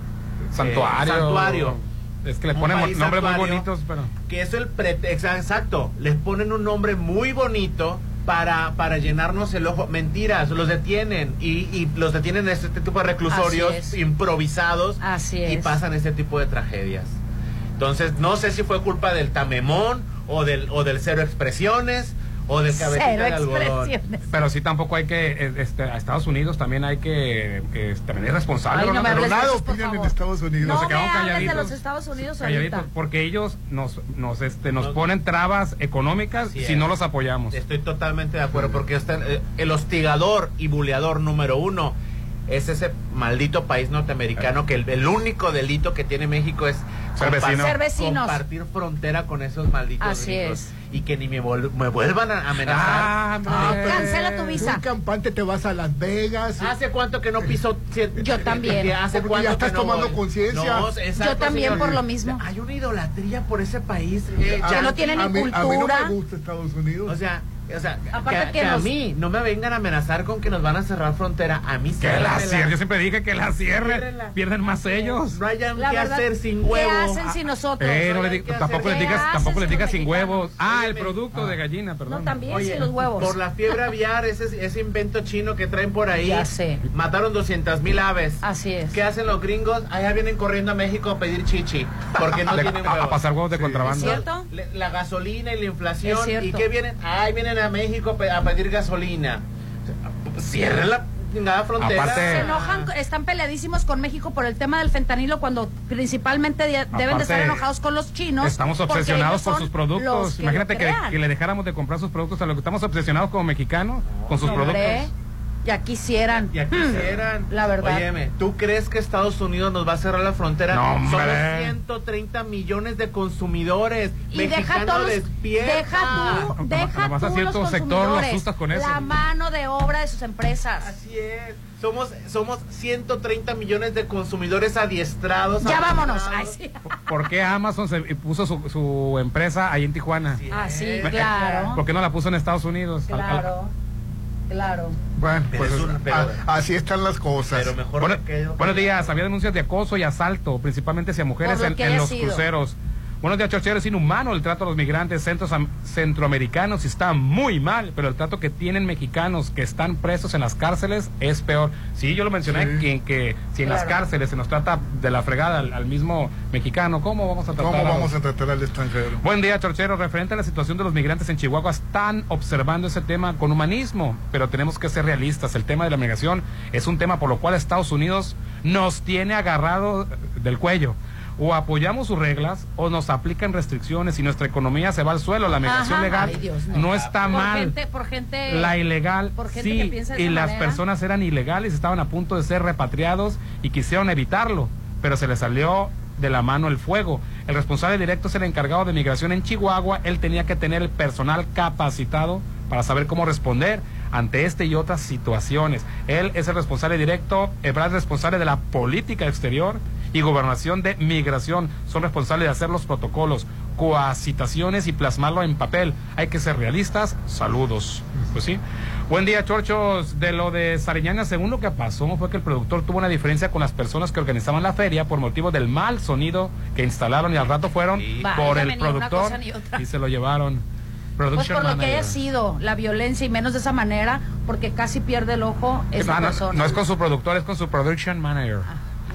S3: Santuario.
S5: Eh, santuario.
S3: Es que le
S5: Un
S3: ponen
S5: país
S3: nombres muy
S5: santuario.
S3: bonitos, pero.
S5: Que es el pretexto, exacto, les ponen un nombre muy bonito para, para llenarnos el ojo. Mentiras, los detienen y, y los detienen en este tipo de reclusorios
S6: Así es.
S5: improvisados y pasan este tipo de tragedias. Entonces, no sé si fue culpa del tamemón o del, o del cero expresiones o del cabecita
S6: Cero
S5: de algodón.
S6: expresiones.
S3: Pero sí, tampoco hay que. eh, este, a Estados Unidos también hay que. eh, también es responsable.
S6: Ay, no me
S3: Pero
S6: hables de
S3: nada
S6: esos, por
S7: opinan en
S6: favor.
S7: Estados Unidos.
S6: No
S3: se
S6: me
S3: quedaron
S6: hables de
S3: calladitos.
S6: los Estados Unidos
S3: Calladitos,
S6: ahorita.
S3: porque ellos nos nos este nos ponen trabas económicas
S5: Así
S3: si
S5: es.
S3: no los apoyamos.
S5: Estoy totalmente de acuerdo, porque está el, el hostigador y buleador número uno es ese maldito país norteamericano que el, el único delito que tiene México es
S3: Ser vecino.
S6: Ser vecinos.
S5: compartir frontera con esos malditos
S6: Así
S5: gringos.
S6: es.
S5: y que ni me, vol- me vuelvan a amenazar.
S7: Ah,
S6: hombre. Cancela tu visa.
S7: Muy campante te vas a Las Vegas.
S5: ¿Hace cuánto que no piso?
S6: Yo también.
S5: ¿Hace
S7: Porque
S5: cuánto
S7: ya estás
S5: que no
S7: tomando
S5: voy?
S7: conciencia.
S5: No, exacto,
S6: Yo también
S5: señor.
S6: por lo mismo.
S5: Hay una idolatría por ese país. eh,
S6: Que no tiene ni
S5: a mí- a mí no me
S6: cultura.
S7: Me gusta Estados Unidos.
S5: O sea, o sea
S6: Aparte
S5: que,
S6: que
S5: que a
S6: los-
S5: mí no me vengan a amenazar con que nos van a cerrar frontera. A mí
S3: Que la
S5: ciérrenmela.
S3: cierre. Yo siempre dije que la cierre.
S5: Ciérrenla.
S3: Pierden más ellos.
S5: No hayan
S6: La
S5: que
S6: verdad,
S5: hacer sin
S6: ¿qué
S5: huevo.
S6: hacen sin nosotros?
S3: Eh, no le
S6: Oigan,
S3: digas-
S6: ¿qué
S3: tampoco
S6: hacen?
S3: le
S6: ¿Qué
S3: digas, tampoco
S6: hacen
S3: le digas
S6: sin
S3: sin
S6: los
S3: huevos. Ah, el
S5: Óyeme.
S3: producto de gallina, perdón.
S6: No, también
S5: Oye,
S6: sin los huevos.
S5: Por la fiebre aviar, ese, ese invento chino que traen por ahí.
S6: Ya sé.
S5: Mataron 200 mil aves.
S6: Así es.
S5: ¿Qué hacen los gringos? Allá vienen corriendo a México a pedir chichi. Porque no
S3: De-
S5: tienen
S3: a-
S5: huevos.
S3: a pasar huevos de contrabando.
S6: ¿Es cierto?
S5: Le- La gasolina y la
S6: Es
S5: inflación.
S6: cierto.
S5: ¿Y qué vienen? Ay, vienen a México pe- a pedir gasolina. Cierren la chingada frontera.
S3: Aparte-
S6: Se enojan, están peleadísimos con México por el tema del fentanilo cuando principalmente de- deben de
S3: Aparte,
S6: estar enojados con los chinos.
S3: Estamos
S6: porque
S3: obsesionados
S6: ellos
S3: por
S6: son
S3: sus
S6: los
S3: productos.
S6: que
S3: Imagínate
S6: lo
S3: que,
S6: crean.
S3: que le dejáramos de comprar sus productos a lo que estamos obsesionados como mexicanos con sus
S6: Hombre,
S3: productos.
S6: ya quisieran.
S5: Ya quisieran.
S6: La verdad.
S5: Óyeme, ¿tú crees que Estados Unidos nos va a cerrar la frontera?
S3: No, hombre.
S5: Somos 130 millones de consumidores.
S6: Y deja
S5: Mexicano
S6: todos,
S5: despierta.
S6: deja tú,
S3: Nomás-
S6: deja
S3: Ah, nomás
S6: tú
S3: a cierto
S6: los
S3: sector lo
S6: consumidores,
S3: asustas con eso.
S6: la mano de obra de sus empresas.
S5: Así es. Somos, somos 130 millones de consumidores adiestrados.
S6: Ya
S5: avanzados.
S6: vámonos. Ay, sí.
S3: ¿Por qué Amazon se puso su, su empresa ahí en Tijuana?
S6: Así,
S5: Eh,
S6: Ah, claro.
S3: ¿Por qué no la puso en Estados Unidos? Al- al-
S6: Claro. Claro.
S7: Bueno,
S5: Pero
S7: pues
S5: es una- pero-
S7: a- así están las cosas.
S5: Pero mejor
S3: Bueno,
S5: me quedo-
S3: buenos días, había denuncias de acoso y asalto, principalmente hacia mujeres
S6: Por lo
S3: en,
S6: que
S3: en
S6: haya
S3: los
S6: sido.
S3: cruceros. Buenos días, Chorchero, es inhumano el trato a los migrantes centros am- centroamericanos, y está muy mal, pero el trato que tienen mexicanos que están presos en las cárceles es peor. Sí, yo lo mencioné, que, que si en las
S6: Claro.
S3: cárceles se nos trata de la fregada al, al mismo mexicano, ¿cómo vamos a tratar
S7: ¿Cómo
S3: a los-
S7: vamos a tratar al extranjero?
S3: Buen día, Chorchero. Referente a la situación de los migrantes en Chihuahua, están observando ese tema con humanismo, pero tenemos que ser realistas. El tema de la migración es un tema por lo cual Estados Unidos nos tiene agarrado eh, del cuello. O apoyamos sus reglas o nos aplican restricciones y nuestra economía se va al suelo. La migración
S6: Ajá,
S3: legal
S6: ay, Dios,
S3: no.
S6: no.
S3: está
S6: por
S3: mal.
S6: Gente, por gente,
S3: La ilegal,
S6: por gente que
S3: sí,
S6: piensa de
S3: y
S6: esa
S3: las
S6: manera.
S3: personas eran ilegales, estaban a punto de ser repatriados y quisieron evitarlo, pero se les salió de la mano el fuego. El responsable directo es el encargado de migración en Chihuahua, él tenía que tener el personal capacitado para saber cómo responder ante este y otras situaciones. Él es el responsable directo, Ebrard es responsable de la política exterior y gobernación de migración. Son responsables de hacer los protocolos, coacitaciones y plasmarlo en papel. Hay que ser realistas. Saludos. Pues sí. Buen día, Chorchos. De lo de Sariñana, según lo que pasó, fue que el productor tuvo una diferencia con las personas que organizaban la feria por motivo del mal sonido que instalaron y al rato fueron por
S6: Válgame,
S3: el
S6: ni una
S3: productor
S6: cosa ni otra.
S3: y se lo llevaron.
S6: Pues
S3: Production
S6: por lo que
S3: manager.
S6: haya sido la violencia y menos de esa manera, porque casi pierde el ojo
S3: Que
S6: esa
S3: Ah, no, no,
S6: persona.
S3: no es con su productor, es con su production manager.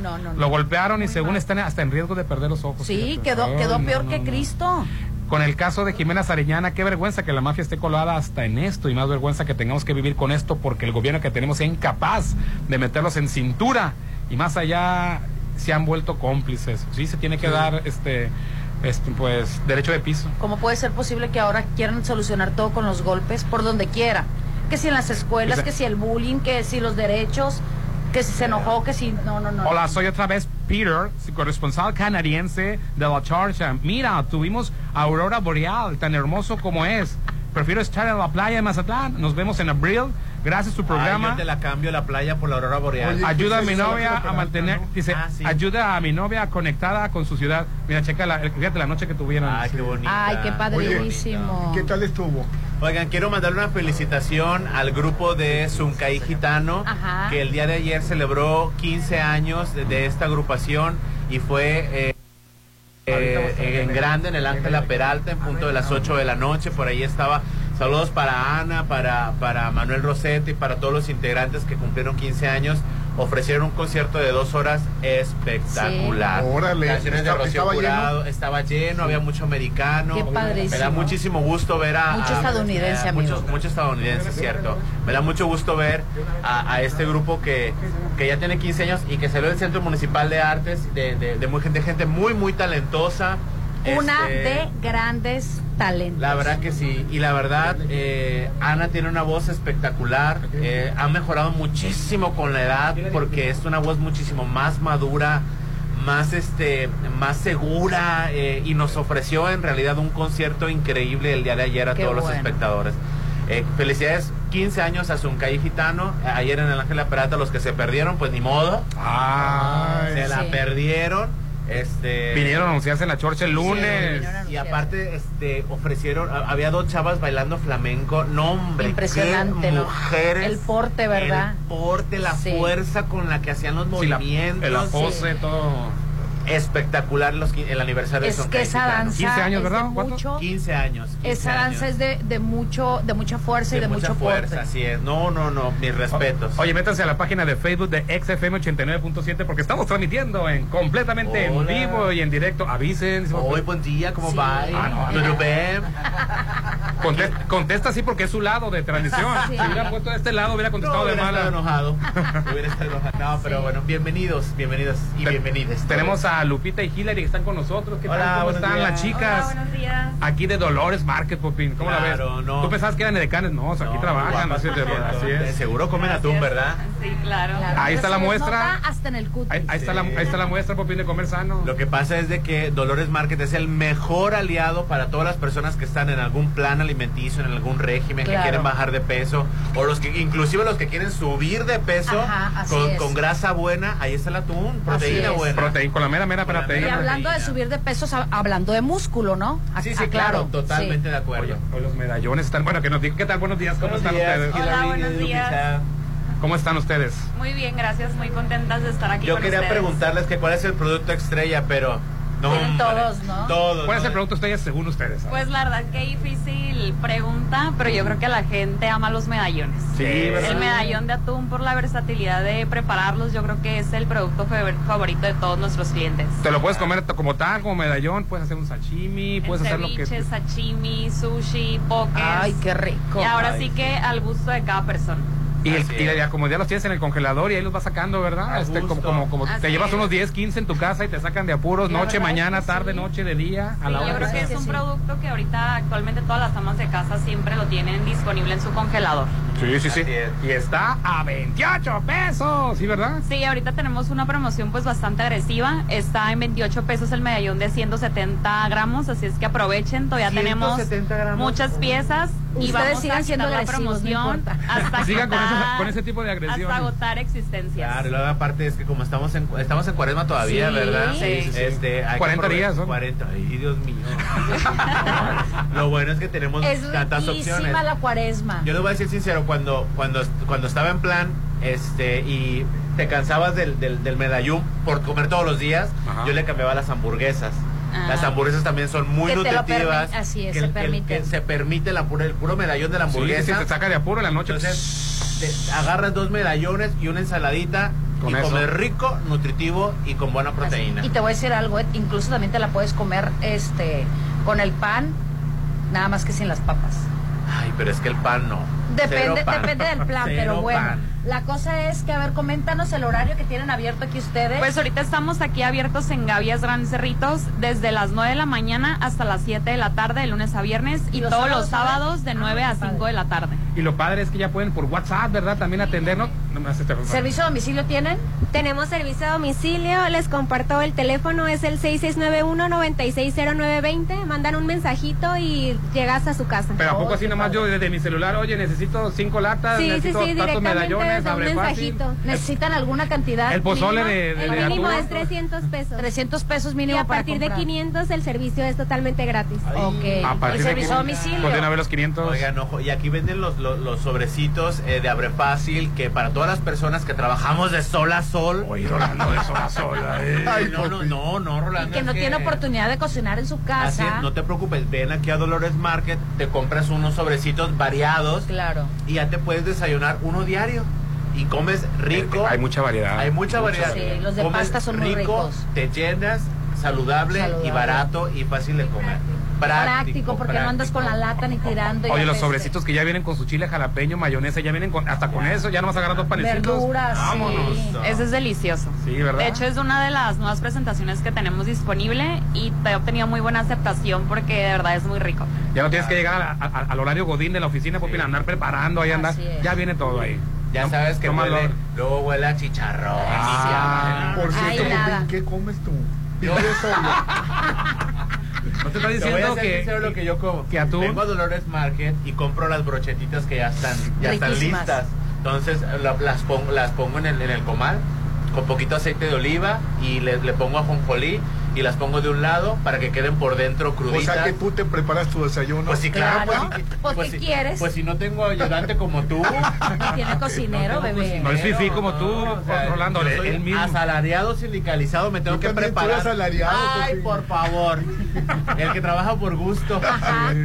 S6: No, no, no.
S3: Lo golpearon y según están hasta en riesgo de perder los ojos.
S6: Sí,
S3: fíjate.
S6: quedó,
S3: Ay,
S6: quedó
S3: no,
S6: peor
S3: no,
S6: que
S3: no.
S6: Cristo.
S3: Con el caso de Jimena Sariñana, qué vergüenza que la mafia esté colada hasta en esto y más vergüenza que tengamos que vivir con esto porque el gobierno que tenemos es incapaz de meterlos en cintura y más allá se han vuelto cómplices. Sí, se tiene que dar este, este pues derecho de piso.
S6: ¿Cómo puede ser posible que ahora quieran solucionar todo con los golpes por donde quiera? Que si en las escuelas,
S3: Esa-
S6: que si el bullying, que si los derechos, que si se enojó, que si... No, no, no.
S3: Hola, soy otra vez Peter, corresponsal canadiense de La Charcha. Mira, tuvimos Aurora Boreal, tan hermoso como es. Prefiero estar en la playa de Mazatlán. Nos vemos en abril. Gracias a tu
S5: Ay,
S3: programa.
S5: yo te la cambio la playa por la aurora boreal.
S3: Oye, ayuda a mi novia a mantener, dice,
S5: Ah,
S3: ayuda a mi novia conectada con su ciudad. Mira, checa la, el- fíjate la noche que tuvieron.
S5: Ay, qué bonito.
S6: Ay, qué padrísimo.
S5: ¿Qué tal estuvo? Oigan, quiero mandarle una felicitación al grupo de Suncaí Gitano,
S6: Ajá.
S5: que el día de ayer celebró 15 años de, de esta agrupación y fue eh, eh, en grande en el Ángela Peralta en punto de las 8 de la noche. Por ahí estaba. Saludos para Ana, para, para Manuel Rosete y para todos los integrantes que cumplieron 15 años. Ofrecieron un concierto de dos horas espectacular.
S7: Sí. Órale,
S5: Canciones de
S7: ¿estaba-
S5: Rocío
S7: estaba lleno?
S5: Jurado, estaba lleno, había mucho americano.
S6: Qué padrísimo.
S5: Me da muchísimo gusto ver a...
S6: Mucho
S5: a-
S6: estadounidense,
S5: a-
S6: amigo.
S5: ah, eh, Mucho, mucho estadounidense, cierto. Me da mucho gusto ver a, a este grupo que, que ya tiene 15 años y que salió del Centro Municipal de Artes, de, de, de muy gente, gente muy, muy talentosa.
S6: Una
S5: Este,
S6: de grandes talentos.
S5: La verdad que sí, y la verdad, eh, Ana tiene una voz espectacular, eh, ha mejorado muchísimo con la edad, porque es una voz muchísimo más madura, más, este, más segura, eh, y nos ofreció en realidad un concierto increíble el día de ayer a
S6: Qué
S5: todos los
S6: bueno.
S5: espectadores. Eh, felicidades, 15 años a Zuncay Gitano, ayer en el Ángel Peralta, los que se perdieron, pues ni modo, se la
S3: sí.
S5: perdieron. Este,
S3: Ah, Vinieron a anunciarse en la chorcha el lunes.
S5: y aparte, este, ofrecieron, a- había dos chavas bailando flamenco. No, hombre,
S6: Impresionante,
S5: qué
S6: ¿no?
S5: mujeres.
S6: El porte, ¿verdad?
S5: El porte, la
S6: Sí.
S5: fuerza con la que hacían los
S3: Sí, la-
S5: movimientos.
S3: la pose, todo.
S5: Espectacular los, qui- el aniversario
S6: Es
S5: de Son
S6: que esa
S5: Cayetano.
S6: danza 15 años, es de ¿verdad? ¿Cuánto? mucho-
S5: 15 años. 15
S6: Esa
S5: años.
S6: danza es de, de mucho, de mucha fuerza y de
S5: mucha
S6: mucho
S5: fuerza,
S6: porte.
S5: así es. No, no, no, mis respetos.
S3: Oye, métanse a la página de Facebook de XFM89.7 porque estamos transmitiendo en completamente
S5: Hola.
S3: en vivo y en directo. Avisen.
S5: Hoy, buen día, ¿cómo va?
S3: Ah, no,
S5: Tudo
S3: no.
S5: bem?
S3: Contesta, contesta así porque es su lado de transmisión.
S5: Sí.
S3: Si hubiera puesto de este lado, hubiera contestado
S5: No,
S3: de
S5: hubiera
S3: mala.
S5: estado enojado. Hubiera estado enojado. No, pero bueno, bienvenidos, bienvenidas y bienvenidas.
S3: Tenemos a Lupita y Hillary que están con nosotros. ¿Qué tal?
S5: Hola,
S3: ¿Cómo
S5: buenos
S3: están
S5: días.
S3: las chicas? Aquí de Dolores Market, Popín. ¿Cómo la
S5: Claro,
S3: ves?
S5: no.
S3: ¿Tú pensabas que eran edecanes? No, o sea, aquí trabajan.
S5: guapas,
S3: Así, es,
S5: por
S3: así
S5: cierto.
S3: es.
S5: Seguro comen atún, ¿verdad?
S6: Sí, claro.
S3: Ahí está la
S6: Pero se les
S3: muestra.
S6: nota Hasta en el cutis.
S3: Ahí, ahí está la, ahí está la muestra, Popín, de comer sano.
S5: Lo que pasa es de que Dolores Market es el mejor aliado para todas las personas que están en algún plan alimenticio, en algún régimen,
S6: Claro.
S5: que quieren bajar de peso, o los que, inclusive los que quieren subir de peso
S6: Ajá, así
S5: con,
S6: es.
S5: con grasa buena, ahí está el atún, proteína
S6: es.
S5: buena.
S3: Proteína, con la mera, mera
S6: Y
S3: proteína.
S6: hablando de subir de peso, sab- hablando de músculo, ¿no? Ah, A-
S5: Sí, sí,
S6: aclaro,
S5: Ah, claro, totalmente de acuerdo.
S3: Hoy los medallones están. Bueno, que nos digan qué tal. Buenos días, ¿cómo
S5: Buenos
S3: están
S5: días,
S3: ustedes?
S5: Hola, Hilary,
S24: buenos Lupita. días.
S3: ¿Cómo están ustedes?
S24: Muy bien, gracias, muy contentas de estar aquí
S5: Yo
S24: con
S5: quería
S24: ustedes.
S5: preguntarles que cuál es el producto estrella, pero no,
S24: Tienen
S5: hombre,
S24: todos, ¿no?
S5: Todos.
S3: ¿Cuál es el producto ustedes según ustedes?
S24: Pues la verdad que difícil pregunta, pero yo creo que la gente ama los medallones.
S3: Sí, ¿verdad?
S24: El medallón de atún por la versatilidad de prepararlos, yo creo que es el producto fe- favorito de todos nuestros clientes.
S3: Te lo puedes comer t- como tal, como medallón, puedes hacer un sashimi, puedes hacer lo que...
S24: Ceviche, sashimi, sushi, poke.
S6: Ay, qué rico.
S24: Y ahora
S3: Ay,
S24: sí que al gusto de cada persona.
S3: Y, el- y la comodidad los tienes en el congelador y ahí los vas sacando, ¿verdad? Este, como como, como
S24: Así
S3: te llevas
S24: es.
S3: unos 10, 15 en tu casa y te sacan de apuros
S24: La
S3: noche,
S24: verdad
S3: mañana,
S24: es que
S3: tarde,
S24: sí.
S3: noche, de día, a
S24: Sí,
S3: la hora
S24: yo creo que es
S3: sea.
S24: un producto que ahorita actualmente todas las amas de casa siempre lo tienen disponible en su congelador.
S3: Sí, sí, sí. Y está a 28 pesos, ¿sí, verdad?
S24: Sí, ahorita tenemos una promoción pues bastante agresiva. Está en 28 pesos el medallón de 170 gramos, así es que aprovechen. Todavía tenemos
S6: 170 gramos.
S24: muchas piezas y
S6: Ustedes
S24: vamos
S6: sigan
S24: a
S6: siendo
S24: quitar la
S6: agresivos, no
S24: promoción
S6: importa.
S24: hasta,
S5: Sigan con
S24: agotar-
S5: ese- con ese tipo de agresiones.
S24: hasta agotar existencias.
S5: Claro, y luego aparte es que como estamos en, estamos en cuaresma todavía,
S24: Sí,
S5: ¿verdad?
S24: sí, sí, sí.
S5: Este, hay que
S3: 40
S5: aprovechar-
S3: días,
S5: 40, ay, Dios mío. Lo bueno es que tenemos
S6: Es
S5: tantas opciones.
S6: riquísima la cuaresma.
S5: Yo les voy a decir sincero, cuando, cuando, cuando estaba en plan, este, y te cansabas del, del, del medallón por comer todos los días, yo le cambiaba las hamburguesas.
S6: Ah.
S5: Las hamburguesas también son muy
S6: Que te lo
S5: nutritivas.
S6: permi- así es,
S5: que
S6: se
S5: el- que el-
S6: permiten.
S5: que se permite la pura- el puro medallón de la
S3: Sí, sí,
S5: hamburguesa.
S3: te saca de apuro en la noche.
S5: Entonces, te agarras dos medallones y una ensaladita
S3: Con
S5: y
S3: eso.
S5: comes rico, nutritivo y con buena proteína.
S6: Y te voy a decir algo, eh, incluso también te la puedes comer este con el pan, nada más que sin las papas.
S5: Ay, pero es que el pan no.
S6: Depende,
S5: Cero pan.
S6: depende del plan,
S5: Cero
S6: pero bueno.
S5: pan.
S6: La cosa es que, a ver, coméntanos el horario que tienen abierto aquí ustedes.
S24: Pues ahorita estamos aquí abiertos en Gavias Gran Cerritos desde las 9 de la mañana hasta las 7 de la tarde, de lunes a viernes, y,
S6: los
S24: todos los
S6: sábados, Ah,
S24: sábados de 9 a 5 de la tarde.
S3: Y lo padre es que ya pueden por WhatsApp, ¿verdad? También atendernos. No me haces este-
S2: ¿Servicio a domicilio tienen? Tenemos servicio a domicilio, les comparto el teléfono, es el 6691-960920, mandan un mensajito y llegas a su casa.
S3: Pero a poco así nomás yo desde mi celular, oye, necesito cinco latas,
S2: Sí,
S3: Ah,
S2: sí,
S3: necesito
S2: sí,
S3: tantos
S2: directamente
S3: medallones,
S2: desde un
S3: abre fácil.
S2: mensajito.
S6: ¿Necesitan alguna cantidad?
S3: El pozole de- de-
S2: El
S3: de
S2: mínimo
S3: atún.
S2: es 300 pesos.
S6: 300 pesos mínimo
S2: Y a
S6: para
S2: partir de
S6: comprar.
S2: 500 el servicio es totalmente gratis.
S6: Ok.
S5: A partir
S6: El
S5: de
S6: servicio a
S5: que-
S6: domicilio.
S5: Podrían
S3: haber los 500.
S5: Oigan, ojo, y aquí venden los, los, los sobrecitos eh, de Abre Fácil que para todas las personas que trabajamos de sol a sol. Oye, Rolando, de sol a sol. Ay, no, no, no, no, Rolando.
S6: Que
S5: es
S6: no tiene oportunidad de cocinar en su
S5: Así es,
S6: casa.
S5: no te preocupes, ven aquí a Dolores Market, te compras unos sobrecitos variados
S6: Claro.
S5: y ya te puedes desayunar uno diario y comes rico.
S3: Hay mucha variedad.
S5: Eh, Hay mucha variedad.
S6: Sí, los de
S5: Comes
S6: pasta son muy
S5: rico,
S6: ricos.
S5: Te llenas, saludable,
S6: Saludable.
S5: y barato y fácil de comer.
S6: Práctico, porque no andas con la lata ni tirando. y
S3: Oye,
S6: la
S3: los
S6: peste.
S3: sobrecitos que ya vienen con su chile jalapeño, mayonesa, ya vienen con, hasta con eso, ya nomás agarrar dos panecitos.
S24: Verduras, sí.
S3: Vámonos.
S24: Ese es delicioso.
S3: Sí, ¿verdad?
S24: De hecho, es una de las nuevas presentaciones que tenemos disponible y te- he obtenido muy buena aceptación porque de verdad es muy rico.
S3: ya no tienes que llegar a- a- al horario godín de la oficina, porque andar preparando, ahí andar. Ya viene todo ahí.
S5: Ya sabes que
S3: Tómalo.
S5: huele, luego huele a chicharrón.
S3: Ah.
S5: Por
S6: Ay, nada.
S7: ¿Qué comes tú?
S5: No te estoy
S3: diciendo que-
S5: lo que yo como. Que
S3: atún.
S5: Vengo a Dolores Market y compro las brochetitas que ya están, ya están
S3: Riquísimas.
S5: listas. Entonces la- las pongo, las pongo en el, en el comal con poquito aceite de oliva y le, le pongo ajonjolí y las pongo de un lado para que queden por dentro
S7: O
S5: cruditas.
S7: sea que tú te preparas tu desayuno.
S5: Pues sí, claro.
S7: Claro.
S5: Pues,
S6: Pues, ¿qué quieres?
S5: pues si no tengo ayudante como tú.
S6: No tiene cocinero, bebé.
S3: No es fifí como tú, Rolando,
S5: yo
S3: el-
S5: soy
S3: el mismo.
S5: Asalariado sindicalizado, me tengo que
S3: también soy
S5: preparar.
S3: asalariado,
S5: Ay, por favor. El que trabaja por gusto.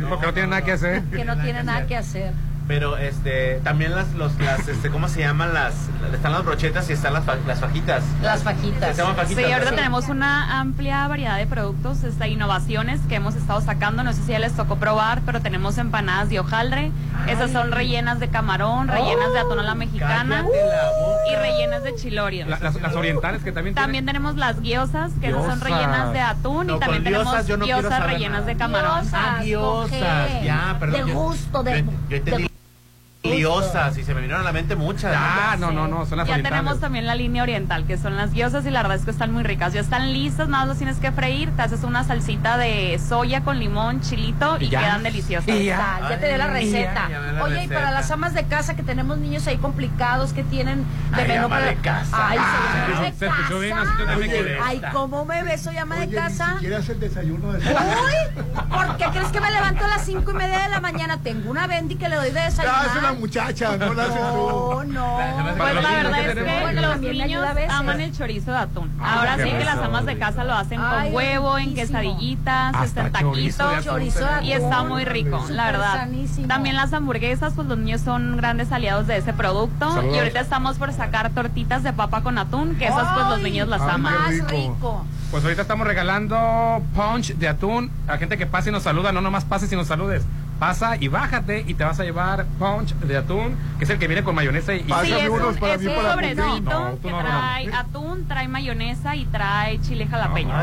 S3: Porque no tiene nada que hacer.
S6: Que no tiene nada que hacer.
S5: Pero este, también las, los, las, este, ¿cómo se llaman las? Están las brochetas y están las, fa- las fajitas.
S6: Las fajitas.
S5: Se llaman fajitas.
S24: Sí, ahorita
S5: ¿verdad?
S24: tenemos una amplia variedad de productos, esta, innovaciones que hemos estado sacando. No sé si ya les tocó probar, pero tenemos empanadas de hojaldre. Esas son rellenas de camarón, rellenas de atún a
S3: Oh,
S24: la mexicana y rellenas de chilorio.
S3: La- las, las orientales que también
S24: También tenemos las guiosas, que esas son
S3: Guiosas.
S24: rellenas de atún
S3: No,
S24: y también
S3: con
S24: tenemos
S3: guiosas yo no quiero
S24: guiosas
S3: saber
S24: rellenas
S3: nada.
S24: de camarón.
S6: Guiosas, Ah, guiosas, ¿con qué?
S5: Ya, perdón.
S6: De
S5: yo-
S6: gusto,
S5: Yo,
S6: de.
S5: yo entendí liosas y se me vinieron a la mente muchas.
S3: Ah, no, no, no, son las
S24: ya
S3: orientales.
S24: tenemos también la línea oriental, que son las guiosas y la verdad es que están muy ricas. Ya están listas, nada más las tienes que freír, te haces una salsita de soya con limón, chilito y,
S3: Y ya.
S24: quedan deliciosas.
S3: Y ya.
S6: Ah, ya te dio la
S24: Ay,
S6: receta.
S24: ya, ya me la
S6: Oye, y
S24: receta.
S6: para las amas de casa que tenemos niños ahí complicados que tienen de
S5: Ay,
S6: menú
S5: ama
S6: para-
S5: de casa.
S6: Ay,
S7: Ah,
S6: señor,
S7: se escuchó
S6: de
S7: bien,
S6: casa.
S7: así te tenés que
S6: Oye,
S7: ver.
S6: Ay, ¿cómo me beso llama de casa?
S7: ¿Quieres el desayuno de
S6: Uy, ¿por qué crees que me levanto a las cinco y media de la mañana? Tengo una bendy que le doy de
S5: pues.
S6: desayunar.
S7: Ah, es una muchacha, no la haces
S6: No, no.
S24: Pues la verdad es que
S6: Bueno,
S24: los
S6: también me ayuda
S24: niños
S6: a veces.
S24: aman el chorizo de atún.
S6: Ah,
S24: Ahora
S6: qué
S24: sí que las
S6: rico.
S24: amas de casa lo hacen
S6: Ay,
S24: con huevo, en
S6: riquísimo.
S24: quesadillitas,
S6: Hasta
S24: este, en
S6: chorizo de
S24: taquitos.
S6: atún. Chorizo de
S24: Y está
S6: atún.
S24: muy rico,
S6: Súper
S24: la verdad.
S6: sanísimo.
S24: También las hamburguesas, pues los niños son grandes aliados de ese producto.
S6: Saludos.
S24: Y ahorita estamos por sacar tortitas de papa con atún, que esas pues los
S6: Ay,
S24: niños las
S3: Ay,
S24: aman.
S3: qué rico. Pues ahorita estamos regalando punch de atún a gente que pase y nos saluda, no nomás pase y nos saludes. pasa y bájate y te vas a llevar punch de atún, que es el que viene con mayonesa y...
S24: Sí, es un, es un sobrecito que trae atún, trae mayonesa y trae chile jalapeño.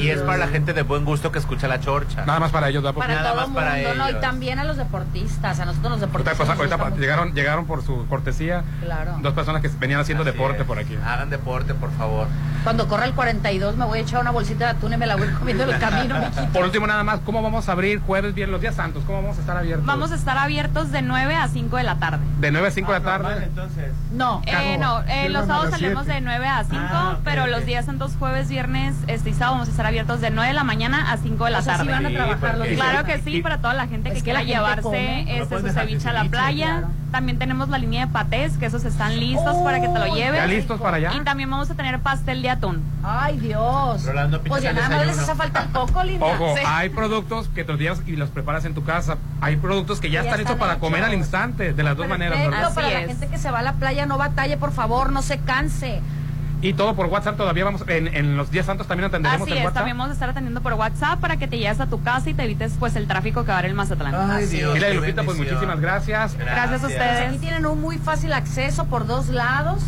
S6: Y es para la gente de buen gusto que escucha la chorcha.
S3: Nada más para ellos, ¿verdad?
S14: Para
S6: Nada
S14: todo
S6: más
S14: mundo,
S6: para
S14: ¿no? Y
S6: ellos.
S14: también a los deportistas, a nosotros los
S3: Ahorita,
S14: deportistas.
S3: pasa-
S14: nos
S3: pues, ahorita
S14: gusta
S3: pa-
S14: mucho.
S3: llegaron, llegaron por su cortesía
S14: Claro.
S3: dos personas que venían haciendo deporte por aquí.
S6: Hagan deporte, por favor.
S14: Cuando corra el 42 me voy a echar una bolsita de atún y me la voy comiendo en el camino. mijito.
S3: Por último, nada más, ¿cómo vamos a abrir jueves, viernes, los días santos? ¿Cómo vamos a estar abiertos?
S24: Vamos a estar abiertos de 9 a 5 de la tarde.
S3: De 9 a 5 de la tarde.
S6: Ah, entonces.
S14: No,
S24: Eh, no, eh, los sábados salimos de 9 a 5,
S14: Ah,
S24: pero los días santos, jueves, viernes este, y sábado vamos a estar abiertos de 9 de la mañana a 5 de la
S14: O sea, sí
S24: tarde.
S14: van a Sí, trabajar los porque- días.
S24: Claro que sí, para toda la gente que
S14: que
S24: quiera
S14: la gente come.
S24: llevarse
S14: No
S24: este,
S14: puedes
S24: su
S14: dejar
S24: ceviche a la
S14: ceviche,
S24: playa.
S14: claro.
S24: También tenemos la línea de patés, que esos están listos para que te lo
S14: ¡Uy,
S24: lleves.
S3: ya listos para allá?
S24: Y también vamos a tener pastel de atún.
S14: Ay, Dios.
S3: Rolando,
S14: Pues ya
S3: píchate
S14: nada más les
S3: desayuno.
S14: hace falta el coco, linda.
S3: Ojo,
S14: Sí.
S3: hay productos que te los llevas y los preparas en tu casa. Hay productos que ya,
S14: Ya
S3: están listos
S14: están
S3: para comer al
S14: hechos.
S3: instante, de las dos maneras.
S14: Perfecto,
S3: ¿verdad?
S14: para la gente que se va a la playa no batalle, por favor, no se canse.
S3: Y todo por WhatsApp todavía vamos, en, en los días santos también atenderemos
S24: Así
S3: el
S24: es,
S3: WhatsApp.
S24: también vamos a estar atendiendo por WhatsApp para que te lleves a tu casa y te evites pues el tráfico que va a haber en Mazatlán. Así es.
S3: Mira, Lupita, pues muchísimas gracias.
S24: Gracias a ustedes.
S14: Aquí tienen un muy fácil acceso por dos lados.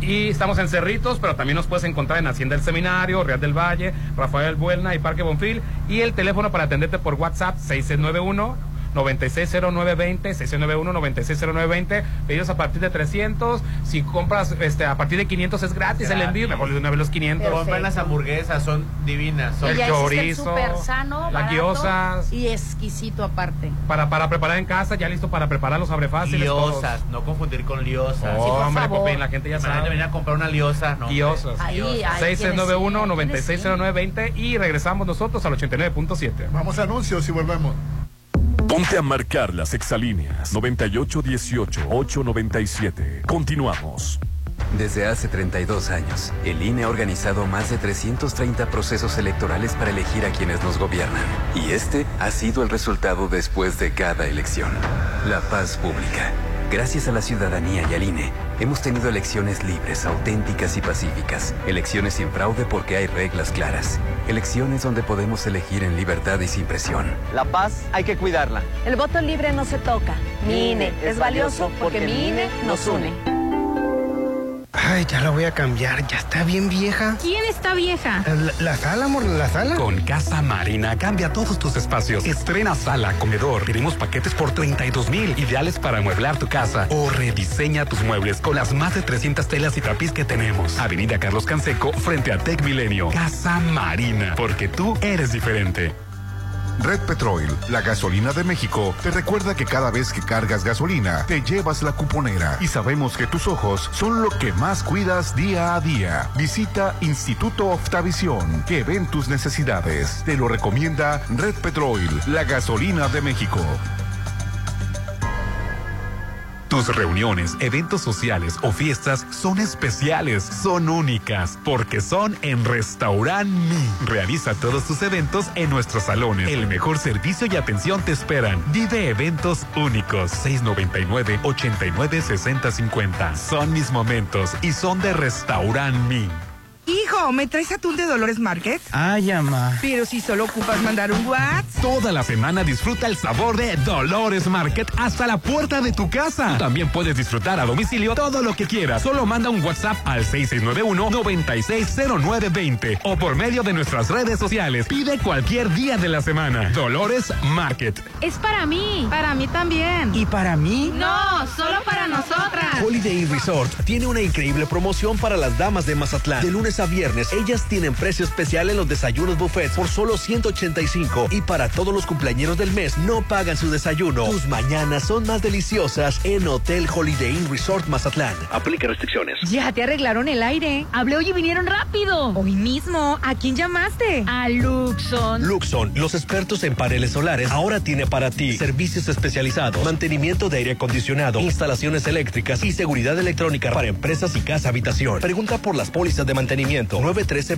S3: Y estamos en Cerritos, pero también nos puedes encontrar en Hacienda del Seminario, Real del Valle, Rafael Buelna y Parque Bonfil. Y el teléfono para atenderte por WhatsApp 6691. 960920, 6691-960920, pedidos a partir de 300, si compras este a partir de 500 es gratis el
S6: Gratis.
S3: envío, mejor de una vez los 500.
S6: Compren las hamburguesas, son divinas. Son
S3: El
S14: ya existe el
S3: chorizo,
S14: súper sano,
S3: las
S14: este barato
S3: guiosas.
S14: y exquisito aparte.
S3: Para, para preparar en casa, ya listo para preparar los abrefáciles.
S6: Liosas, no confundir con liosas.
S3: Oh, Sí, por hombre, favor. Popín, la gente ya
S6: Imagínate
S3: sabe.
S6: venir a comprar una liosa, no. hombre.
S3: Guiosas.
S6: Ahí, ahí, ¿quiénes sí?
S3: 960920 y regresamos nosotros al 89.7.
S7: Vamos a anuncios y volvemos.
S1: Ponte a marcar las exalíneas 9818-897. Continuamos.
S25: Desde hace 32 años, el INE ha organizado más de 330 procesos electorales para elegir a quienes nos gobiernan. Y este ha sido el resultado después de cada elección. La paz pública. Gracias a la ciudadanía y al INE, hemos tenido elecciones libres, auténticas y pacíficas. Elecciones sin fraude porque hay reglas claras. Elecciones donde podemos elegir en libertad y sin presión.
S15: La paz hay que cuidarla.
S27: El voto libre no se toca. Mi INE es valioso porque mi INE nos une.
S12: Ay, ya la voy a cambiar, ya está bien vieja. Eh,
S20: ¿Quién está vieja?
S12: La, la sala, amor, la sala.
S8: Con Casa Marina cambia todos tus espacios. Estrena sala, comedor. Tenemos paquetes por 32 mil ideales para amueblar tu casa o rediseña tus muebles con las más de 300 telas y tapiz que tenemos. Avenida Carlos Canseco frente a Tech Milenio. Casa Marina, porque tú eres diferente.
S18: Red Petrol, la gasolina de México, te recuerda que cada vez que cargas gasolina, te llevas la cuponera. Y sabemos que tus ojos son lo que más cuidas día a día. Visita Instituto Oftavisión, que ven tus necesidades. Te lo recomienda Red Petrol, la gasolina de México.
S8: Tus reuniones, eventos sociales o fiestas son especiales, son únicas, porque son en Restaurant Mi. Realiza todos tus eventos en nuestros salones. El mejor servicio y atención te esperan. Vive eventos únicos. 699-896050. Son mis momentos y son de Restaurant Mi.
S10: Hijo, ¿me traes atún de Dolores Market?
S8: Ay, ama.
S10: Pero si solo ocupas mandar un WhatsApp.
S8: Toda la semana disfruta el sabor de Dolores Market hasta la puerta de tu casa. También puedes disfrutar a domicilio todo lo que quieras. Solo manda un WhatsApp al 6691-960920 o por medio de nuestras redes sociales. Pide cualquier día de la semana. Dolores Market.
S20: Es para mí. Para mí también.
S10: ¿Y para mí?
S20: No, solo para nosotras.
S9: Holiday Inn Resort tiene una increíble promoción para las damas de Mazatlán. De lunes a viernes, ellas tienen precio especial en los desayunos buffet por solo 185 y para todos los cumpleañeros del mes no pagan su desayuno. Tus mañanas son más deliciosas en Hotel Holiday Inn Resort Mazatlán. Aplica restricciones.
S16: Ya te arreglaron el aire. Hablé hoy y vinieron rápido. Hoy mismo. ¿A quién llamaste? A Luxon.
S9: Luxon, los expertos en paneles solares, ahora tiene para ti servicios especializados, mantenimiento de aire acondicionado, instalaciones eléctricas y seguridad electrónica para empresas y casa habitación. Pregunta por las pólizas de mantenimiento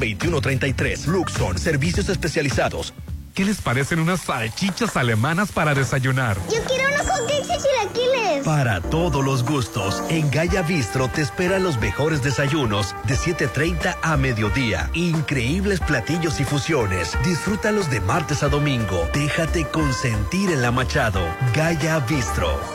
S9: 913-2133. Luxon, servicios especializados.
S8: ¿Qué les parecen unas salchichas alemanas para desayunar?
S19: Yo quiero unos hotcakes
S27: qué chilaquiles?
S9: Para todos los gustos, en Gaya Bistro te esperan los mejores desayunos de 7.30 a mediodía. Increíbles platillos y fusiones. Disfrútalos de martes a domingo. Déjate consentir en la Machado. Gaya Bistro.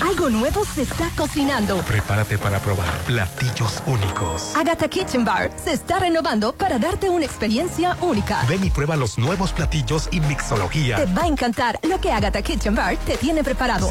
S22: Algo nuevo se está cocinando.
S8: Prepárate para probar platillos únicos.
S22: Agatha Kitchen Bar se está renovando para darte una experiencia única.
S8: Ven y prueba los nuevos platillos y mixología.
S22: Te va a encantar lo que Agatha Kitchen Bar te tiene preparado.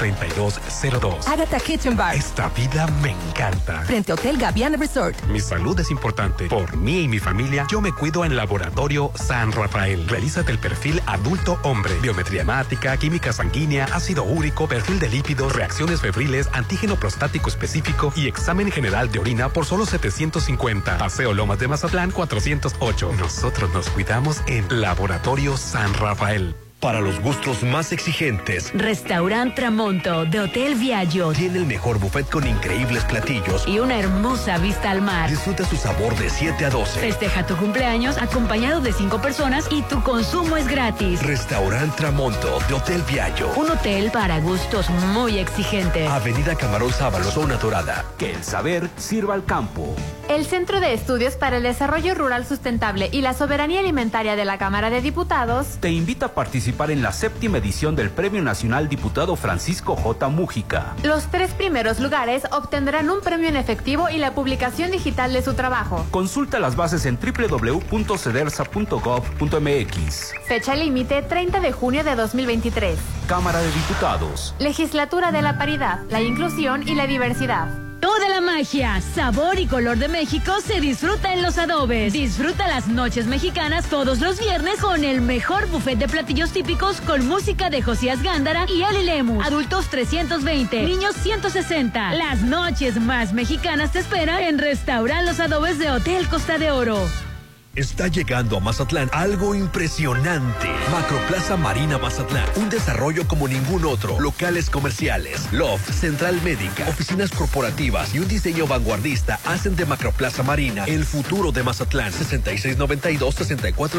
S8: 6699-903202.
S22: Agatha Kitchen Bar,
S8: Esta vida me encanta.
S22: frente a Hotel Gaviana Resort.
S8: Mi salud es importante. Por mí y mi familia, yo me cuido en Laboratorio San Rafael. Realízate el perfil adulto hombre. Biometría hemática, química sanguínea, ácido úrico, perfil de lípidos, reacciones febriles, antígeno prostático específico y examen general de orina por solo 750. Paseo Lomas de Mazatlán 408. Nosotros nos cuidamos en Laboratorio San Rafael.
S9: Para los gustos más exigentes,
S2: Restaurant Tramonto de Hotel Viallo
S9: tiene el mejor buffet con increíbles platillos.
S2: y una hermosa vista al mar.
S9: Disfruta su sabor de 7 a 12.
S2: Festeja tu cumpleaños acompañado de cinco personas y tu consumo es gratis.
S9: Restaurant Tramonto de Hotel Viallo.
S2: Un hotel para gustos muy exigentes.
S9: Avenida Camarón Sábalo, zona dorada.
S28: Que el saber sirva al campo.
S6: El Centro de Estudios para el Desarrollo Rural Sustentable y la Soberanía Alimentaria de la Cámara de Diputados
S28: Te invita a participar en la séptima edición del Premio Nacional Diputado Francisco J. Mújica.
S6: Los tres primeros lugares obtendrán un premio en efectivo y la publicación digital de su trabajo.
S28: Consulta las bases en www.cedersa.gov.mx.
S6: Fecha límite 30 de junio de 2023.
S28: Cámara de Diputados.
S6: Legislatura de la Paridad, la Inclusión y la Diversidad.
S2: Toda la magia, sabor y color de México se disfruta en los adobes. Disfruta las noches mexicanas todos los viernes con el mejor buffet de platillos típicos con música de Josías Gándara y Ali Lemus. Adultos 320, niños 160. Las noches más mexicanas te esperan en Restaurant Los Adobes de Hotel Costa de Oro.
S9: Está llegando a Mazatlán algo impresionante. Macroplaza Marina Mazatlán. Un desarrollo como ningún otro. Locales comerciales, loft, central médica, oficinas corporativas y un diseño vanguardista hacen de Macroplaza Marina el futuro de Mazatlán.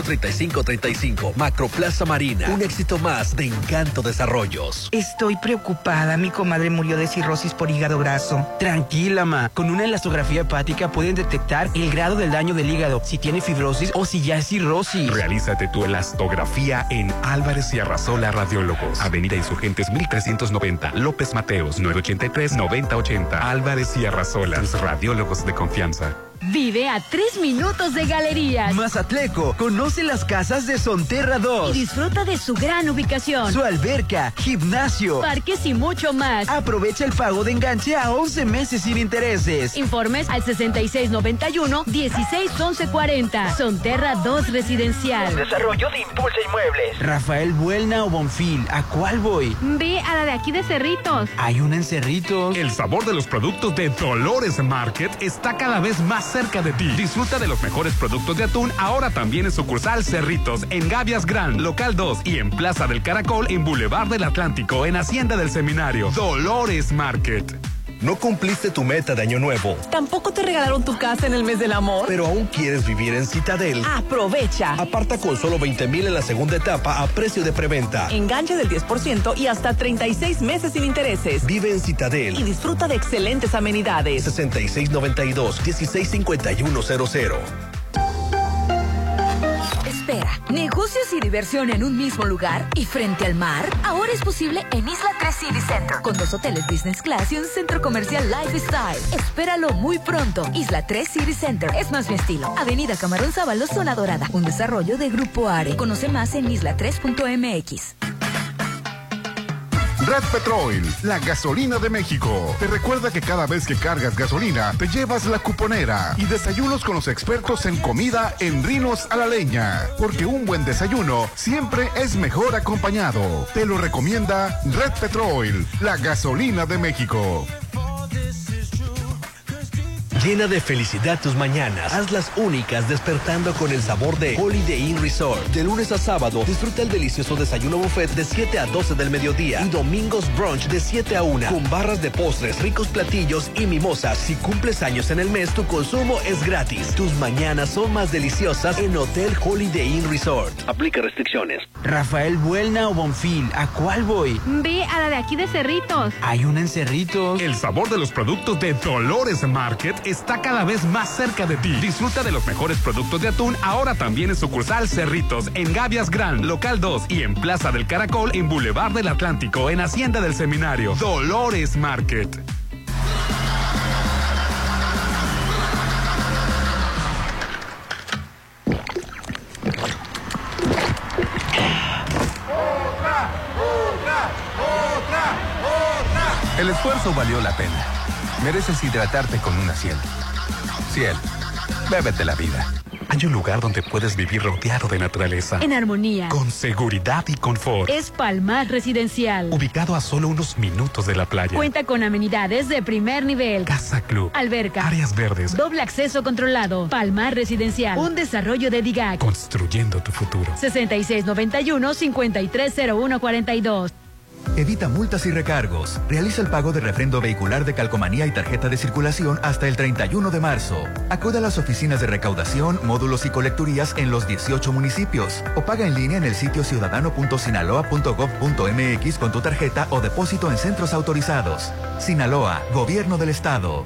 S9: 6692-643535. Macroplaza Marina. Un éxito más de Encanto Desarrollos.
S10: Estoy preocupada. Mi comadre murió de cirrosis por hígado graso.
S29: Tranquila, ma. Con una elastografía hepática pueden detectar el grado del daño del hígado, si tiene fibrosis o si ya es cirrosis.
S8: Realízate tu elastografía en Álvarez y Arrasola Radiólogos. Avenida Insurgentes 1390, López Mateos 983-9080. Álvarez y Arrasola, tus radiólogos de confianza.
S2: Vive a tres minutos de galerías.
S17: Mazatleco, conoce las casas de Sonterra
S2: Y
S17: 2,
S2: disfruta de su gran ubicación.
S17: su alberca, gimnasio.
S2: Parques y mucho más.
S8: Ah,
S17: Aprovecha el pago de enganche a 11 meses sin
S8: pues.
S17: intereses.
S2: Informes al 6691-161140. Sonterra 2 Residencial.
S17: Desarrollo de Impulsa Inmuebles. Rafael Buelna o Bonfil, ¿a cuál voy?
S30: Ve a la de aquí de Cerritos.
S17: Hay una en Cerritos.
S8: El sabor de los productos de Dolores Market está cada vez más cerca de ti. Disfruta de los mejores productos de atún ahora también en sucursal Cerritos, en Gavias Gran, Local 2 y en Plaza del Caracol, en Boulevard del Atlántico, en Hacienda del Seminario. Dolores Market.
S9: No cumpliste tu meta de año nuevo,
S21: ¿Tampoco te regalaron tu casa en el mes del amor?
S9: pero aún quieres vivir en Citadel.
S21: Ah. Aprovecha.
S9: Aparta con solo 20 mil en la segunda etapa a precio de preventa.
S21: Enganche del 10% y hasta 36 meses sin intereses.
S9: Vive en
S21: Y
S9: Citadel.
S21: disfruta de excelentes amenidades.
S9: 6692-165100.
S22: Espera, negocios y diversión en un mismo lugar y frente al mar, ahora es posible en Isla 3 City Center, con dos hoteles Business Class y un centro comercial Lifestyle. Espéralo muy pronto. Isla 3 City Center es más mi estilo. Avenida Camarón Sábalo, Zona Dorada, un desarrollo de Grupo Are. Conoce más en isla3.mx.
S18: Red Petrol, la gasolina de México. Te recuerda que cada vez que cargas gasolina, te llevas la cuponera y desayunos con los expertos en comida en Rinos a la Leña. Porque un buen desayuno siempre es mejor acompañado. Te lo recomienda Red Petrol, la gasolina de México.
S9: Llena de felicidad tus mañanas. Hazlas únicas despertando con el sabor de Holiday Inn Resort. De lunes a sábado, disfruta el delicioso desayuno buffet de 7 a 12 del mediodía y domingos brunch de 7 a 1 con barras de postres, ricos platillos y mimosas. Si cumples años en el mes, tu consumo es gratis. Tus mañanas son más deliciosas en Hotel Holiday Inn Resort. Aplica restricciones.
S31: Rafael Buelna o Bonfil, ¿a cuál voy?
S6: Ve a la de aquí de Cerritos.
S31: Hay una en Cerritos.
S8: El sabor de los productos de Dolores Market está cada vez más cerca de ti. Disfruta de los mejores productos de atún ahora también en sucursal Cerritos, en Gavias Gran, Local 2 y en Plaza del Caracol, en Boulevard del Atlántico, en Hacienda del Seminario. Dolores Market.
S32: El esfuerzo valió la pena. Mereces hidratarte con una ciel. Ciel, bébete la vida.
S8: Hay un lugar donde puedes vivir rodeado de naturaleza.
S2: En armonía.
S8: Con seguridad y confort.
S2: Es Palmar Residencial.
S8: Ubicado a solo unos minutos de la playa.
S2: Cuenta con amenidades de primer nivel.
S8: Casa Club.
S2: Alberca.
S8: Áreas verdes.
S2: Doble acceso controlado. Palmar Residencial. Un desarrollo de DIGAC.
S8: Construyendo tu futuro.
S2: 6691-530142.
S19: Evita multas y recargos. Realiza el pago de refrendo vehicular de calcomanía y tarjeta de circulación hasta el 31 de marzo. Acude a las oficinas de recaudación, módulos y colecturías en los 18 municipios. O paga en línea en el sitio ciudadano.sinaloa.gov.mx con tu tarjeta o depósito en centros autorizados. Sinaloa, Gobierno del Estado.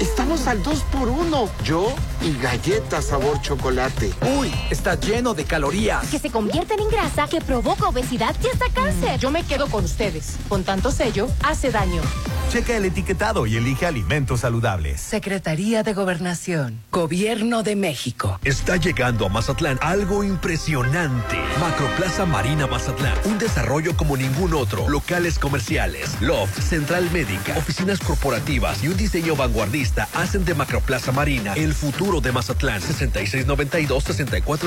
S7: Estamos al 2 por 1 Yo y galletas sabor chocolate.
S17: Uy, está lleno de calorías.
S16: que se convierten en grasa, que provoca obesidad y hasta cáncer.
S33: Mm, Yo me quedo con ustedes. Con tanto sello, hace daño.
S17: Checa el etiquetado y elige alimentos saludables.
S21: Secretaría de Gobernación, Gobierno de México.
S9: Está llegando a Mazatlán algo impresionante. Macroplaza Marina Mazatlán. Un desarrollo como ningún otro. Locales comerciales, loft, central médica, oficinas corporativas y un diseño vanguardista hacen de Macroplaza Marina el futuro de Mazatlán.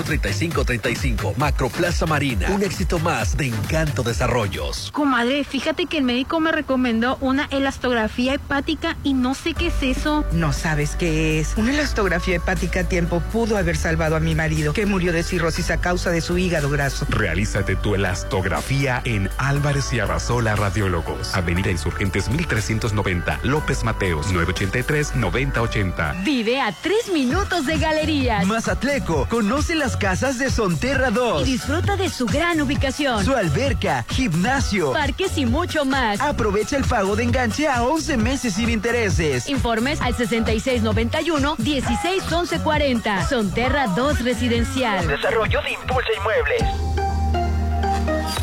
S9: 6692-643535. Macroplaza Marina. Un éxito más de Encanto Desarrollos.
S6: Comadre, fíjate que el médico me recomendó una elastografía hepática y no sé qué es eso.
S10: No sabes qué es. Una elastografía hepática a tiempo pudo haber salvado a mi marido, que murió de cirrosis a causa de su hígado graso.
S8: Realízate tu elastografía en Álvarez y Arrasola Radiólogos. Avenida Insurgentes 1390, López Mateos 983-9080.
S2: Vive a tres minutos de galerías.
S17: Mazatleco, conoce las casas de Sonterra 2.
S2: Y disfruta de su gran ubicación.
S17: Su alberca, gimnasio.
S2: Parques y mucho más.
S16: Ah,
S17: Aprovecha el pago de enganche a 11 meses sin
S16: pues.
S17: intereses.
S2: Informes al 6691-161140. Sonterra 2 Residencial.
S17: Desarrollo de Impulsa Inmuebles.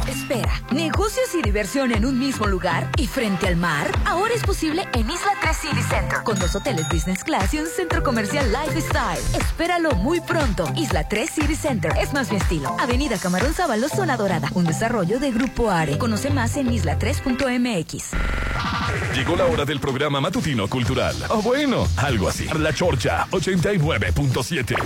S22: Espera, negocios y diversión en un mismo lugar y frente al mar, ahora es posible en Isla 3 City Center, con dos hoteles business class y un centro comercial lifestyle. Espéralo muy pronto. Isla 3 City Center es más mi estilo. Avenida Camarón Sábalo, Zona Dorada, un desarrollo de Grupo Are. Conoce más en isla3.mx.
S1: Llegó la hora del programa matutino cultural. O bueno, algo así. La Chorcha 89.7.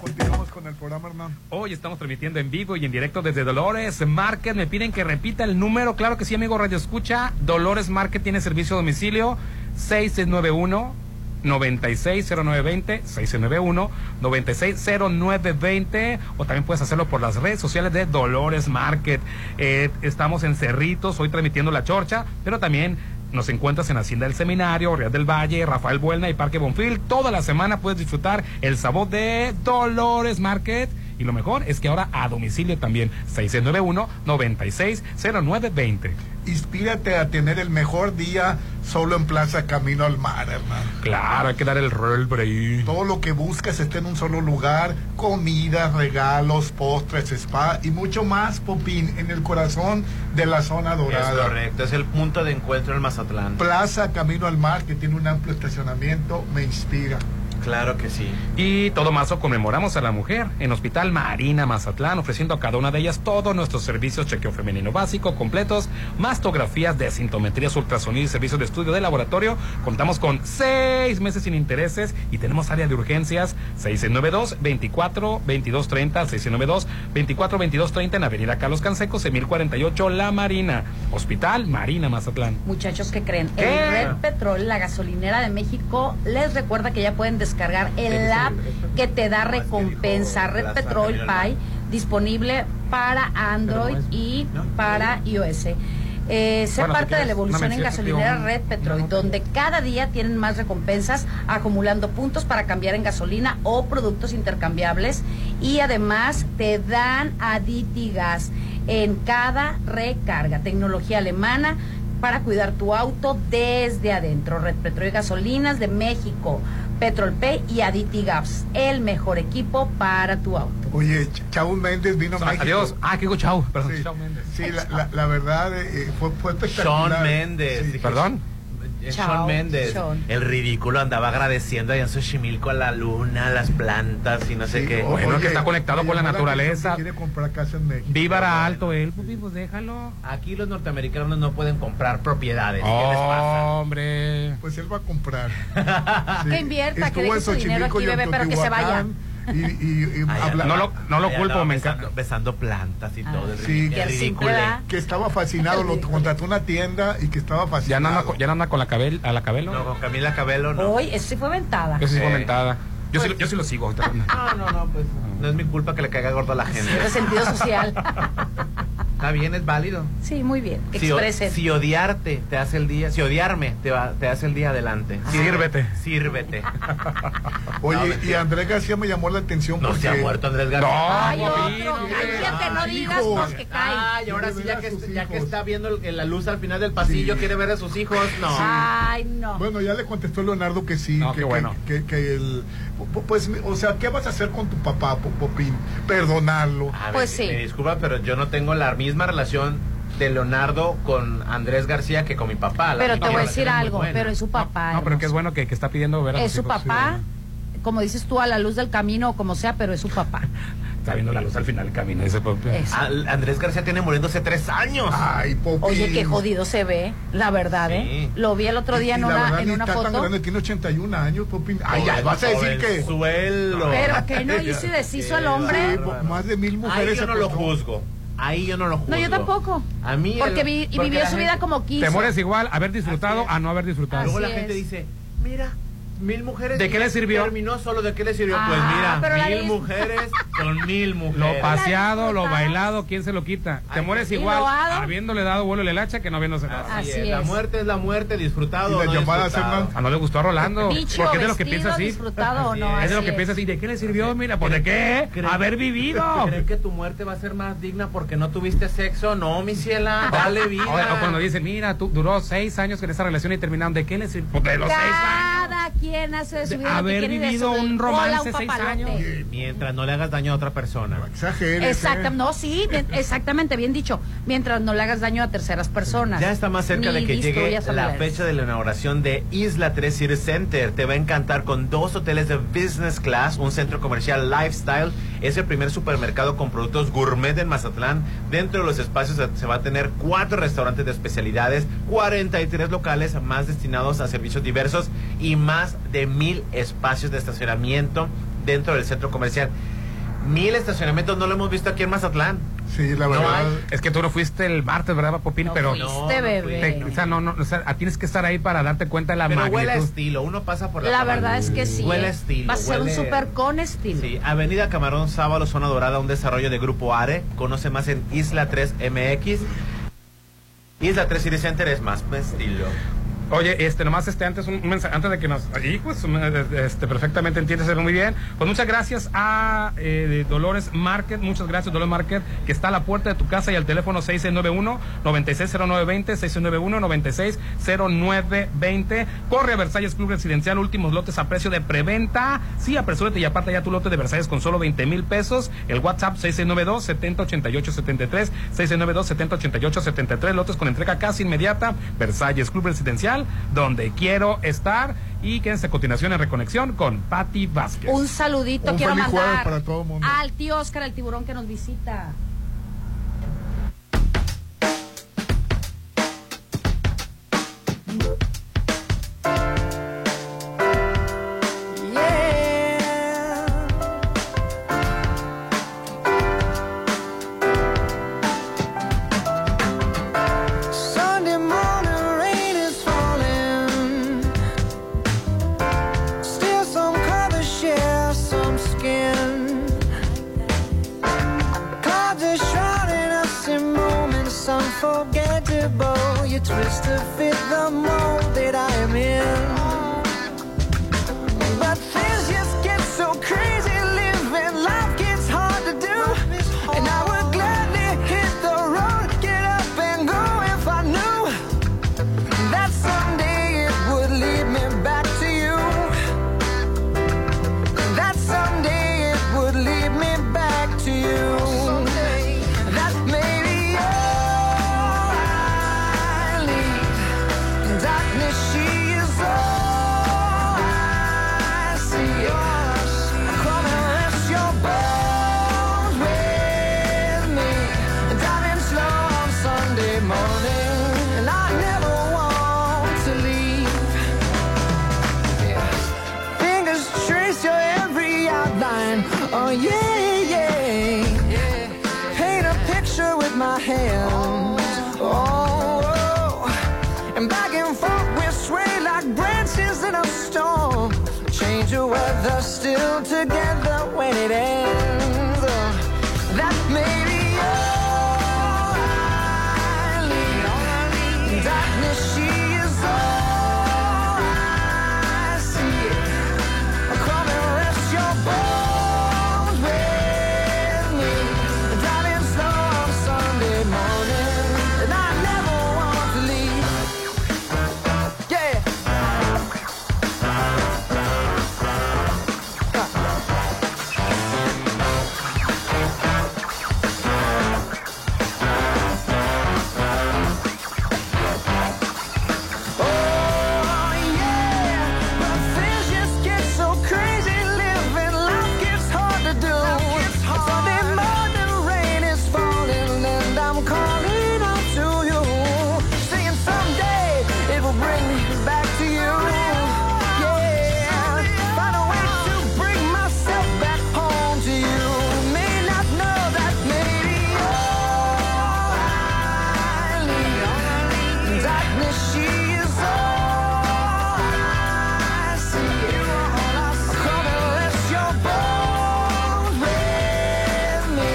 S14: Continuamos con el programa, hermano.
S3: Hoy estamos transmitiendo en vivo y en directo desde Dolores Market. Me piden que repita el número. Claro que sí, amigo Radio Escucha. Dolores Market tiene servicio a domicilio 6691 960920 691 960920 o también puedes hacerlo por las redes sociales de Dolores Market. Eh, estamos en Cerritos, hoy transmitiendo la chorcha, pero también Nos encuentras en Hacienda del Seminario, Real del Valle, Rafael Buelna y Parque Bonfil. Toda la semana puedes disfrutar el sabor de Dolores Market. Y lo mejor es que ahora a domicilio también. 691-960920.
S7: Inspírate a tener el mejor día solo en Plaza Camino al Mar, hermano.
S3: Claro, hay que dar el rol por ahí.
S7: Todo lo que buscas está en un solo lugar. Comida, regalos, postres, spa y mucho más, Popín, en el corazón de la zona dorada.
S5: Es correcto, es el punto de encuentro en Mazatlán.
S7: Plaza Camino al Mar, que tiene un amplio estacionamiento, me inspira.
S5: Claro que sí.
S3: Y todo marzo conmemoramos a la mujer en Hospital Marina Mazatlán, ofreciendo a cada una de ellas todos nuestros servicios chequeo femenino básico, completos, mastografías de sintometrías, ultrasonido y servicios de estudio de laboratorio. Contamos con seis meses sin intereses y tenemos área de urgencias 692 24 22 30 692 24 22 30 en Avenida Carlos Canseco, 1048 La Marina, Hospital Marina Mazatlán.
S6: Muchachos que creen,
S3: ¿Qué?
S6: el Red Petrol, la gasolinera de México, les recuerda que ya pueden descargar el app que te da recompensa, Red Petrol Pay, disponible para Android y para iOS. Eh, sé Bueno, si parte de quieres, la evolución una en mención, gasolinera tío, Red Petrol, donde cada día tienen más recompensas, acumulando puntos para cambiar en gasolina o productos intercambiables. Y además te dan aditigas en cada recarga. Tecnología alemana para cuidar tu auto desde adentro. Red Petrol y Gasolinas de México, Petrol Pay y Aditi Gas, el mejor equipo para tu auto.
S7: Oye, Chau Méndez vino a
S3: Ah,
S7: México.
S3: adiós. Ah, que digo chau. Perdón,
S7: Sí,
S3: chau Méndez.
S7: sí, la, la- la verdad eh, eh, fue, fue espectacular.
S5: Sean Méndez.
S7: Sí.
S5: Dije,
S3: Perdón.
S5: eh,
S7: Chao,
S5: Sean Méndez.
S7: Sean.
S5: El ridículo andaba agradeciendo allá en Xochimilco a la luna, a las plantas y no sé qué.
S3: Bueno, que está conectado con la naturaleza.
S7: Quiere comprar casa en México.
S3: Vívara alto él, pues, pues déjalo.
S5: Aquí los norteamericanos no pueden comprar propiedades. ¿Qué les pasa?
S3: Hombre.
S7: Pues él va a comprar.
S6: Que invierta, que
S7: Estuvo
S6: deje
S7: en
S6: su dinero
S7: Xochimilco
S6: aquí,
S7: y en
S6: bebé, pero que se vaya.
S7: Teotihuacán Y, y- y Em, habla-
S5: no lo,
S3: no lo
S5: culpo, me encanta. Besando plantas
S3: Ah,
S7: Ah,
S5: y todo. el
S7: Sí,
S5: ridículo.
S3: ¿eh?
S7: que estaba fascinado, lo contrató una tienda y que estaba
S3: Ya no
S7: fascinado.
S3: anda, con- ya no anda con la cabel, a la cabelo.
S5: No, con Camila Cabello no.
S6: Hoy, eso sí fue ventada.
S3: Eso sí
S5: Eh,
S3: fue mentada. Yo, sí, lo- yo sí lo sigo. ahorita.
S5: No, no, no, pues no es mi culpa que le caiga gordo a la gente.
S6: Resentido social.
S5: Está bien, es válido.
S6: Sí, muy bien. Que
S5: Si, o-
S6: expresen.
S5: si odiarte te hace el día, si odiarme te, va- te hace el día adelante. Sírvete. Sírvete.
S7: Oye, y Andrés García me llamó la atención
S5: No
S7: porque...
S5: se ha muerto Andrés García.
S7: No,
S5: Ay,
S6: otro, cállate, no digas porque pues, cae.
S5: Ay, ahora sí, ya que, ya que está viendo el- la luz al final del pasillo,
S7: Sí.
S5: quiere ver a sus hijos. No.
S6: Ay, no.
S7: Bueno, ya le contestó Leonardo que sí, que,
S5: qué bueno.
S7: que, que- que el... Pues, o sea, ¿qué vas a hacer con tu papá, Pop- Popín? Perdonarlo.
S5: A ver,
S7: Pues sí.
S5: Me disculpa, pero yo no tengo la misma relación de Leonardo con Andrés García que con mi papá. La
S6: Pero
S5: misma
S6: te voy a
S5: relación
S6: decir
S5: es muy
S6: algo,
S5: buena.
S6: pero es su papá.
S3: No, pero que es bueno que, que está pidiendo ver a
S6: es
S3: sus
S6: su
S3: hijos.
S6: papá, como dices tú, a la luz del camino o como sea, pero es su papá.
S3: Está viendo la luz al final del camino. Ese papá.
S6: Eso.
S5: Al- Andrés García tiene muriéndose tres años.
S7: Ay, Popín.
S6: Oye, qué jodido se ve, la verdad, ¿eh? Lo vi el otro
S7: Y- y
S6: día en
S7: la
S6: una,
S7: verdad
S6: en
S7: ni
S6: una
S7: está tan
S6: foto.
S7: grande, tiene 81 años, Popín. Ay, ya,
S5: Sobre-
S7: vas a decir
S5: sobre
S7: que...
S5: el suelo.
S6: Pero que no hizo y deshizo al hombre.
S7: Sí, pues, po- más de mil mujeres...
S5: Ahí yo
S7: se
S5: no lo
S7: acostó.
S5: juzgo. Ahí yo no lo juzgo.
S6: No, yo tampoco.
S5: A mí
S6: Porque
S5: el-
S6: vi- y
S5: porque
S6: vivió
S5: la
S6: su
S5: gente-
S6: vida como quiso.
S3: Te mueres igual haber disfrutado a no haber disfrutado.
S5: Luego la
S6: Así
S5: gente
S6: es.
S5: dice, mira, mil mujeres.
S3: ¿De
S5: y
S3: qué le sirvió?
S5: Terminó solo, ¿de qué le sirvió?
S6: Ah, pero
S5: pues
S6: la
S5: mira, mil
S6: dis-
S5: mujeres con mil mujeres.
S3: Lo paseado, lo bailado, ¿quién se lo quita? Te mueres
S5: y
S3: igual
S5: lo dado.
S3: habiéndole dado vuelo el helacha que no habiéndose nada.
S5: Así es, La muerte es la muerte, disfrutado.
S3: Y
S5: o
S3: la
S5: no
S3: llamada
S5: disfrutado.
S3: Hernán. Ah, no le gustó a Rolando.
S6: Dicho,
S3: Porque es de lo que
S6: vestido,
S3: piensa así.
S6: disfrutado o no,
S3: Es de lo
S6: así
S3: que
S6: es.
S3: piensa así. ¿De qué le sirvió? Mira, pues de qué? Haber vivido.
S5: ¿Creen que tu muerte va a ser más digna porque no tuviste sexo? No, mi ciela, dale vida.
S3: O, o cuando dicen, mira, tú duró seis años con esa relación y terminaron. ¿De qué le sirvió? Pues de los seis
S6: Cada quien hace de su vida. lo que
S3: haber
S6: quiere y de
S3: vivido
S6: su-
S3: un
S6: Hola,
S3: romance
S6: un
S3: seis
S6: papalote.
S5: Mientras no le hagas daño a otra persona.
S3: ¿eh?
S6: Exactamente, no, sí, de- exactamente, bien dicho. Mientras no le hagas daño a terceras personas.
S5: Ya está más cerca
S6: Ni
S5: de que llegue
S6: destruyas
S5: la
S6: familiares.
S5: fecha de la inauguración de Isla 3 City Center. Te va a encantar con dos hoteles de business class, un centro comercial lifestyle. Es el primer supermercado con productos gourmet en Mazatlán. Dentro de los espacios se- se va a tener cuatro restaurantes de especialidades, 43 locales más destinados a servicios diversos y más de mil espacios de estacionamiento dentro del centro comercial. Mil estacionamientos no lo hemos visto aquí en Mazatlán.
S7: Sí, la
S3: No
S7: verdad.
S3: hay. es que tú no fuiste el martes, ¿verdad, Popín?
S5: No
S3: pero
S5: fuiste, No, no fui. bebé.
S3: Te- o sea, no, no, o sea, ah, tienes que estar ahí para darte cuenta de la
S5: Pero huele a
S3: magnitud.
S5: estilo, uno pasa por la
S6: La
S5: Camarón.
S6: verdad es que sí.
S5: Huele a
S6: ¿eh?
S5: estilo.
S6: Va a ser un
S5: huele-
S6: super con estilo.
S5: Sí, Avenida Camarón Sábalo, Zona Dorada, un desarrollo de Grupo ARE. Conoce más en Isla 3 MX. Isla 3 City Center es más estilo.
S3: Oye, este, nomás este, antes, un, un mensaje, antes de que nos. Hijos, este, perfectamente entiendes eso muy bien. Pues muchas gracias a eh, Dolores Market, muchas gracias, Dolores Market, que está a la puerta de tu casa y al teléfono 6691-960920, 691-960920. Corre a Versalles Club Residencial, últimos lotes a precio de preventa. Sí, apresúrate y aparte ya tu lote de Versalles con solo 20 mil pesos. El WhatsApp 6692-708873, 6692-708873, lotes con entrega casi inmediata. Versalles Club Residencial, donde quiero estar. Y quédense a continuación en Reconexión con Patti Vázquez.
S6: Un saludito
S7: Un
S6: quiero
S7: feliz jueves
S6: mandar
S7: para todo mundo.
S6: al tío Oscar, el tiburón que nos visita.
S26: Sunday morning rain is falling. Still some colors share some skin. Clouds are shrouding us in moments unforgettable. You twist to fit the mold that I am in. But things just get so crazy living. Life gets hard to do. And I would gladly hit the road, get up and go if I knew that someday it would lead me back to you. That someday it would lead me back to you. That maybe all I need. Darkness, she is all I see. Come and rest your bones with me. Diving slow on Sunday morning. And I never want to leave. Fingers trace your every outline. Oh yeah, yeah. Paint a picture with my hands. Oh, oh. and back and forth we sway like branches in a storm. Change of weather, still together when it ends. Oh, that may be all I need. Darkness, she is all I see. Come and rest your bones with me. Driving slow on Sunday morning, and I never want to leave. Yeah. Oh yeah. But things just get so crazy living. Life gets hard to do. Sunday morning rain is falling and I'm calling out to you. Saying someday it will bring me back to you. Yeah. Find a way to bring myself back home to you. May not know that maybe all I need. Darkness, she is all I see. Come and rest your bones with me.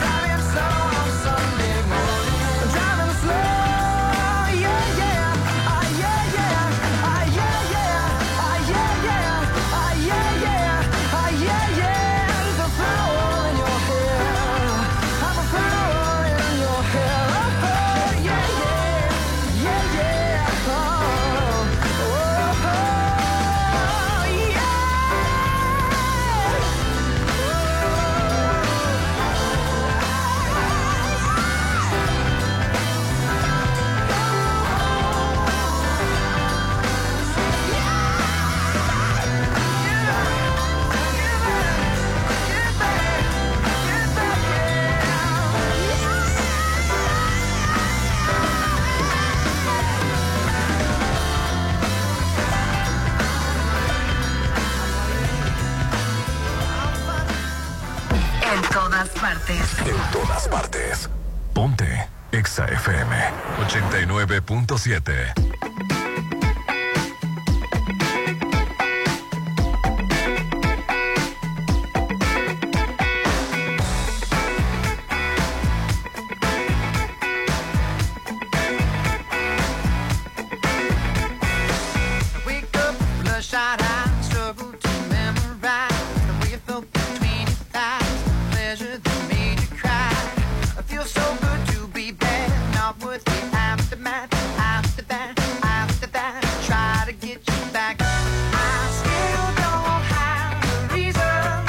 S26: Driving slow on Sunday morning. Driving slow, yeah, yeah. Ah, yeah, yeah. Ah, yeah, yeah. Ah, yeah, yeah. Ah, yeah, yeah. Ah, yeah, yeah. There's a flower in your hair. I'm a flower in your hair. Oh, yeah, yeah. Yeah, yeah. Oh.
S22: En todas partes.
S1: En todas partes. Ponte Exa FM 89.7.
S14: it's the aftermath, after that, after that, try to get you back. I still don't have a reason,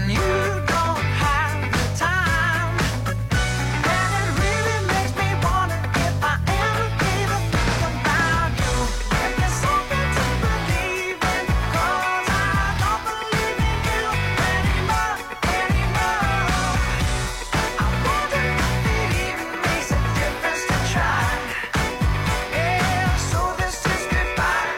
S14: and you don't have the time. And it really makes me wonder if I ever gave a fuck about you. Give me something to believe in, 'cause I don't believe in you anymore, anymore. I wonder if it even makes a difference to try. Yeah, so this is goodbye.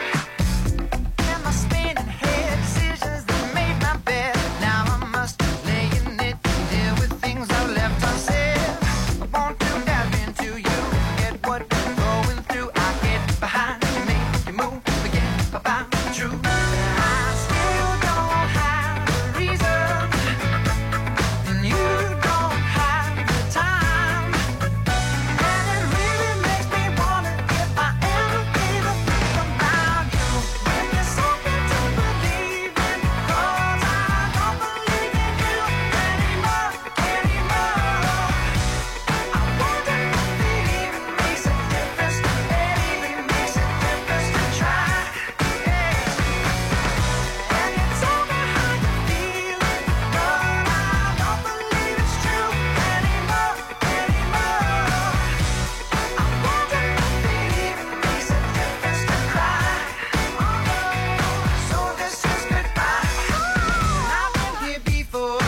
S14: And my spinning head decisions that made my bed. Now I must lay in it and deal with things I left unsaid. I want to dive into you, get what I'm going through. I get behind you, make you move, forget about the truth. I still don't have a reason. And you don't have the time. And it really makes me wonder if I ever gave a fuck about you. Give me something to believe in, 'cause I don't believe in you anymore, anymore. I wonder if it even makes a difference. It even makes a difference to try. Yeah. And you tell me how you feel, but I don't believe it's true anymore, anymore. I wonder if it even makes a difference to cry. So this is goodbye. I've been here before.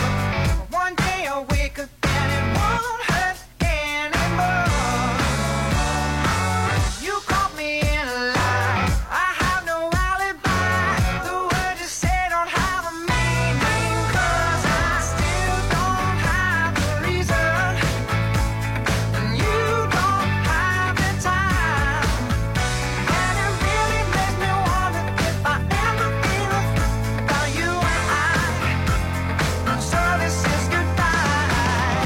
S14: One day I'll wake up and it won't hurt anymore. You caught me in a lie. I have no alibi. The words you say don't have a meaning. 'Cause I still don't have the reason. And you don't have the time. And it really makes me wonder if I ever feel about you and I. So this is goodbye.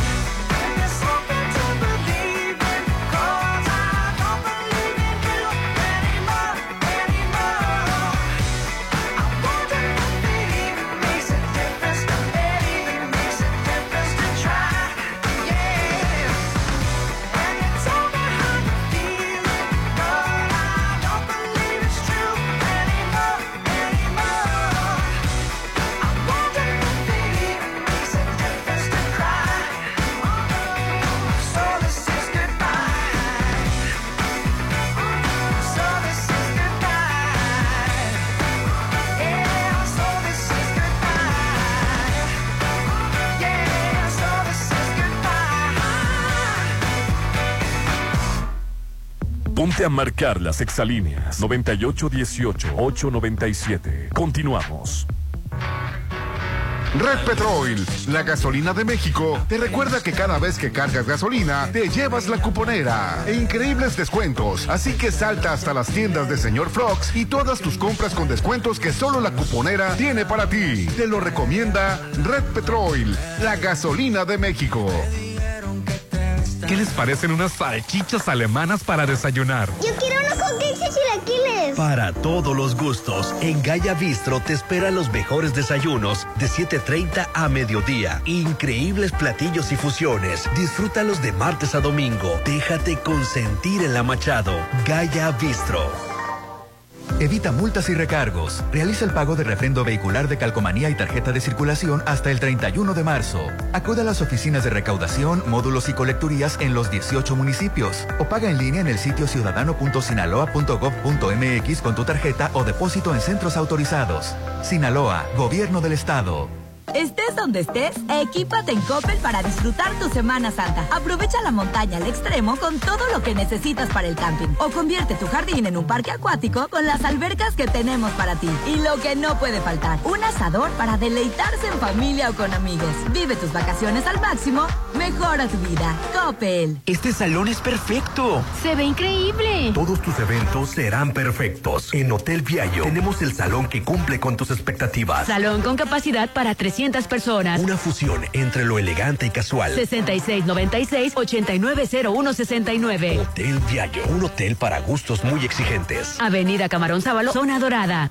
S14: Give me something to believe in, 'cause I don't believe in you anymore, anymore. I wonder if it even makes a difference. It even makes a difference to try, yeah. And you tell me how you feel, but I don't believe it's true anymore, anymore. I wonder if it even makes a difference to cry. So this is goodbye. So this is goodbye. Yeah. So this is goodbye. Yeah. So this is goodbye.
S1: Ponte a marcar las exalíneas 9818-897. Continuamos.
S18: Red Petrol, la gasolina de México, te recuerda que cada vez que cargas gasolina, te llevas la cuponera e increíbles descuentos. Así que salta hasta las tiendas de Señor Frogs y todas tus compras con descuentos que solo la cuponera tiene para ti. Te lo recomienda Red Petrol, la gasolina de México.
S8: ¿Qué les parecen unas salchichas alemanas para desayunar?
S18: Yo quiero unos hotcakes y chilaquiles.
S9: Para todos los gustos, en Gaya Bistro te esperan los mejores desayunos de 7.30 a mediodía. Increíbles platillos y fusiones. Disfrútalos de martes a domingo. Déjate consentir en la Machado. Gaya Bistro.
S19: Evita multas y recargos. Realiza el pago de refrendo vehicular de calcomanía y tarjeta de circulación hasta el 31 de marzo. Acude a las oficinas de recaudación, módulos y colecturías en los 18 municipios. O paga en línea en el sitio ciudadano.sinaloa.gov.mx con tu tarjeta o depósito en centros autorizados. Sinaloa, Gobierno del Estado.
S22: Estés donde estés, equípate en Coppel para disfrutar tu Semana Santa. Aprovecha la montaña al extremo con todo lo que necesitas para el camping. O convierte tu jardín en un parque acuático con las albercas que tenemos para ti. Y lo que no puede faltar, un asador para deleitarse en familia o con amigos. Vive tus vacaciones al máximo, mejora tu vida. Coppel.
S16: Este salón es perfecto.
S34: Se ve increíble.
S16: Todos tus eventos serán perfectos. En Hotel Viallo tenemos el salón que cumple con tus expectativas.
S2: Salón con capacidad para 300 personas.
S16: Una fusión entre lo elegante y casual.
S2: 6696-890169.
S16: Hotel Viallo, un hotel para gustos muy exigentes.
S2: Avenida Camarón Sábalo, Zona Dorada.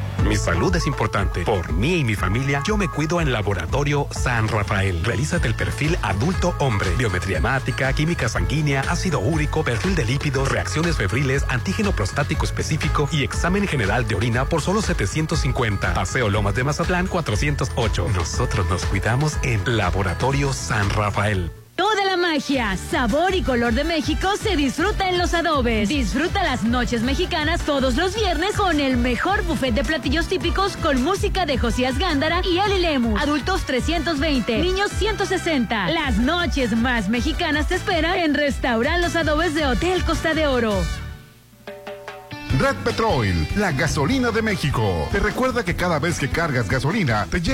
S8: Mi salud es importante. Por mí y mi familia, yo me cuido en Laboratorio San Rafael. Realízate el perfil adulto hombre, biometría hemática, química sanguínea, ácido úrico, perfil de lípidos, reacciones febriles, antígeno prostático específico y examen general de orina por solo 750. Paseo Lomas de Mazatlán 408. Nosotros nos cuidamos en Laboratorio San Rafael.
S2: Toda la magia, sabor y color de México se disfruta en los adobes. Disfruta las noches mexicanas todos los viernes con el mejor buffet de platillos típicos con música de Josías Gándara y Ali Lemus. Adultos 320, niños 160. Las noches más mexicanas te esperan en Restaurant Los Adobes de Hotel Costa de Oro.
S18: Red Petrol, la gasolina de México. Te recuerda que cada vez que cargas gasolina, te llevas